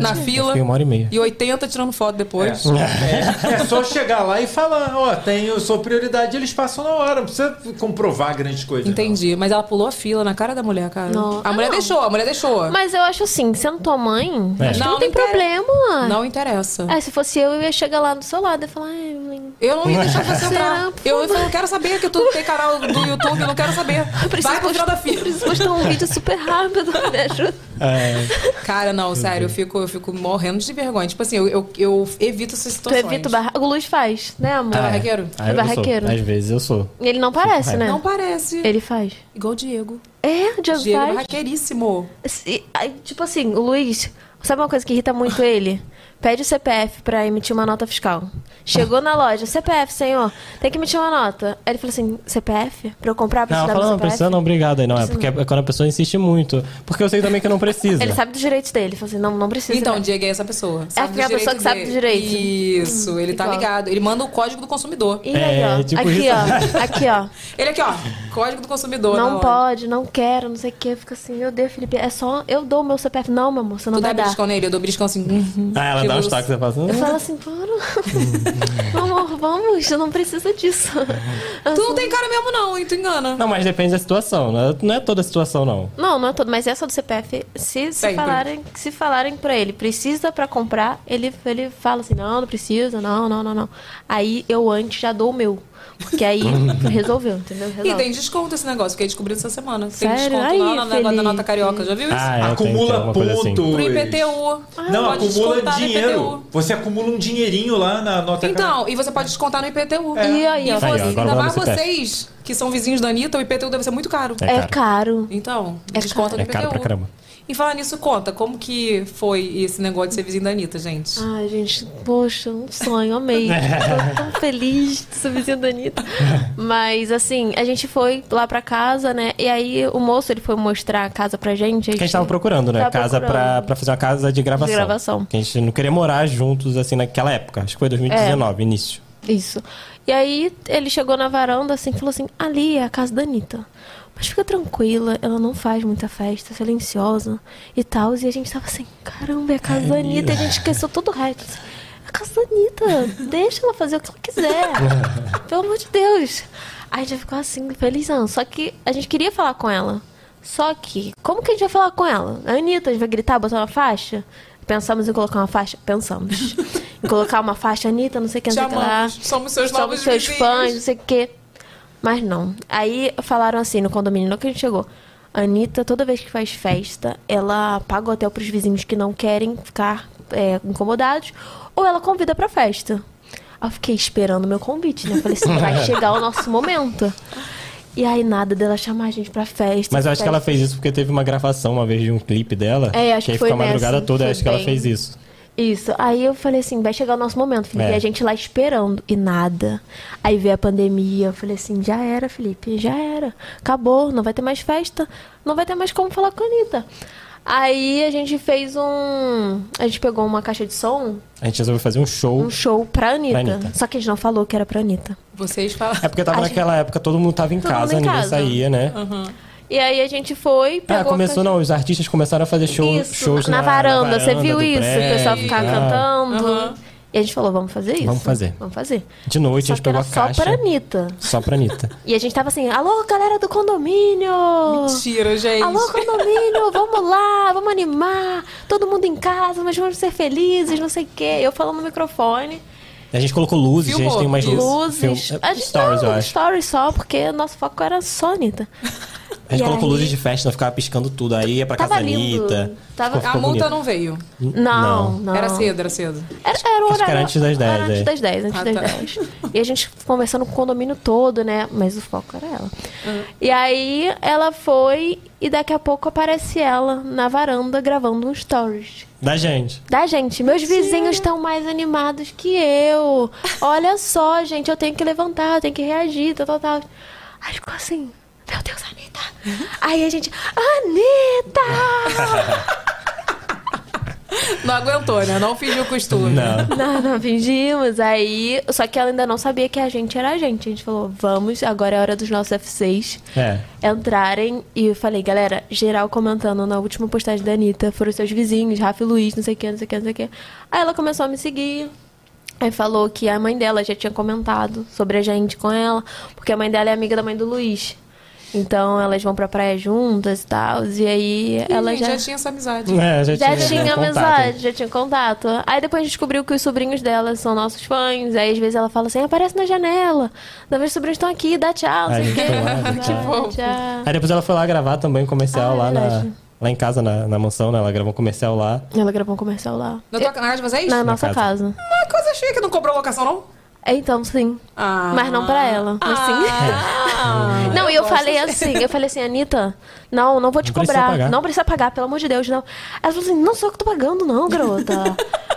na
Eu
fila.
fiquei uma hora e meia.
E 80 tirando foto depois.
É, é só chegar lá e falar, ó, tem, eu sou prioridade, eles passam na hora, não precisa comprovar grandes coisas.
Entendi. Mas ela pulou a fila na cara da mulher, cara.
Não.
A mulher
Ah, não.
deixou, a mulher deixou.
Mas eu acho assim, sendo tua mãe,
É.
acho que não,
Não,
tem
não inter-
problema.
Não interessa.
É, se fosse eu, eu ia chegar lá do seu lado e falar, "Ai, Evelyn.
Eu não ia deixar você entrar.
Será?
Eu, eu falei, não quero saber que tu tem canal do YouTube, eu não quero saber. Vai pro final da fila.
Preciso postar um vídeo super rápido, me ajuda.
Cara, não, sério, eu fico, eu fico morrendo de vergonha. Tipo assim, eu, eu, eu evito essas
Tu
situações.
evita o barraco. O Luiz faz, né, amor?
Ah, é. Ah,
É
eu sou.
barraqueiro.
Às vezes eu sou.
E ele não parece, né?
Não parece.
Ele faz.
Igual o Diego.
É, o Diego,
Diego é
faz.
barraqueiríssimo.
Se- aí, tipo assim, o Luiz, sabe uma coisa que irrita muito ele? Pede o CPF pra emitir uma nota fiscal. Chegou na loja, CPF, senhor, tem que emitir uma nota. Aí ele falou assim, CPF? Pra eu comprar, pra
Não,
te
ela
dar
fala, não
meu
precisa
CPF?
não, obrigado. Aí não, é
Precisa
porque é quando a pessoa insiste muito. Porque eu sei também que não precisa.
Ele sabe dos direitos dele. Ele falou assim, não, não precisa.
Então,
né?
o Diego é essa pessoa.
É
Sabe
aquela
dos
pessoa que sabe do
direitos dele.
direito.
Isso, ele tá
Igual.
ligado. Ele manda o código do consumidor.
E aí, ó, aqui, ó, aqui, ó.
Ele aqui, ó. Código do consumidor. na
Não
hora.
pode, não quero, não sei o que. Fica assim, meu Deus, Felipe, é só eu dou o meu CPF. Não, meu amor, você não
Tu dá
vai dar.
briscão nele, eu dou briscão assim. uhum.
Ah, ela
Que
dá uns
luz.
toques, ela fala
Eu
assim.
falo assim, para. amor, vamos, não precisa disso.
Tu não tem cara mesmo, não, hein? Tu engana.
Não, mas depende da situação. Não é, não é toda a situação, não.
Não, não é todo, mas essa do CPF, se, se
Sempre.
falarem, se falarem pra ele, precisa pra comprar, ele, ele fala assim, não, não precisa, não, não, não, não. Aí eu antes já dou o meu. Porque aí resolveu, entendeu?
E
Resolve.
tem desconto esse negócio, fiquei descobrindo essa semana. Tem
Sério?
desconto
Aí,
lá na negócio da
Felipe.
nota carioca, já viu isso?
Ah, é, tem- tem
Acumula
alguma coisa assim.
pontos.
Pro IPTU.
Ah,
não,
Ah, Pode
acumula
descontar no IPTU.
dinheiro. Você acumula um dinheirinho lá na nota
Então, e você pode descontar no IPTU.
É.
E aí, ó.
você,
Aí,
Então,
ó, agora
assim, ainda
vamos
mais
ver se perde.
vocês que são vizinhos da Anitta, o IPTU deve ser muito caro.
É caro.
Então, desconta no
É
IPTU.
caro pra caramba.
E falar nisso, conta, como que foi esse negócio de ser vizinho da Anitta, gente?
Ai, gente, poxa, um sonho, amei. Tô tão feliz de ser vizinha da Anitta. Mas, assim, a gente foi lá pra casa, né? E aí o moço, ele foi mostrar a casa pra gente.
Que a gente tava procurando, né?
Tava
casa Pra,
procurando.
pra fazer uma casa de gravação.
De gravação.
Que a gente não queria morar juntos, assim, naquela época. Acho que foi
É.
2019, início.
Isso. E aí ele chegou na varanda, assim, e falou assim, ali é a casa da Anitta. Mas fica tranquila, ela não faz muita festa, silenciosa e tal. E a gente tava assim, caramba, é a casa da Anitta. E a gente esqueceu todo o resto. Assim, É a casa da Anitta, deixa ela fazer o que ela quiser. Pelo amor de Deus. Aí a gente já ficou assim, felizão. Só que a gente queria falar com ela. Só que, como que a gente vai falar com ela? A Anitta, a gente vai gritar, botar uma faixa? Pensamos em colocar uma faixa? Pensamos. em colocar uma faixa, Anitta, não sei o que, não
Te
sei o que lá.
amamos, somos seus novos
seus
vizinhos.
fãs, não sei o que. Mas não. Aí falaram assim no condomínio, no que a gente chegou. A Anitta, toda vez que faz festa, ela paga o hotel pros vizinhos que não querem ficar é, incomodados, ou ela convida pra festa. Aí eu fiquei esperando o meu convite, né? Eu falei assim, vai chegar o nosso momento. E aí nada dela chamar a gente pra festa.
Mas eu acho que
festa.
ela fez isso porque teve uma gravação uma vez de um clipe dela.
É, acho que
aí
foi
ficou a madrugada
nessa.
toda,
Foi
acho que ela
bem-
fez isso.
Isso. Aí eu falei assim, vai chegar o nosso momento, Felipe.
É.
E a gente lá esperando. E nada. Aí veio a pandemia. Eu falei assim, já era, Felipe. Já era. Acabou. Não vai ter mais festa. Não vai ter mais como falar com a Anitta. Aí a gente fez um... A gente pegou uma caixa de som.
A gente resolveu fazer um show.
Um show pra Anitta.
Pra Anitta.
Só que a gente não falou que era pra Anitta.
Vocês falaram.
É porque tava
A gente-
naquela época, todo mundo tava em
Todo
casa,
mundo em
ninguém
casa.
saía, né?
E aí a gente foi, pegou...
Ah,
a
começou,
caixa-
não, os artistas começaram a fazer show,
Isso,
shows
na,
na,
varanda.
na
Você viu
do
isso? o
prédio,
pessoal ficava
tá?
cantando. E a gente falou, vamos fazer isso?
Vamos fazer.
Vamos fazer.
De noite a gente pegou
Era
a
só
caixa.
pra Anitta.
Só pra Anitta.
E a gente tava assim, alô, galera do condomínio!
Mentira, gente.
Alô, condomínio, vamos lá, vamos animar, todo mundo em casa, mas vamos ser felizes, não sei o quê. Eu falando no microfone,
A gente colocou luzes, a gente
Filmou.
tem umas
luzes.
Film-
A gente
Stories,
não,
eu acho.
stories só, porque nosso foco era só a Anitta.
A gente
E
colocou
aí-
luzes de festa, ficava piscando tudo. Aí ia pra casa
Tava
da
lindo.
Anitta.
Tava-
ficou-
A
ficou
multa
bonito.
não veio.
Não, não.
Era cedo, era cedo.
Era, era o
Acho que
horário.
era antes das 10,
Era antes
é.
das 10, antes
Ah,
das
tá.
10. E a gente conversando com o condomínio todo, né? Mas o foco era ela.
Hum.
E aí ela foi e daqui a pouco aparece ela na varanda gravando um stories.
Da gente.
Da gente, meus vizinhos estão mais animados que eu. Olha só, gente, eu tenho que levantar, eu tenho que reagir, tal, tal, tal. Aí ficou assim, meu Deus, Anitta. Aí a gente, Anitta!
Não aguentou, né? Não fingiu costume.
Não.
Não, não fingimos. Aí, só que ela ainda não sabia que a gente era a gente. A gente falou, vamos, agora é hora dos nossos F6
É.
entrarem. E eu falei, galera, geral comentando na última postagem da Anitta, foram seus vizinhos, Rafa e Luiz, não sei o que, não sei o que, não sei o que. Aí ela começou a me seguir. Aí falou que a mãe dela já tinha comentado sobre a gente com ela, porque a mãe dela é amiga da mãe do Luiz. Então elas vão pra praia juntas e tal. E aí
Ih,
ela
gente, já... tinha essa amizade.
É, já
já
tinha,
tinha
contato.
amizade, já tinha contato. Aí depois descobriu que os sobrinhos dela são nossos fãs. Aí às vezes ela fala assim: aparece na janela. Da vez os sobrinhos estão aqui, dá tchau. não
Aí
sei o
a gente
quê.
foi lá, dá
Dá
tchau.
tchau.
Aí depois ela foi lá gravar também um comercial
Ah,
lá, na,
verdade.
lá em casa, na, na mansão, né? Ela gravou um comercial lá.
Ela gravou um comercial lá.
Na tua canal de vocês?
Na
Na
nossa
casa.
casa.
Ah, coisa chique, não cobrou locação, não?
É, Então, sim. Mas não pra ela. Mas
Ah.
sim. não, e Ah. eu falei assim, eu falei assim, Anitta, não, não vou te
Não precisa
cobrar.
pagar.
Não precisa pagar, pelo amor de Deus, não. Ela falou assim, não sou eu que tô pagando, não, garota.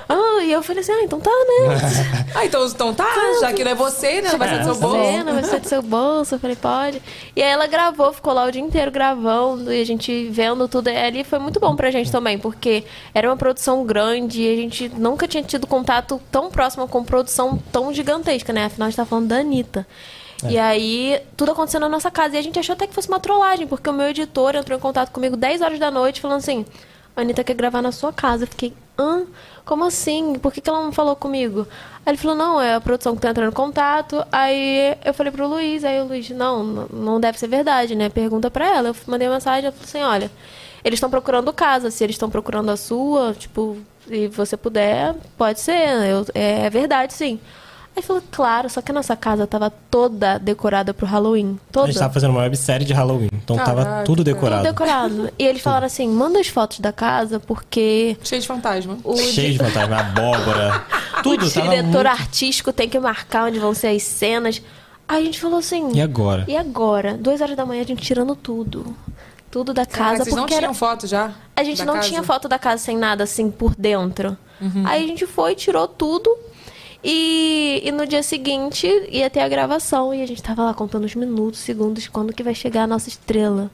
ah, e eu falei assim, ah, então tá, né?
É.
Ah, então, então tá, já que não é você, né? Não vai ser do seu bolso.
É, não vai ser do seu bolso. Eu falei, pode. E aí ela gravou, ficou lá o dia inteiro gravando e a gente vendo tudo. E ali foi muito bom pra gente também, porque era uma produção grande e a gente nunca tinha tido contato tão próximo com produção tão gigantesca, né? Afinal, a gente tá falando da Anitta.
É.
E aí, tudo acontecendo na nossa casa. E a gente achou até que fosse uma trollagem, porque o meu editor entrou em contato comigo 10 horas da noite, falando assim: a Anitta quer gravar na sua casa. Eu fiquei, hã? Como assim? Por que, que ela não falou comigo? Aí ele falou, não, é a produção que tá entrando em contato. Aí eu falei pro Luiz, aí o Luiz, não, n- não deve ser verdade, né? Pergunta pra ela. Eu mandei uma mensagem, ela falou assim, olha, eles estão procurando casa, se eles estão procurando a sua, tipo, se você puder, pode ser, eu- é, é verdade, sim. Aí falou, claro, só que a nossa casa tava toda decorada pro Halloween. Toda.
A gente tava fazendo uma websérie de Halloween. Então tava
Caraca.
tudo decorado.
Tudo decorado. E eles falaram assim: manda as fotos da casa, porque.
Cheio de fantasma.
O,
Cheio de fantasma, abóbora.
o
Tudo, tava
diretor
muito...
artístico tem que marcar onde vão ser as cenas. Aí a gente falou assim:
E agora?
E agora? Duas horas da manhã a gente tirando tudo. Tudo da
Caraca,
casa.
vocês não
porque
tinham
era-
foto já?
a gente
da
não
casa? Uhum.
tinha foto da casa sem nada, assim, por dentro. Aí a gente foi, tirou tudo. E, e no dia seguinte ia ter a gravação. E a gente tava lá contando os minutos, segundos, quando que vai chegar a nossa estrela.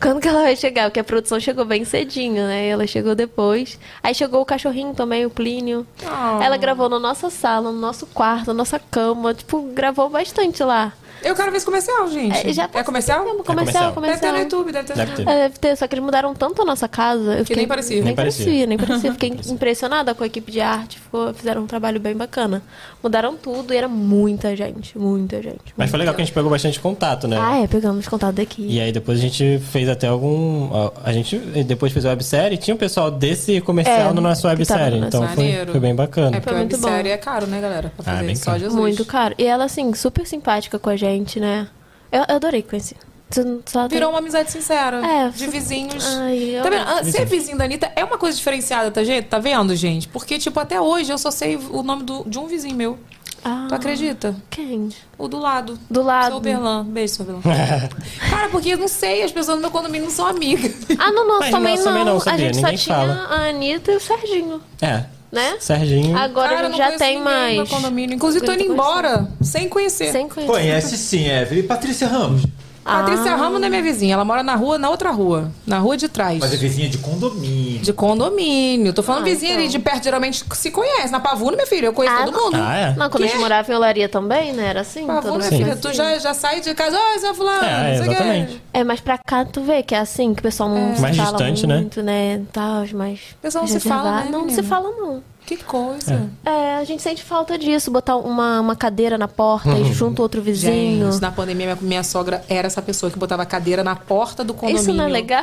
Quando que ela vai chegar? Porque a produção chegou bem cedinho, né? Ela chegou depois. Aí chegou o cachorrinho também, o Plínio.
Ah.
Ela gravou na nossa sala, no nosso quarto, na nossa cama. Tipo, gravou bastante lá.
Eu quero ver esse comercial, gente.
É, já
é comercial?
comercial, comercial.
Deve ter no Tá YouTube, deve ter no
Deve
YouTube.
É, Deve ter, só que eles mudaram tanto a nossa casa. Eu
Que nem parecia.
Nem
Nem
parecia.
parecia, nem parecia. Fiquei impressionada com a equipe de arte. ficou- fizeram um trabalho bem bacana. Mudaram tudo e era muita gente, muita gente.
Mas foi legal que a gente pegou bastante contato, né?
Ah, é, pegamos contato daqui.
é.
E aí depois a gente fez até algum. a- A gente depois fez a websérie tinha o pessoal desse comercial
É,
na nossa
que tava na
websérie.
nossa
Então foi,
Maneiro.
foi bem bacana.
É porque
Foi muito bom.
websérie é caro, né, galera? Pra
Ah,
fazer
bem
só
caro.
Jesus.
Muito caro. E ela, assim, super simpática com a gente, né? Eu, eu adorei conhecer. Só- só tem-
Virou uma amizade sincera.
É,
de vizinhos.
Ai, eu-
Tá vendo? Ah, Ser
Vizinhos.
vizinho da Anitta é uma coisa diferenciada, tá, gente? Tá vendo, gente? Porque, tipo, até hoje eu só sei o nome do- de um vizinho meu.
Ah,
Tu acredita?
Quem?
O do lado.
Do lado.
Sou Berlan. Beijo, sou Berlan. Cara, porque eu não sei, as pessoas no meu condomínio não são amigas.
Ah, no nosso
Mas
também
nosso
não.
também não,
a
sabia?
gente só
Ninguém
tinha
fala.
a Anitta e o Serginho,
É.
né?
Hum.
Serginho.
Agora
Cara, eu
a
não
gente já
conheço
tem
ninguém no meu
mais.
condomínio. Inclusive, tô indo embora, sem conhecer.
Sem conhecer.
Conhece sim, Evelyn. E Patrícia Ramos.
Ah.
Patrícia Ramos não é minha vizinha. Ela mora na rua, na outra rua. Na rua de trás.
Mas é vizinha de condomínio.
De condomínio. Tô falando
Ah,
vizinha ali de perto, geralmente se conhece. Na Pavuna, minha filha, eu conheço todo mundo.
Ah, é?
Não, quando a
Quê?
gente morava em Olaria também, né? Era assim?
Pavuna,
tá. todo
minha filha,
mundo
tu já, é- já sai de casa, ó, seu fulano,
É,
não sei o quê.
exatamente.
É, mas pra cá tu vê que é assim, que o pessoal não
É.
se
Mais
fala
distante, né?
muito, né? Tal, mas
O pessoal não se fala, né,
Não, não se
menina?
fala, não.
Que coisa.
É, a gente sente falta disso, botar uma, uma cadeira na porta
Uhum.
e junto outro vizinho.
Gente, na pandemia, minha, minha sogra era essa pessoa que botava a cadeira na porta do condomínio.
Isso não é legal?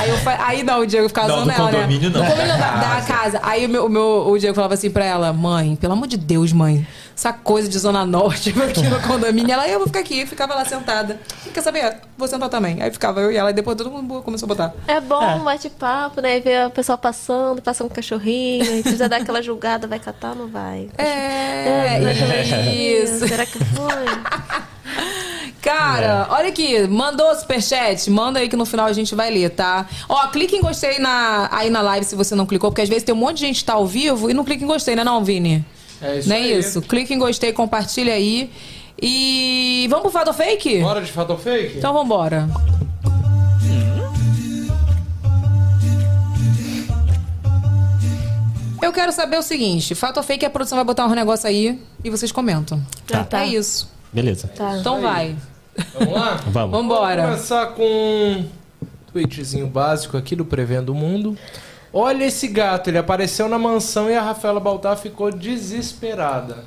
Aí, eu, fa- aí não, o Diego ficava
Não,
zoando
do
ela, né?
condomínio não. Ah,
Do condomínio da, da casa. Aí o, meu, o, meu- o Diego falava assim pra ela, mãe, pelo amor de Deus, mãe, essa coisa de Zona Norte aqui no condomínio. Ela, eu vou ficar aqui, ficava lá sentada. Quer saber? Vou sentar também. Aí ficava eu e ela, e depois todo mundo começou a botar.
É bom, bate-papo, né? Ver o pessoal passando, passando um cachorrinho, e precisa dar aquela julgada, vai catar ou não vai?
É, isso.
Será que foi?
É.
Cara, olha aqui, mandou o superchat, manda aí que no final a gente vai ler, tá? Ó, clique em gostei na, aí na live se você não clicou, porque às vezes tem um monte de gente que tá ao vivo e não clica em gostei, né não, Vini?
É isso
não é
aí.
isso? Clique em gostei, compartilha aí. E vamos pro Fato ou Fake?
Bora de fato ou fake?
Então vambora. Eu quero saber o seguinte, Fato ou Fake, a produção vai botar um negócio aí e vocês comentam.
Tá.
É isso.
Beleza.
Tá.
Então vai.
Vamos lá?
Vamos.
Vambora.
Tá Vamos começar com um tweetzinho básico aqui do Prevendo o Mundo. Olha esse gato, ele apareceu na mansão e a Rafaela Baltar ficou desesperada.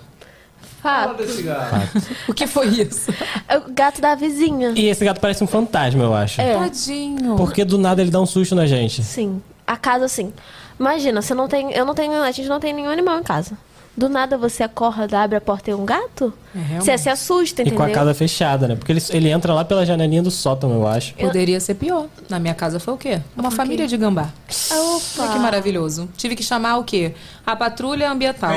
Olha
Fato.
desse gato.
O que foi isso?
É o gato da vizinha.
E esse gato parece um fantasma, eu acho.
É.
Tadinho.
Porque do nada ele dá um susto na gente.
Sim. A casa, assim. Imagina, você não tem. Eu não tenho. A gente não tem nenhum animal em casa. Do nada você acorda, abre a porta e tem um gato?
realmente.
você se assusta,
E
entendeu?
com a casa fechada, né? Porque ele, ele entra lá pela janelinha do sótão, eu acho.
Poderia ser pior. Na minha casa foi o quê? Uma família de gambá.
Opa.
Olha que maravilhoso. Tive que chamar o quê? A patrulha ambiental.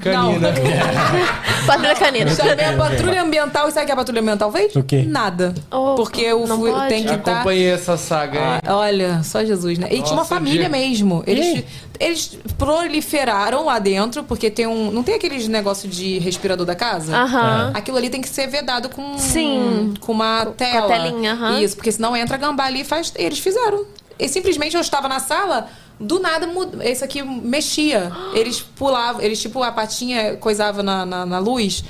Canina.
Patrulha
Não.
canina.
Chamei a patrulha ambiental e sabe o que a patrulha ambiental fez?
O quê?
Nada.
Opa,
Porque eu
não
fui,
pode.
tem que tá-
Já
Tá.
estar.
acompanhei essa saga aí.
Ah, Olha, só Jesus, né? E tinha uma
Nossa,
família
Diego.
mesmo.
E
Eles,
aí?
eles proliferaram lá dentro, porque tem um. Não tem aqueles negócio de respirador da casa?
Aham.
Aquilo ali tem que ser vedado com.
Sim.
Com uma tela.
telinha, aham.
Isso, porque senão entra gambá ali e faz. Eles fizeram. E simplesmente eu estava na sala. Do nada, mud- esse aqui mexia. Eles pulavam, eles tipo, a patinha coisava na, na, na luz.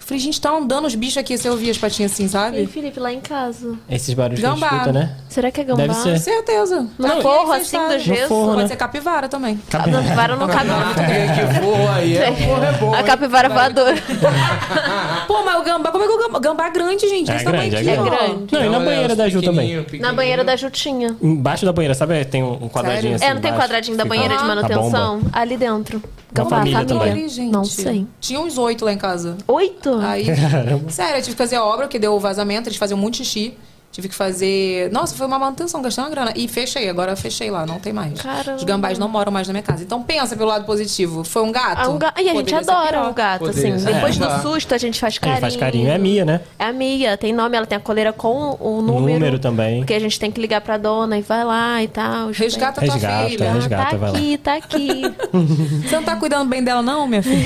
Eu falei, gente, tá andando os bichos aqui. Você ouvia as patinhas assim,
E
sabe?
Felipe, lá em casa.
Esses barulhos que a gente
Gambá.
escuta, né?
Será que é gambá?
Deve ser.
Certeza.
No
Tá
forro,
aqui,
assim, do
fechado.
gesso?
forro,
Pode
né?
ser capivara também.
A capivara não cabe muito.
Tem que voa aí, é, voa é bom.
A
hein?
capivara voadora.
Pô, mas o gambá, como é que o gambá, gambá é grande, gente? Desse tamanho aqui, ó.
grande.
Não, e na
Não, é
banheira
os
da Ju também.
pequenininho,
Na
pequenininho.
banheira da Jutinha.
Embaixo da banheira, sabe? Tem um um quadradinho assim.
É, não tem
embaixo.
quadradinho da
Fica
banheira de
a
manutenção?
bomba.
Ali dentro.
Com a
Gambá,
família também.
Olha, é? gente.
Não sei. Ah.
Tinha uns oito lá em casa.
Oito?
Aí, sério, eu tive que fazer a obra, que deu o vazamento, eles faziam muito xixi. Tive que fazer. Nossa, foi uma manutenção, gastei uma grana. E fechei, agora eu fechei lá, não tem mais.
Caramba.
Os gambás não moram mais na minha casa. Então pensa pelo lado positivo. Foi um gato?
Ah, um ga- E a gente
Poderia ser
adora
pior.
um gato,
Poderia
assim.
ser
Depois do
pior.
susto, a gente faz
É,
carinho.
faz carinho. É a Mia, né?
É a Mia, tem nome, ela tem a coleira com o número.
Número também.
Porque a gente tem que ligar pra dona e vai lá e tal.
Resgata tua
Resgata,
filha.
É resgata.
tá
vai lá.
aqui, tá aqui.
Você não tá cuidando bem dela, não, minha filha?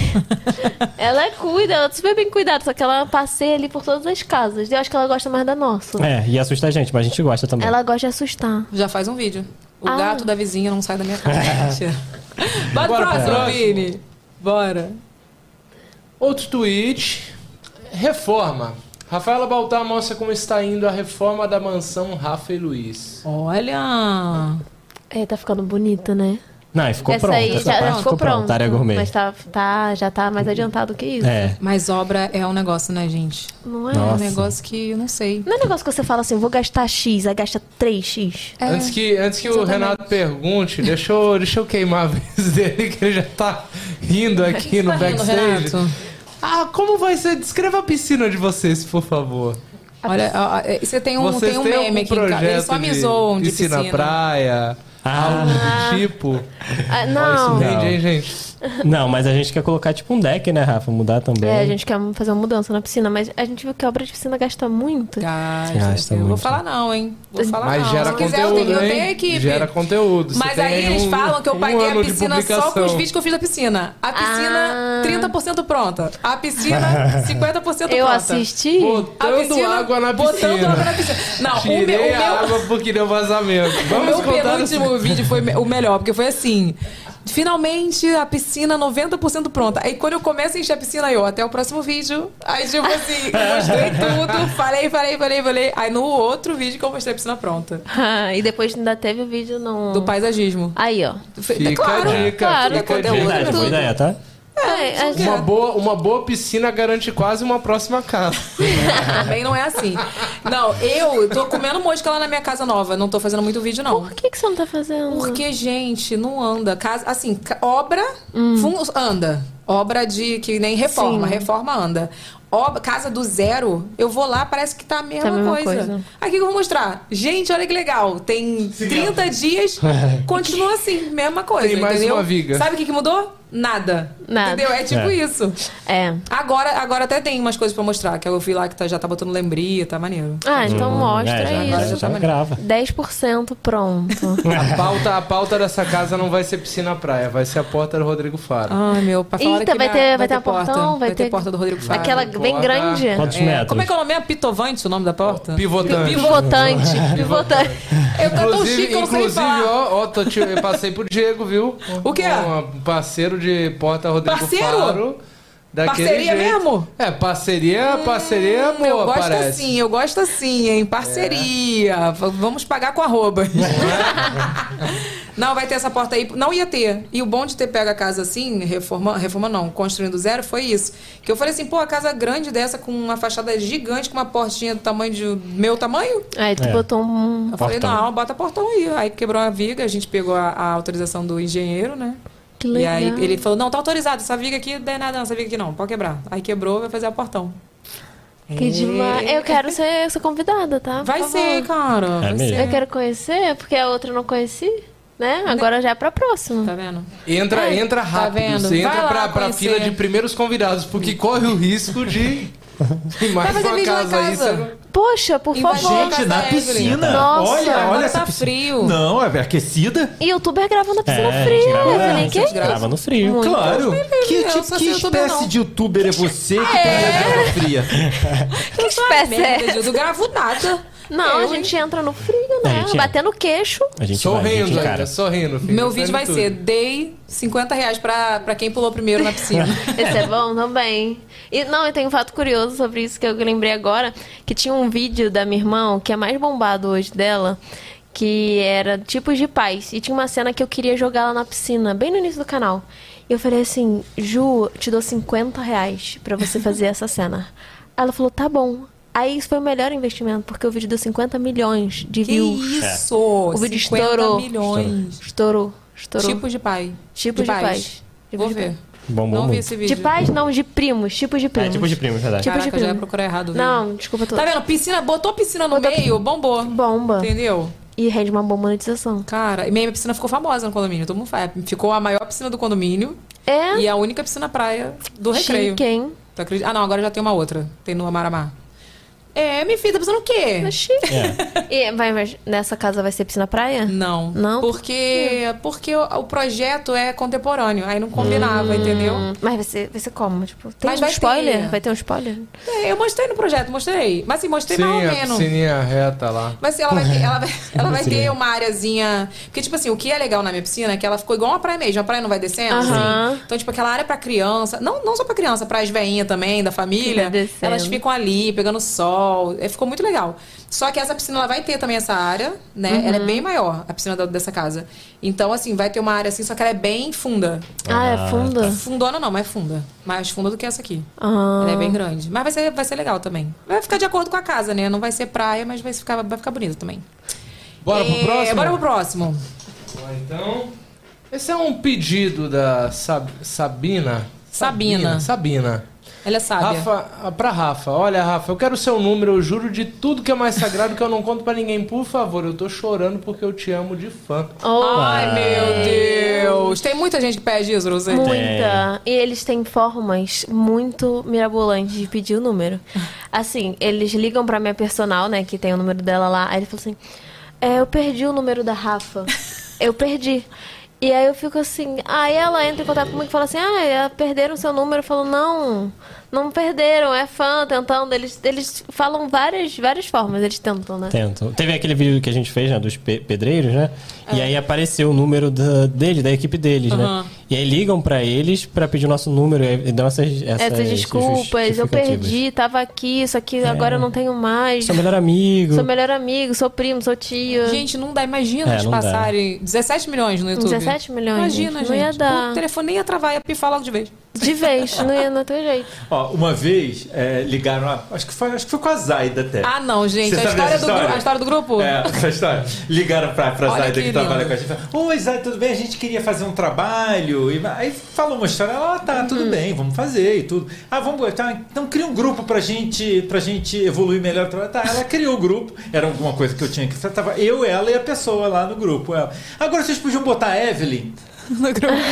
ela cuida, ela é super bem cuidada, só que ela passeia ali por todas as casas. Eu acho que ela gosta mais da nossa.
É, e assusta a gente, mas a gente gosta também.
Ela gosta de assustar.
Já faz um vídeo. O
Ah.
gato da vizinha não sai da minha casa. Mentira. Bora pro
Bora pro
próximo,
próximo.
Vini. Bora.
Outro tweet. Reforma. Rafaela Baltar mostra como está indo a reforma da mansão Rafa e Luiz.
Olha.
É, tá ficando bonita, né?
Não, e ficou
essa
pronta.
aí
essa
já, já
parte
ficou pronta.
Área gourmet.
Mas tá, tá- já tá mais adiantado que isso.
É.
Mas obra é um negócio, né, gente?
Não é?
É um
Nossa.
negócio que eu não sei.
Não é um negócio que você fala assim, vou gastar X, aí gasta 3X.
É.
antes que, antes que o Renato pergunte, deixa eu, deixa eu queimar a vez dele, que ele já tá rindo aqui no
Tá rindo,
backstage.
Renato?
ah, como vai ser? Descreva a piscina de vocês, por favor.
Olha, ó, ó, é, você tem um,
vocês
tem um
têm
meme
algum
aqui em casa. Ele só me
de
zoam de
piscina,
piscina.
praia,
Ah,
algo do tipo? Ó,
Ah,
isso
não.
vende, hein, gente?
Não, mas a gente quer colocar tipo um deck, né, Rafa? Mudar também.
É, a gente quer fazer uma mudança na piscina, mas a gente viu que a obra de piscina gasta muito.
Ah,
Gasta.
é
Gasta
Não vou
muito.
falar não, hein? Vou falar
Mas
não.
gera
Se quiser, eu
conteúdo,
tenho, eu
hein?
tenho equipe.
Gera conteúdo. Você
Mas
tem
aí eles
um-
falam que eu
um
paguei a
ano de
piscina só com os
publicação. Ah.
vídeos que eu fiz da piscina. A piscina, 30% pronta. A piscina, 50% pronta.
Eu assisti.
A
Botando
piscina-
água na
botando
piscina.
água na piscina. Não, o meu- o
Tirei
meu,
a água porque deu vazamento. Vamos
o meu
contar
penúltimo
assim.
vídeo foi me- o melhor, porque foi assim. Finalmente a piscina 90% pronta. Aí quando eu começo a encher a piscina, eu até o próximo vídeo. Aí tipo assim, eu mostrei tudo, falei, falei, falei, falei. Aí no outro vídeo que eu mostrei a piscina pronta.
Ah, e depois ainda teve o vídeo no...
Do paisagismo.
Aí, ó.
Fe-
Fica
claro,
a dica,
claro.
fica a
Conteúdo.
dica.
Verdade, boa ideia, tá?
É, a gente-
Uma boa, uma boa piscina garante quase uma próxima casa.
também não é assim. Não, eu tô comendo mosca lá na minha casa nova. Não tô fazendo muito vídeo, não.
Por que, que você não tá fazendo?
Porque, gente, não anda. Casa, assim, ca- obra fun- anda. Obra de que nem reforma,
Hum. Sim.
reforma anda. Ob- casa do zero, eu vou lá, parece que tá a mesma,
Tá a mesma
coisa.
coisa.
Aqui que eu vou mostrar. Gente, olha que legal. Tem 30 dias, continua assim, mesma coisa.
Tem mais
entendeu?
uma viga.
Sabe o que, que mudou? Nada.
Nada.
Entendeu? É tipo
É.
isso.
É.
Agora, agora até tem umas coisas pra mostrar, que eu vi lá que tá- já tá botando lembria, tá maneiro.
Ah, então mostra
é, já,
isso.
Já, já grava.
10% pronto.
A pauta, a pauta dessa casa não vai ser piscina praia, vai ser a porta do Rodrigo Faro.
Ai, meu, pra falar
Eita,
que
vai
dá-
ter- vai ter um portão, vai
ter
ter-
porta do Rodrigo Faro.
Aquela
Vai,
bem
bota.
grande.
Quantos
É,
metros?
como é que é o nome? É Pitovante o nome da porta?
Pivotante.
Pivotante. Pivotante.
Eu tá tão chique, que eu não sei
inclusive,
falar.
ó, ó tô te- eu passei pro Diego, viu?
O quê?
Um parceiro de porta Rodrigo
Parceiro?
Faro. daquele
Parceria
jeito.
mesmo?
É, parceria, parceria boa,
Hum, eu gosto
parece.
assim, eu gosto assim, hein? Parceria. V- Vamos pagar com arroba. não, vai ter essa porta aí. Não ia ter. E o bom de ter pego a casa assim, reforma, reforma não, construindo do zero, foi isso. Que eu falei assim, pô, a casa grande dessa, com uma fachada gigante, com uma portinha do tamanho de meu tamanho,
Aí tu
É.
botou um.
Eu falei,
Portão.
não, bota portão aí. Aí quebrou a viga, a gente pegou a, a autorização do engenheiro, né?
Que
E
legal.
aí ele falou, não, tá autorizado, essa viga aqui não é nada, não, essa viga aqui não, pode quebrar. Aí quebrou, vai fazer o portão. É.
Que demais. Eu quero ser, ser convidada, tá? Por
Vai
favor.
ser, cara. vai
É mesmo?
ser.
Eu quero conhecer, porque a outra eu não conheci, né? Agora já é pra próxima.
Tá vendo?
Entra, entra rápido.
tá vendo?
Você entra
Vai lá
pra, pra
conhecer.
fila de primeiros convidados, porque corre o risco de. de mais
fazer
uma
vídeo na
casa, aí.
casa.
você não-
Poxa, por
Invadir.
favor.
Casa
Gente, na
Evelyn.
piscina.
Nossa,
olha,
agora
olha essa
tá
piscina.
frio.
Não, é aquecida?
E youtuber gravando a
É,
piscina
a gente
fria,
grava-
Evelyn,
a gente
que é isso?
grava no frio.
Muito.
Claro. Que,
eu
tipo-
sou
que
sem youtuber,
espécie
não. Ah,
de youtuber é você que é. fria?
Que espécie é?
Merda, Deus, eu gravo nada.
Não,
É,
Eu,
a gente entra no frio,
A
né?
gente entra.
Batendo o queixo.
A gente vai, a gente
Sorrindo,
encara.
cara, sorrindo. Filho,
Meu vídeo vai
Fazendo
ser,
tudo.
dei 50 reais pra, pra quem pulou primeiro na piscina.
Esse é bom também. E não, eu tenho um fato curioso sobre isso que eu lembrei agora, que tinha um vídeo da minha irmã, que é mais bombado hoje dela, que era tipos de pais. E tinha uma cena que eu queria jogar ela na piscina, bem no início do canal. E eu falei assim, Ju, te dou 50 reais pra você fazer essa cena. Ela falou, tá bom. Aí isso foi o melhor investimento, porque o vídeo deu 50 milhões de
que
views.
isso?
O vídeo
50
estourou.
milhões.
Estourou, estourou.
Tipos Tipo de pai.
Tipos tipo de pais.
Vou
Tipos de
ver.
Bom, bom,
Não vi
muito.
esse
De
vídeo.
pais não, de primos, tipos de primos.
É, tipo de primo, é verdade.
Tipo
Caraca,
de
já ia
primo.
procurar errado. viu?
Não, desculpa, tô...
Tá vendo? Piscina, botou piscina no
Botou
meio, bombou.
Bomba.
Entendeu?
E rende uma boa monetização.
Cara, e minha piscina ficou famosa no condomínio. Todo mundo fala. Ficou a maior piscina do condomínio
É,
e a única piscina praia do recreio.
chique, hein?
Tu acredita? Ah, não, agora já tem uma outra. Tem no Amaramá. É, minha filha, tá pensando o quê?
É chique.
É.
E vai, vai- nessa casa vai ser piscina praia?
Não.
Não?
Porque, porque o, o projeto é contemporâneo. Aí não combinava, entendeu?
Hum, Mas vai ser, vai ser como? Tipo, tem
Mas
um
vai
spoiler?
ter.
Vai ter um spoiler?
É, eu mostrei no projeto, mostrei. Mas assim, mostrei mais
Sim,
ou
é,
a
menos.
piscininha reta lá.
Mas assim, ela vai ter, ela vai, ela vai ter
Sim.
uma areazinha. Porque, tipo assim, o que é legal na minha piscina é que ela ficou igual uma praia mesmo. A praia não vai descendo.
Aham.
assim. Então, tipo, aquela área pra criança. Não, não só pra criança, pra as veinhas também, da família.
Que vai descendo.
Elas ficam ali, pegando sol. É, ficou muito legal. Só que essa piscina ela vai ter também essa área, né? Ela é
Uhum.
bem maior, a piscina da- dessa casa. Então, assim, vai ter uma área assim, só que ela é bem funda.
Ah, é funda?
Fundona não, mas funda. Mais funda do que essa aqui.
Ah.
Ela é bem grande. Mas vai ser, vai ser legal também. Vai ficar de acordo com a casa, né? Não vai ser praia, mas vai ficar, vai ficar bonito também.
Bora
É,
pro próximo?
Bora pro próximo.
Bom, Então, esse é um pedido da Sab- Sabina.
Sabina.
Sabina.
Ela é sábia.
Rafa, ah, pra Rafa, olha, Rafa, eu quero o seu número, eu juro de tudo que é mais sagrado que eu não conto pra ninguém. Por favor, eu tô chorando porque eu te amo de fã.
Oh.
Ai, meu Deus. Tem muita gente que pede isso, Rosé.
Muita. E eles têm formas muito mirabolantes de pedir o número. Assim, eles ligam pra minha personal, né, que tem o número dela lá. Aí ele falou assim: é, eu perdi o número da Rafa. Eu perdi. E aí eu fico assim, aí ela entra em contato comigo e fala assim, ah, é, perderam seu número. Eu falo, não, não perderam, é fã, tentando. Eles, eles falam várias, várias formas, eles tentam, né?
Tentam. Teve aquele vídeo que a gente fez, né? Dos pe- pedreiros, né? E
É.
aí apareceu o número da, dele, da equipe deles,
Aham.
né? E aí ligam pra eles pra pedir o nosso número e aí dão essas, essas,
Essas,
essas
desculpas, eu
justificativas.
perdi, tava aqui, isso aqui agora eu não tenho mais.
Sou melhor amigo.
Sou melhor amigo, sou primo, sou tia.
Gente, não dá, imagina
É,
eles
não dá.
passarem 17 milhões no YouTube.
17 milhões,
Imagina,
gente,
gente.
não ia dar.
O telefone nem ia travar, ia pifar logo de vez.
De vez, não ia, não tem jeito.
Ó, uma vez é, ligaram, a- acho que foi, acho que foi com a Zaida até.
Ah, não, gente.
Você
A
sabe
história, do
dessa
gru-
história?
a história do grupo.
É, essa história. Ligaram pra, pra
Olha
Zaida
que
que,
lindo.
trabalha com a gente. falaram, Oi, Zaida, tudo bem? A gente queria fazer um trabalho. E, aí falou uma história. Ah, tá,
Uhum.
tudo bem, vamos fazer e tudo. Ah, vamos. Tá, então cria um grupo pra gente, pra gente evoluir melhor. o trabalho." Tá, ela criou o grupo. Era alguma coisa que eu tinha que fazer. Tava eu, ela e a pessoa lá no grupo. Ela. Agora vocês podiam botar a Evelyn.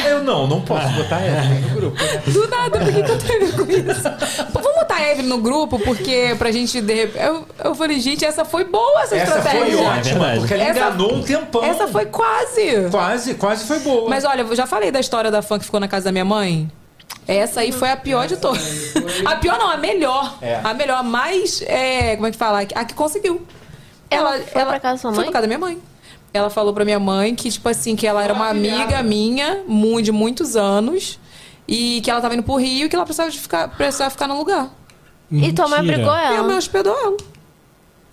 Eu não, não posso botar a Evelyn no grupo.
Do nada, por que que eu tô indo com isso? Pô, vamos botar a Evelyn no grupo, porque pra gente de repente. Eu, eu falei, gente, essa foi boa essa,
Essa
estratégia.
foi ótima, porque ela
Essa-
enganou um tempão.
Essa foi quase.
Quase, quase foi boa.
Mas olha, eu já falei da história da fã que ficou na casa da minha mãe. Essa aí foi a pior de todas. A pior não, a melhor.
É.
A melhor, a mais. é, como é que fala? A que conseguiu. Ela, ela foi pra casa da sua mãe? Foi pra casa da minha mãe. Ela falou pra minha mãe que, tipo assim, que ela era uma amiga minha mu- de muitos anos. E que ela tava indo pro Rio e que ela precisava, de ficar, precisava ficar no lugar.
E tua mãe Mentira. brigou ela?
E a mãe hospedou ela.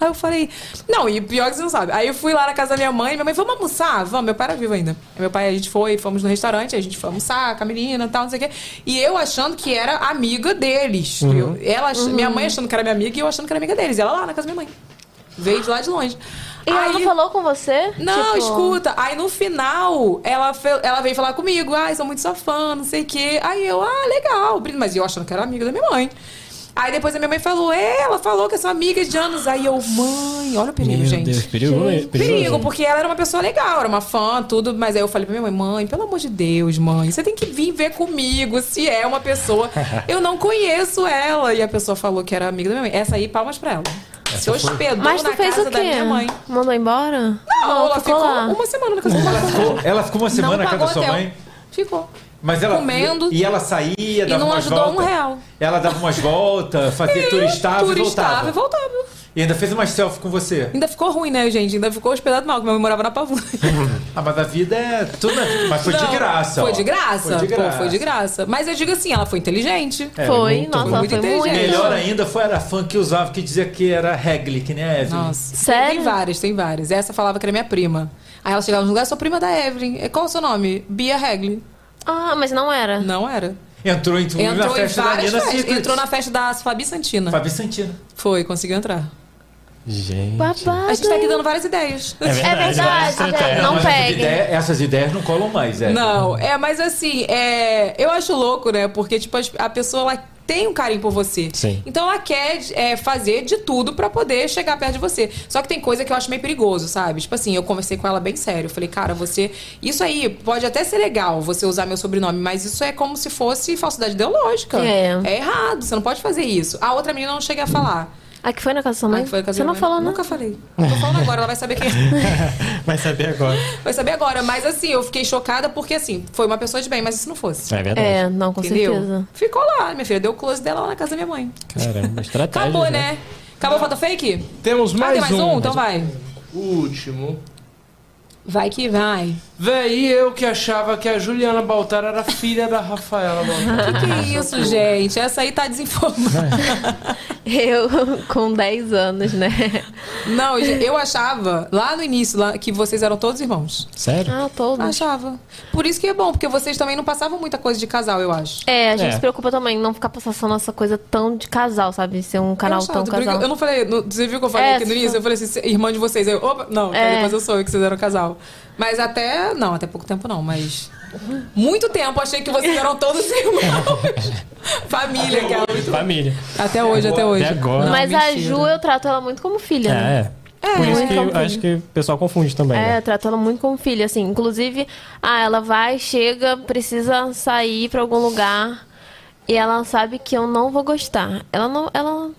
Aí eu falei, não, e pior que você não sabe. Aí eu fui lá na casa da minha mãe, minha mãe, vamos almoçar? Vamos, meu pai era vivo ainda. Aí meu pai, a gente foi, fomos no restaurante, a gente foi almoçar com a menina e tal, não sei o quê. E eu achando que era amiga deles.
Uhum.
Eu- ela, ach-
Uhum.
Minha mãe achando que era minha amiga e eu achando que era amiga deles. E ela lá na casa da minha mãe. Veio de lá de longe.
E ela não falou com você?
Não,
Tipo-
escuta. Aí no final, ela, fe- ela veio falar comigo. Ai, sou muito sua fã, não sei o quê. Aí eu, ah, legal. Brito, Mas eu achando que era amiga da minha mãe. Aí depois a minha mãe falou, é, ela falou que são amigas de anos. Aí eu, mãe, olha o perigo,
Meu
gente.
Deus, perigo, né? Perigoso.
Perigo, porque ela era uma pessoa legal, era uma fã, tudo. Mas aí eu falei pra minha mãe, mãe, pelo amor de Deus, mãe, você tem que vir ver comigo se é uma pessoa. Eu não conheço ela. E a pessoa falou que era amiga da minha mãe. Essa aí, palmas pra ela. se hospedou
Mas tu
na
fez
casa
o
da
quê?
minha mãe.
Mandou embora?
Não, Ah, ela
ficou
ficou
lá.
uma semana na casa da
Ela ficou, ela ficou uma semana na casa
pagou
da sua
hotel.
mãe.
Ficou.
Mas ela,
Comendo.
E ela saía,
E
dava
não
umas
ajudou
voltas.
um real.
Ela dava umas voltas, fazia
Turistava
turistava, e
e
voltava.
voltava.
E ainda fez umas selfie com você.
Ainda ficou ruim, né, gente? Ainda ficou hospedado mal, que minha mãe morava na Pavuna.
Ah, mas a vida é tudo. na vida. Mas foi de
Não,
graça.
Foi
ó.
de graça.
Foi de graça.
Pô, foi de graça. Mas eu digo assim, ela foi inteligente.
É, Foi, muito nossa, bom. ela foi
inteligente.
Melhor ainda foi era a fã que usava que dizia que era Hegli, que nem a Evelyn.
Nossa. Tem, tem várias, tem várias. Essa falava que era minha prima. Aí ela chegava no lugar, sou prima da Evelyn. E Qual é o seu nome? Bia Hegli.
Ah, mas não era.
Não era.
Entrou, entrou, na
Entrou em
festa da
várias
Nina
festas.
Secret.
Entrou na festa da Fabi Santina.
Fabi Santina.
Foi, conseguiu entrar.
Gente.
A gente tá aqui dando várias ideias.
É verdade, É verdade,
estratégia.
Mas essas ideias- essas ideias não colam mais, é.
Não, é, mas assim, é, eu acho louco, né? Porque, tipo, as- a pessoa ela tem um carinho por você.
Sim.
Então ela quer é, fazer de tudo pra poder chegar perto de você. Só que tem coisa que eu acho meio perigoso, sabe? Tipo assim, eu conversei com ela bem sério. Eu falei, cara, você. Isso aí pode até ser legal você usar meu sobrenome, mas isso é como se fosse falsidade ideológica.
É.
É errado, você não pode fazer isso. A outra menina não chega a falar.
A que foi na casa da sua mãe?
A que foi na casa
Você
da
não
minha mãe?
falou, né? não?
Nunca falei. Tô falando agora, ela vai saber quem é.
Vai saber agora.
Vai saber agora, mas assim, eu fiquei chocada porque assim, foi uma pessoa de bem, mas isso não fosse.
É verdade. É,
não, com certeza.
Ficou lá, minha filha, deu o close dela lá na casa da minha mãe.
Caramba, estratégia.
Acabou, né? Acabou a foto fake?
Temos
Ah, tem mais um? Então vai.
O último.
Vai que vai.
Véi, e eu que achava que a Juliana Baltar era filha da Rafaela Baltar.
Que é isso, gente? Essa aí tá desinformada.
Eu, com 10 anos, né?
Não, gente, eu achava lá no início lá, que vocês eram todos irmãos.
Sério?
Ah, todos.
Achava. Por isso que é bom, porque vocês também não passavam muita coisa de casal, eu acho.
É, a gente
É.
se preocupa também em não ficar passando essa coisa tão de casal, sabe? Ser um canal
eu achava,
tão
tu briga-
casal.
Eu não falei, não- você viu que eu falei
É,
aqui no
você
início? Eu falei assim, irmã de vocês. Aí Eu, opa, não, que
É.
depois eu sou eu que vocês eram casal. Mas até, não, até pouco tempo não, mas Muito tempo achei que vocês eram todos irmãos. Família, que é muito...
Família.
Até hoje, até hoje.
Até agora.
Mas a Ju, eu trato ela muito como filha, né?
É, é. Por isso que eu acho que o pessoal confunde também.
É,
né?
eu trato ela muito como filha, assim. Inclusive, ah, ela vai, chega, precisa sair pra algum lugar. E ela sabe que eu não vou gostar. Ela não. Ela,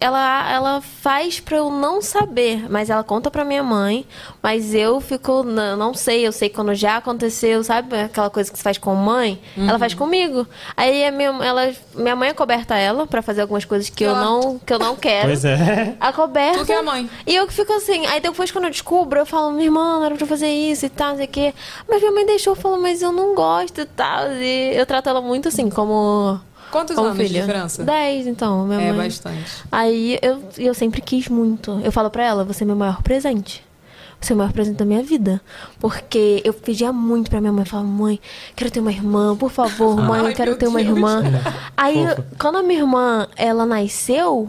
ela, ela faz pra eu não saber. Mas ela conta pra minha mãe. Mas eu fico. Não, não sei, eu sei quando já aconteceu, sabe? Aquela coisa que se faz com mãe. Ela faz comigo. Aí a minha, ela, minha mãe acoberta ela pra fazer algumas coisas que eu
Ela-
não, que eu não quero.
Pois é.
A coberta.
Tu que é a mãe.
E eu que fico assim, aí depois quando eu descubro, eu falo, minha irmã, não era pra fazer isso e tal, não sei o quê. Mas minha mãe deixou, eu falo, mas eu não gosto e tal. E eu trato ela muito assim, como.
Quantos
como
anos de
filha.
diferença?
Dez, então, minha
É,
mãe.
bastante.
Aí eu, e eu sempre quis muito. Eu falo pra ela, você é meu maior presente. Você é o maior presente da minha vida. Porque eu pedia muito pra minha mãe. Falava, mãe, quero ter uma irmã, por favor, mãe,
Ai,
eu quero
meu
ter uma
Deus. É,
irmã. Aí,
Fofa.
quando a minha irmã, ela nasceu,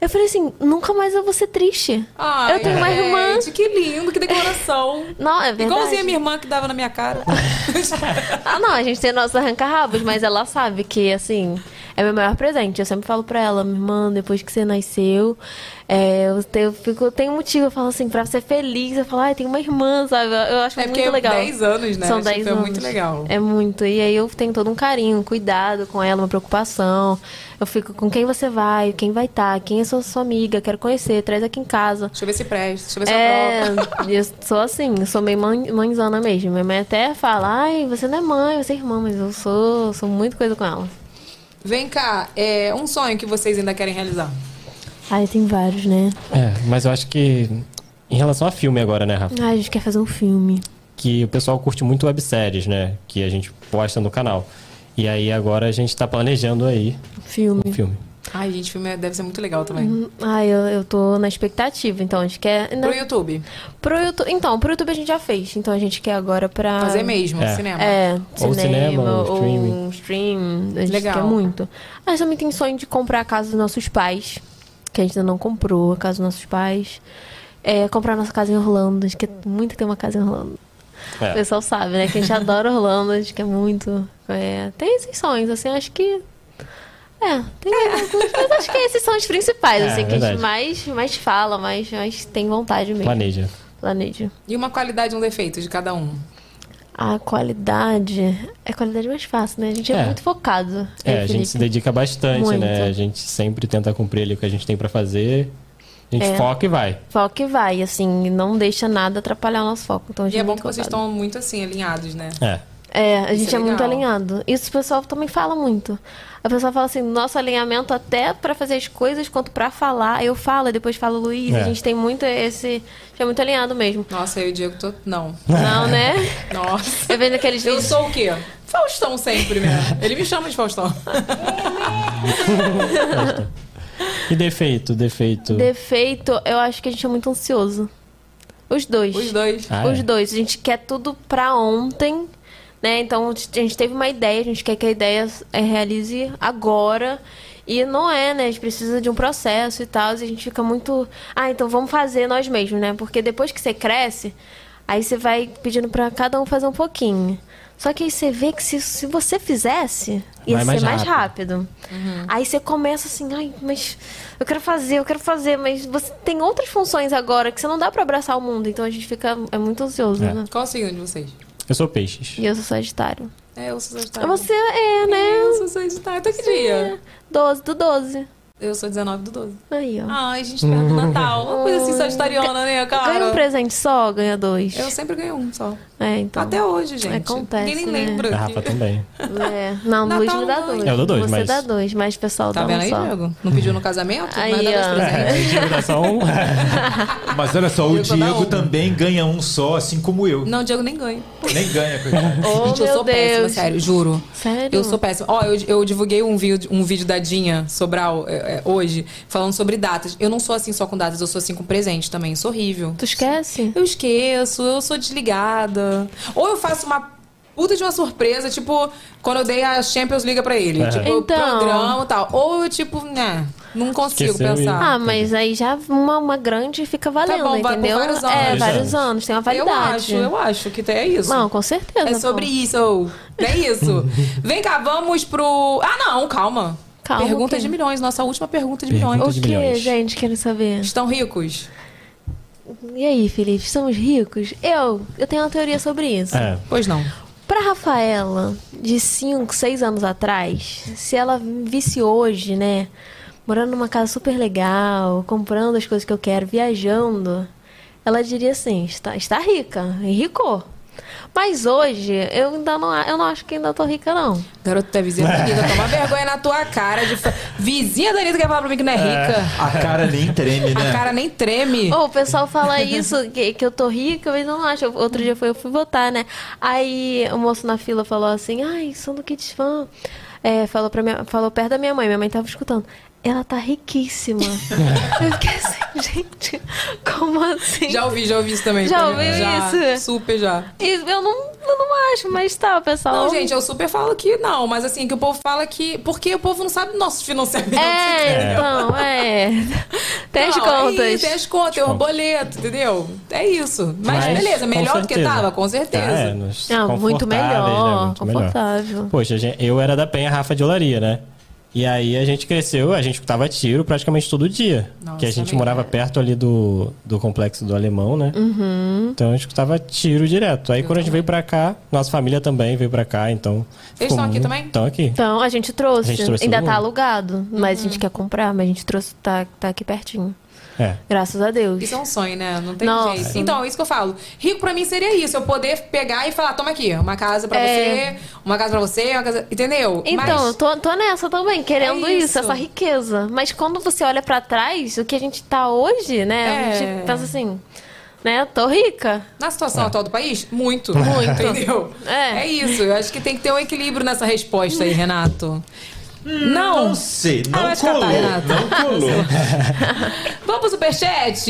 eu falei assim, nunca mais eu vou ser triste.
Ai,
eu tenho uma irmã.
gente, Que lindo, que decoração.
Não, é verdade.
Igualzinha a minha irmã que dava na minha cara.
Ah, não, a gente tem nosso arranca-rabos, mas ela sabe que, assim, é meu maior presente. Eu sempre falo pra ela, minha irmã, depois que você nasceu, é, eu, te- eu fico, eu tenho motivo, eu falo assim, pra ser feliz. Eu falo, ai, tem uma irmã, sabe? Eu- Eu acho
É porque
muito legal.
10 anos, né?
São
Acho que
10
foi
anos.
muito legal.
É muito. E aí eu tenho todo um carinho, um cuidado com ela, uma preocupação. Eu fico com quem você vai, quem vai estar, quem é sua, sua amiga, quero conhecer, traz aqui em casa.
Deixa eu ver se presta, deixa eu ver se
É,
eu
eu sou assim, eu sou meio mãe, mãezona mesmo. Minha mãe até fala, ai, você não é mãe, você é irmã, mas eu sou, sou muito coisa com ela.
Vem cá, é um sonho que vocês ainda querem realizar.
Ai, tem vários, né?
É, mas eu acho que. Em relação a filme agora, né, Rafa?
Ai, a gente quer fazer um filme.
que o pessoal curte muito webséries, né? Que a gente posta no canal. E aí agora a gente tá planejando aí
Filme.
um filme.
Ai, gente, filme é- deve ser muito legal também.
Ai, eu, eu tô na expectativa, então a gente quer.
Pro
na-
YouTube.
pro YouTube. Então, pro YouTube a gente já fez. Então a gente quer agora pra.
Fazer mesmo,
É.
cinema.
Ah. É,
Ou
cinema,
cinema, ou
ou
streaming.
um stream. A gente
Legal.
quer muito. A gente também tem sonho de comprar a casa dos nossos pais, que a gente ainda não comprou, a casa dos nossos pais. É, comprar a nossa casa em Orlando, a gente quer muito ter uma casa em Orlando. O
É.
pessoal sabe, né? Que a gente adora Orlando, a gente quer muito. É, tem esses sonhos, assim, acho que. É, tem alguns, mas acho que esses são os principais,
É,
assim, que a
verdade.
gente mais, mais fala, mais, mais tem vontade mesmo.
Planeja.
Planeja.
E uma qualidade e um defeito de cada um.
A qualidade. É a qualidade mais fácil, né? A gente é,
É.
muito focado.
É,
né,
a
Felipe?
gente se dedica bastante,
Muito.
né? A gente sempre tenta cumprir ali o que a gente tem pra fazer. A gente
É.
foca e vai.
Foca e vai, assim, não deixa nada atrapalhar o nosso foco. Então, a
E
gente
é bom
muito
que vocês
focado.
estão muito assim, alinhados, né?
É.
É, a
Isso
gente
é
é, muito
legal.
alinhado. Isso o pessoal também fala muito. A pessoa fala assim, nosso alinhamento até pra fazer as coisas quanto pra falar. Eu falo, e depois falo Luiz.
É.
A gente tem muito esse. A gente é muito alinhado mesmo.
Nossa, eu e o Diego tô. Não.
Não, né?
Nossa.
Eu vejo aqueles
Eu
vídeos.
sou o quê? Faustão sempre, né? Ele me chama de Faustão.
E defeito, defeito.
Defeito, eu acho que a gente é muito ansioso. Os dois.
Os dois.
Ah,
Os
é.
dois. A gente quer tudo pra ontem, né? Então a gente teve uma ideia, a gente quer que a ideia é, realize agora. E não é, né? A gente precisa de um processo e tal. E a gente fica muito. Ah, então vamos fazer nós mesmos, né? Porque depois que você cresce, aí você vai pedindo pra cada um fazer um pouquinho. Só que aí você vê que se, se você fizesse, ia
Vai
ser
mais
mais
rápido.
rápido rápido.
Uhum.
Aí você começa assim, ai, mas eu quero fazer, eu quero fazer, mas você tem outras funções agora que você não dá pra abraçar o mundo, então a gente fica é muito ansioso,
É.
né?
Qual o signo de vocês?
Eu sou peixes.
E eu sou Sagitário.
É, eu sou
Ah,
Sagitário.
Você é,
Eu
né? é
sou Sagitário. Tá que dia?
12 do 12.
Eu sou 19 do 12.
Aí, ó.
Ai, gente, perto do Natal. Uma coisa assim sagitariana, né, cara?
Ganha um presente só, ganha dois.
Eu sempre ganho um só.
É, então.
Até hoje, gente.
Acontece,
Ninguém nem
né?
A
lembra.
Rafa também.
É. Não,
Natal
o Luiz me dá
não.
dois.
né? Eu dou dois,
Você
mas-
dá dois, mas o pessoal
Tá
dá
vendo
um
aí,
só.
Diego? Não pediu no casamento?
Aí,
mas dá dois
ó.
É,
É.
presentes.
Intimidação.
Mas olha só, o
Diego dá
Diego
um.
também ganha um só, assim como eu.
Não, Diego nem ganha.
Nem ganha, coitado.
Oh,
gente, eu
meu
sou péssima,
Deus.
sério, juro.
Sério?
Eu sou péssima. Ó, eu, eu divulguei um vídeo, um vídeo da Dinha Sobral é, é, hoje, falando sobre datas. Eu não sou assim só com datas, eu sou assim com presente também. Sou horrível.
Tu esquece?
Eu esqueço, eu sou desligada. Ou eu faço uma puta de uma surpresa,
É.
tipo, quando eu dei a Champions League pra ele. Tipo, eu
Então.
programa e tal. Ou eu, tipo, né. Não consigo
Esqueceu
pensar.
e-
Ah, mas aí já uma, uma grande fica valendo,
Tá bom, vai por
entendeu?
vários anos.
É,
Vários anos.
vários anos, tem uma
Eu
Ah, validade.
acho, eu acho que é isso.
Não, com certeza.
É sobre
pô.
isso. É isso. Vem cá, vamos pro. Ah, não, calma.
Calma,
pergunta
o quê?
de milhões, nossa última pergunta de
O
milhões.
que, gente, quero saber?
Estão ricos?
E aí, Felipe, somos ricos? Eu, eu tenho uma teoria sobre isso.
É.
Pois não.
Pra Rafaela, de 5, 6 anos atrás, se ela visse hoje, né? Morando numa casa super legal, comprando as coisas que eu quero, viajando, ela diria assim, está, está rica, enricou. Mas hoje, eu ainda não, a- eu não acho que ainda tô rica, não.
Garoto, tu é vizinha da Anitta. Toma vergonha na tua cara de. fa- Vizinha da Anitta quer falar pra mim que não é rica.
A cara nem treme, né?
A cara nem treme.
Ô, o pessoal fala isso, que, que eu tô rica, mas não acho. Outro dia foi, eu fui votar, né? Aí o moço na fila falou assim, ai, sou do Kids Fan. É, falou, pra minha, falou perto da minha mãe, minha mãe tava escutando. Ela tá riquíssima. eu fiquei assim, gente, como assim?
Já ouvi, já ouvi isso também.
Já
Pô,
ouviu isso?
Super já.
E Eu não, eu não acho, mas tá, pessoal.
Não, gente, eu super falo que não, mas assim, que o povo fala que. Porque o povo não sabe nossos financiamentos.
É,
entendeu?
então, é. Tem as
Não,
contas.
É isso, tem as contas, tem o boleto, entendeu? É isso. Mas,
Mas,
beleza,
com
melhor do que
certeza.
tava, com certeza.
Ah, é, nos
Ah, muito
confortáveis,
melhor,
né? Muito melhor.
confortável.
Poxa, gen- eu era da Penha Rafa de Olaria, né? E aí a gente cresceu, a gente escutava tiro praticamente todo dia.
Nossa,
que a gente
amiga.
morava perto ali do, do complexo do alemão, né?
Uhum.
Então a gente escutava tiro direto. Aí quando a gente veio pra cá, nossa família também veio pra cá, então. ficou
estão aqui
muito-
também?
Estão aqui.
Então, a gente trouxe.
A gente trouxe um?
Ainda
todo
tá
mundo.
alugado, mas a gente
Uhum.
quer comprar, mas a gente trouxe, tá, tá aqui pertinho.
É.
Graças a Deus.
Isso é um sonho, né? Não tem
Nossa.
jeito. Então, é isso que eu falo. Rico pra mim seria isso. Eu poder pegar e falar, toma aqui, uma casa pra
É.
você, uma casa pra você, uma casa... Entendeu?
Então, eu tô, tô nessa também, querendo
um É
isso.
isso.
essa riqueza. Mas quando você olha pra trás, o que a gente tá hoje, né? A gente
É.
pensa assim, né? Tô rica.
Na situação atual do país, muito.
Muito.
Entendeu?
É.
É isso. Eu acho que tem que ter um equilíbrio nessa resposta aí, Renato. Não.
Não sei, não
Ah, vai ficar
colou.
tá, Renato.
não colou.
Vamos pro superchat?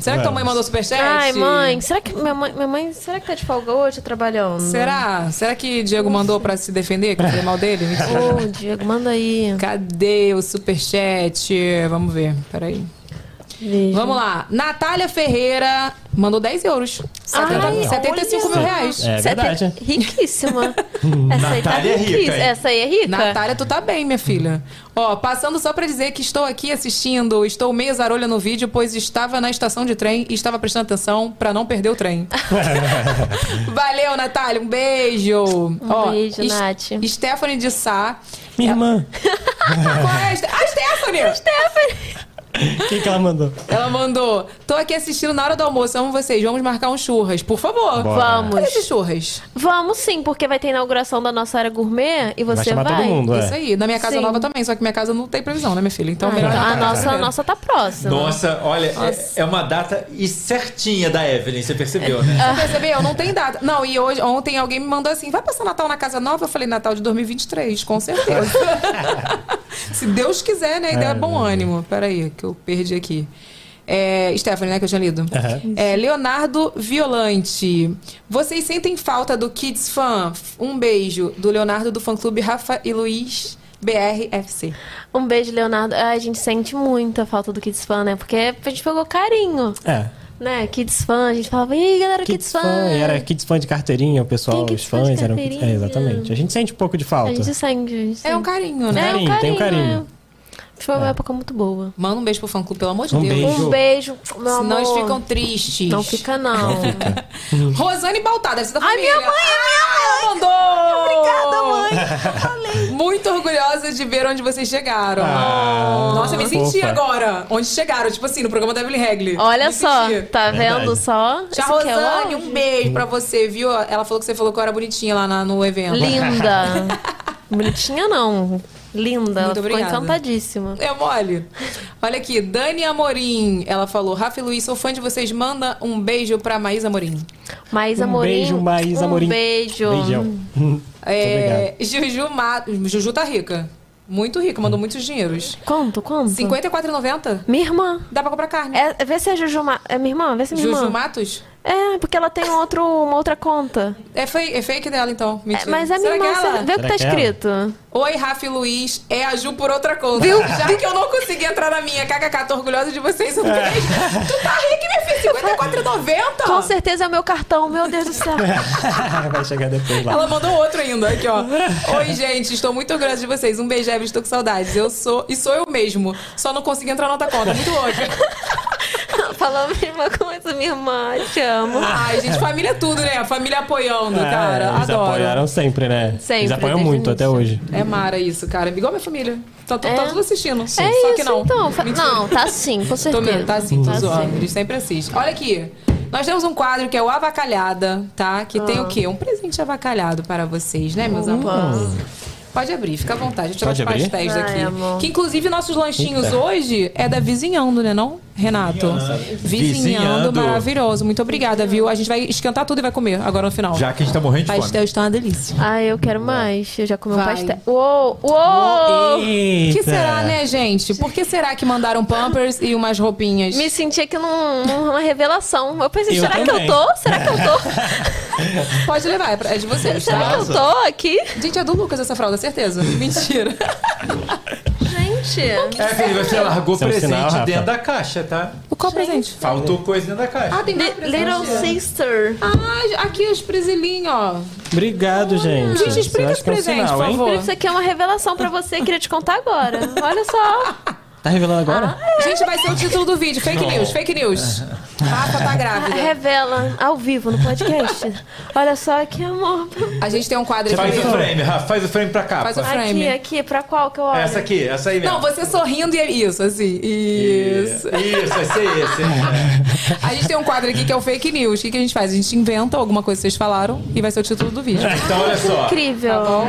Será que tua mãe
Vamos.
mandou superchat?
Ai, mãe, será que minha mãe, minha mãe será que tá de folga hoje ou trabalhando?
Será? Será que Diego mandou pra se defender? Que eu falei mal dele?
Ô, Diego, manda aí.
Cadê o superchat? Vamos ver. Peraí. Vamos lá. Natália Ferreira mandou 10 euros. 70,
Ai,
75 mil
olha.
reais.
É verdade. Setenta- Riquíssima. Essa aí tá
Natália é rica,
riquíssima.
hein?
Essa aí é rica.
Natália, tu tá bem, minha filha. Ó, passando só pra dizer que estou aqui assistindo, estou meio zarolha no vídeo, pois estava na estação de trem e estava prestando atenção pra não perder o trem. Valeu, Natália, um beijo. Um
beijo, Nath.
Stephanie de Sá.
Minha irmã.
Qual é a Ste- a Stephanie! A Stephanie!
O que, que ela mandou?
Ela mandou: tô aqui assistindo na hora do almoço, amo vocês, vamos marcar um churras, por favor.
Bora. Vamos.
Cadê esses churras?
Vamos sim, porque vai ter inauguração da nossa área gourmet e você vai.
chamar todo mundo, é.
Isso aí, na minha casa
Sim.
nova também, só que minha casa não tem previsão, né, minha filha? Então
Ah,
melhor
então
na
a
casa
nossa, a
primeiro.
nossa tá próxima.
Nossa, olha, é- É, uma data e certinha da Evelyn, você percebeu, né?
Você percebeu? Não tem data. Não, e hoje, ontem alguém me mandou assim: vai passar Natal na casa nova? Eu falei, Natal de 2023, com certeza. Se Deus quiser, né? E der
É,
bom ânimo. Peraí, que eu perdi aqui. É, Stephanie, né, que eu tinha lido.
Aham.
É, Leonardo Violante. Vocês sentem falta do Kids Fan? Um beijo do Leonardo do fã clube Rafa e Luiz BRFC.
Um beijo, Leonardo. Ai, A gente sente muita falta do Kids Fan, né? Porque a gente pegou carinho.
É.
Né? Kids Fan, a gente falava, ih, galera, Kids, Fan.
Fã, e era kids fã de carteirinha, o pessoal, os
fã de
fãs eram.
carteirinha.
É, exatamente. A gente sente um pouco de
A
falta.
gente sente, a gente sente.
É um carinho,
né?
É um carinho,
Tem um carinho.
é. Foi uma época muito boa.
Manda um beijo pro fã clube, pelo amor de
Um
Deus.
beijo.
Um beijo, meu
Senão eles
amor.
ficam tristes.
Não fica, não.
Rosane Baltada, deve ser da família.
minha mãe, é
ah, minha mãe! Ela mandou! Obrigada, mãe! Muito orgulhosa de ver onde vocês chegaram.
Ah,
Nossa, eu me senti
fofa.
agora. Onde chegaram, tipo assim, no programa da Evelyn Regli.
Olha
Me
só,
senti.
tá vendo só?
Tia
Isso que é
Rosane,
ódio.
um beijo pra você, viu? Ela falou que você falou que eu era bonitinha lá na- no evento.
Linda. Bonitinha não. Linda.
Muito
Ela ficou
obrigada.
encantadíssima.
É mole. Olha aqui, Dani Amorim. Ela falou: Rafa e Luiz, sou fã de vocês. Manda um beijo pra Maísa Amorim.
Maísa
Um
Amorim.
beijo, Maísa
um
Amorim.
beijo.
Beijão.
É, Juju Matos. Juju tá rica. Muito rica, mandou muitos dinheiros.
Quanto, quanto?
54,90?
Minha irmã.
Dá pra comprar carne.
É, vê se é Juju Matos. É minha irmã? Vê se é minha
Juju
irmã.
Matos?
É, porque ela tem um outro, uma outra conta.
É fake, é fake dela, então. Mentira.
É, mas é minha
Será que
irmã,
ela?
você- vê o que tá escrito.
Oi, Rafa e Luiz, é a Ju por outra conta.
Viu?
Já que eu não consegui entrar na minha, kkk, tô orgulhosa de vocês, são três. Tu tá rica, minha filha, 54,90?
É. Com certeza é o meu cartão, meu Deus do céu.
Vai chegar depois lá.
Ela mandou outro ainda, aqui ó. Oi, gente, estou muito orgulhosa de vocês. Um beijo, Evelyn, estou com saudades. Eu sou, e sou eu mesmo. Só não consegui entrar na outra conta, muito louca.
Falou minha irmã como essa minha irmã, te amo.
Ai, gente, família é tudo, né? Família apoiando,
É,
cara.
Ah, eles
Adoro.
apoiaram sempre, né?
Sempre,
Eles apoiam
desde
muito
o
até hoje.
É mara isso, cara. Igual minha família. Tá, tá, tá tudo assistindo. Só
É. isso,
que não.
então. Fa-
Mentira.
não, tá sim, com
Tô
certeza.
mesmo, tá sim, tô
Tá
zoando.
sim.
Eles sempre assistem. Olha aqui. Nós temos um quadro que é o Avacalhada, tá? Que tem
Ah.
o quê? Um presente avacalhado para vocês, né, meus
Opa.
amores? Pode abrir, fica à vontade. Vou tirar
Pode
os
abrir?
pastéis
Ai,
daqui.
amor.
Que inclusive nossos lanchinhos
Eita.
hoje é da Vizinhando, né não, Renato? Vizinhando.
Vizinhando.
maravilhoso. Muito obrigada, viu? A gente vai esquentar tudo e vai comer agora no final.
Já que a gente tá morrendo de fome.
Pastel está uma delícia.
Ai, Ah, eu quero mais. Eu já comi um
Vai.
pastel. Uou, uou!
É.
que será, né, gente? Por que será que mandaram Pampers e umas roupinhas?
Me senti aqui num- numa revelação. Eu pensei,
Eu
será que
também.
eu tô? Será que eu tô?
Pode levar, é pra- é de vocês.
Será que eu tô aqui?
Gente, é do Lucas essa fralda, certeza. Mentira.
Gente.
É, filho, você largou
Isso é um
presente
sinal, Rafa.
dentro da caixa, tá?
Qual presente?
Faltou coisa dentro da caixa.
Ah, tem mais
Li-
presente.
Little Sister.
Ah, aqui os preselinhos, ó.
Obrigado, gente.
Gente,
explica
Eu acho
esse
que é um
presente,
sinal,
por
hein?
favor.
Isso aqui é uma revelação pra você, queria te contar agora. Olha só.
Tá revelando agora?
Gente, vai ser o título do vídeo. Fake
Não.
news, fake news. Rafa tá grávida.
Revela ao vivo no podcast. Olha só que amor.
A gente tem um quadro
Faz o
aqui.
frame, Rafa, faz o frame pra cá.
Faz o frame.
Aqui, aqui, pra qual que eu olho?
Essa aqui, essa aí mesmo.
Não, você sorrindo e é isso, assim. Isso.
Isso, esse aí, esse aí.
A gente tem um quadro aqui que é o fake news. O que, que a gente faz? A gente inventa alguma coisa que vocês falaram e vai ser o título do vídeo.
É.
Então, olha só.
Incrível. Tá
bom,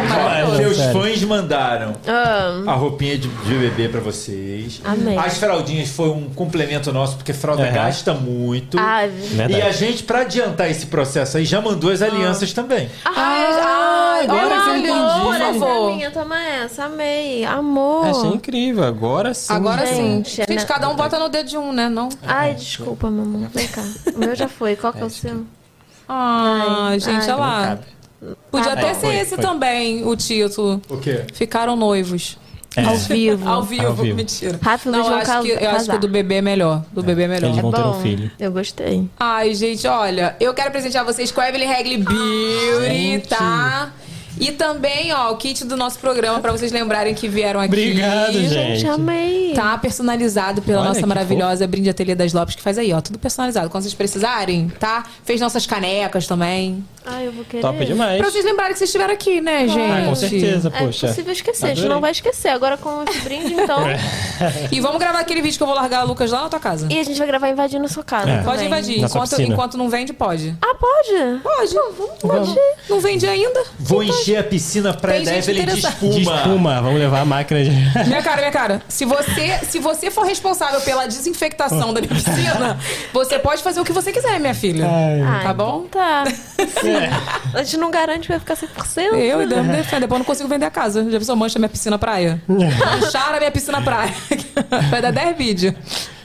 Olha, Seus fãs mandaram
Ah,
a roupinha de, de bebê pra vocês.
Amei.
As fraldinhas foi um complemento nosso, porque fralda
Aham.
gasta muito.
é
Ah,
e
verdade.
a gente, pra adiantar esse processo aí, já mandou as alianças também.
Ah,
agora que eu entendi.
amor,
Por
essa
favor.
é minha, toma essa, amei. Amor.
Achei incrível, agora sim.
Ah, Agora sim.
Gente,
Gente,
né?
cada um bota no dedo de um, né? Não?
Ai, desculpa, mamãe. Vem cá. O meu já foi. Qual que é o seu?
Ah,
Ai,
gente,
ai.
olha lá.
Cabe.
Podia
Tá
até
bom.
ser
Foi,
esse
foi.
também, o título.
O quê?
Ficaram noivos.
É.
Ao vivo. Ao vivo,
Ao vivo.
mentira.
Rafa e
Não,
Luiz
eu
vão
acho, que, eu
casar.
acho que o do bebê é melhor. Do bebê é melhor.
Eles vão ter um filho.
Eu gostei.
Ai, gente, olha, eu quero presentear vocês com a Evelyn Regli Beauty, tá? E também, ó, o kit do nosso programa pra vocês lembrarem que vieram aqui.
Obrigado, gente. Gente,
amei.
Tá personalizado pela
Olha,
nossa
que
maravilhosa Brinde Ateliê das Lopes, que faz aí, ó, tudo personalizado. Quando vocês precisarem, tá? Fez nossas canecas também.
Ai, eu vou querer.
Top demais.
Pra vocês lembrarem que vocês estiveram aqui, né, gente?
Ah, com certeza, poxa.
É possível esquecer, a gente
Adorei.
não vai esquecer. Agora com esse brinde, então.
E vamos gravar aquele vídeo que eu vou largar o Lucas lá na tua casa.
e a gente vai gravar invadindo sua casa.
É.
também.
Pode invadir.
Na sua
Enquanto,
piscina.
enquanto não vende, pode.
Ah, pode?
Pode. Pode. Não vende ainda?
Vou encher a piscina pra
Então, Tem gente
Evelyn de
interessada.
espuma.
De espuma, vamos levar a máquina de.
Minha cara, minha cara. Se você, se você for responsável pela desinfectação da minha piscina, você pode fazer o que você quiser, minha filha.
Ai,
Tá bom?
então Tá.
É.
Sim. A gente não garante que vai ficar 100%.
Eu e Deus me defende. Depois eu não consigo vender a casa. Já pensou, mancha minha piscina praia? Mancharam a minha piscina praia. Vai dar 10 vídeos.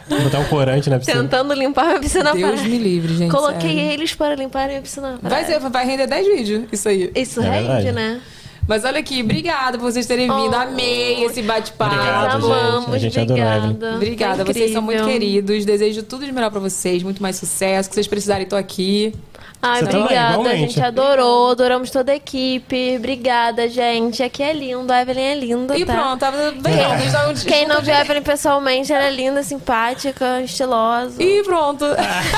Vou botar um corante na piscina.
Tentando limpar a piscina
Deus
praia.
me livre, gente,
Coloquei
sério.
eles para limparem a piscina
Vai, ser-
praia.
vai render 10 vídeos, isso aí.
Isso
é
rende, né?
Mas olha aqui, obrigada por vocês terem vindo.
Oh.
Amei esse bate-papo.
Obrigado, gente. Amamos, A gente adorou, obrigada. Evelyn.
Obrigada,
Foi
vocês são muito
Tá incrível.
queridos. Desejo tudo de melhor pra vocês, muito mais sucesso. O que vocês precisarem, tô aqui.
Ai,
Você também,
obrigada, a
igualmente.
gente adorou, adoramos toda a equipe. Obrigada, gente. Aqui é lindo, a Evelyn é linda.
E
tá?
pronto, a- bem, vamos dar um
Quem, quem não
desconto
viu a Evelyn pessoalmente, ela é linda, simpática, estilosa.
E pronto.
Ah,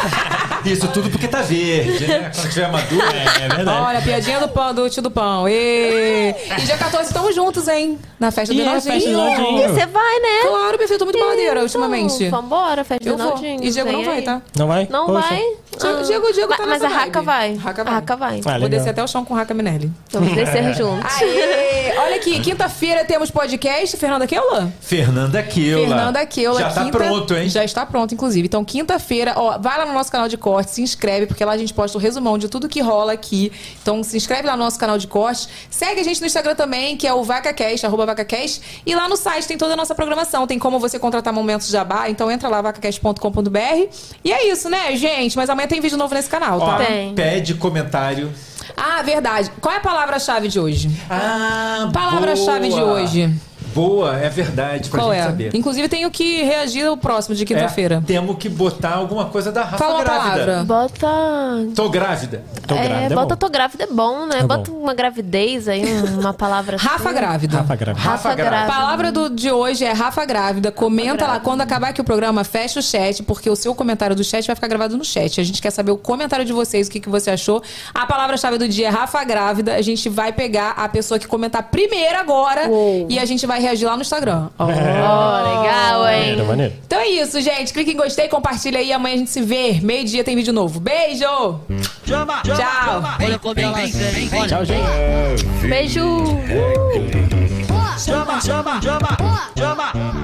Isso tudo porque tá verde, né? Quando tiver madura. É,
Olha, piadinha do pão, do tio do pão. E, e dia 14 estamos juntos, hein? Na festa do
E é,
Naldinho.
festa do Naldinho. E você vai, né?
Claro, meu filho, tô muito
Então,
baladeira ultimamente.
vambora, festa
Eu
do
vou.
Naldinho,
E Diego não
vem
vai,
aí.
tá?
Não vai?
Não
Poxa.
vai? Ah.
Diego, Diego, Diego
Mas,
tá
mas a
nessa
Raca
vibe.
vai.
Raca
vai. A Raca vai.
Vou descer até o chão com o Raca Minelli.
Vamos descer juntos.
Aê! Olha aqui, quinta-feira temos podcast. Fernanda é Keula?
Fernanda Keula.
Fernanda Keula.
Já tá
quinta-
pronto, hein?
Já está pronto, inclusive. Então, quinta-feira, ó, vai lá no nosso canal de corte, se inscreve, porque lá a gente posta o resumão de tudo que rola aqui. Então, se inscreve lá no nosso canal de corte. Segue a gente no Instagram também, que é o VacaCast, arroba VacaCast. E lá no site tem toda a nossa programação. Tem como você contratar momentos de jabá. Então, entra lá, vacacast.com.br. E é isso, né, gente? Mas amanhã Amanhã tem vídeo novo nesse canal,
Ó,
tá?
pede comentário.
Ah, verdade. Qual é a palavra-chave de hoje?
Ah,
Palavra-chave de
boa.
hoje.
Boa, é verdade, pra
Qual
gente
é?
saber.
Inclusive, tenho que reagir ao próximo de quinta-feira.
É, temos que botar alguma coisa da Rafa
Fala uma
grávida.
palavra.
Bota.
Tô grávida. Tô
é, bota tô grávida é bom, né?
É bom.
bota uma gravidez aí, uma
É.
palavra assim.
Rafa grávida. Rafa
grávida.
Rafa grávida.
A palavra do- de hoje é Rafa grávida. Comenta lá quando acabar aqui o programa, fecha o chat, porque o seu comentário do chat vai ficar gravado no chat. A gente quer saber o comentário de vocês, o que, que você achou. A palavra-chave do dia é Rafa grávida. A gente vai pegar a pessoa que comentar primeiro agora e a gente vai reagir lá no Instagram. Ó.
legal, hein?
Maneiro, maneiro.
Então é isso, gente. Clique em gostei, compartilha aí. Amanhã a gente se vê. Meio-dia tem vídeo novo. Beijo! Tchau!
Tchau, gente. Beijo.
Chama, chama, chama, chama.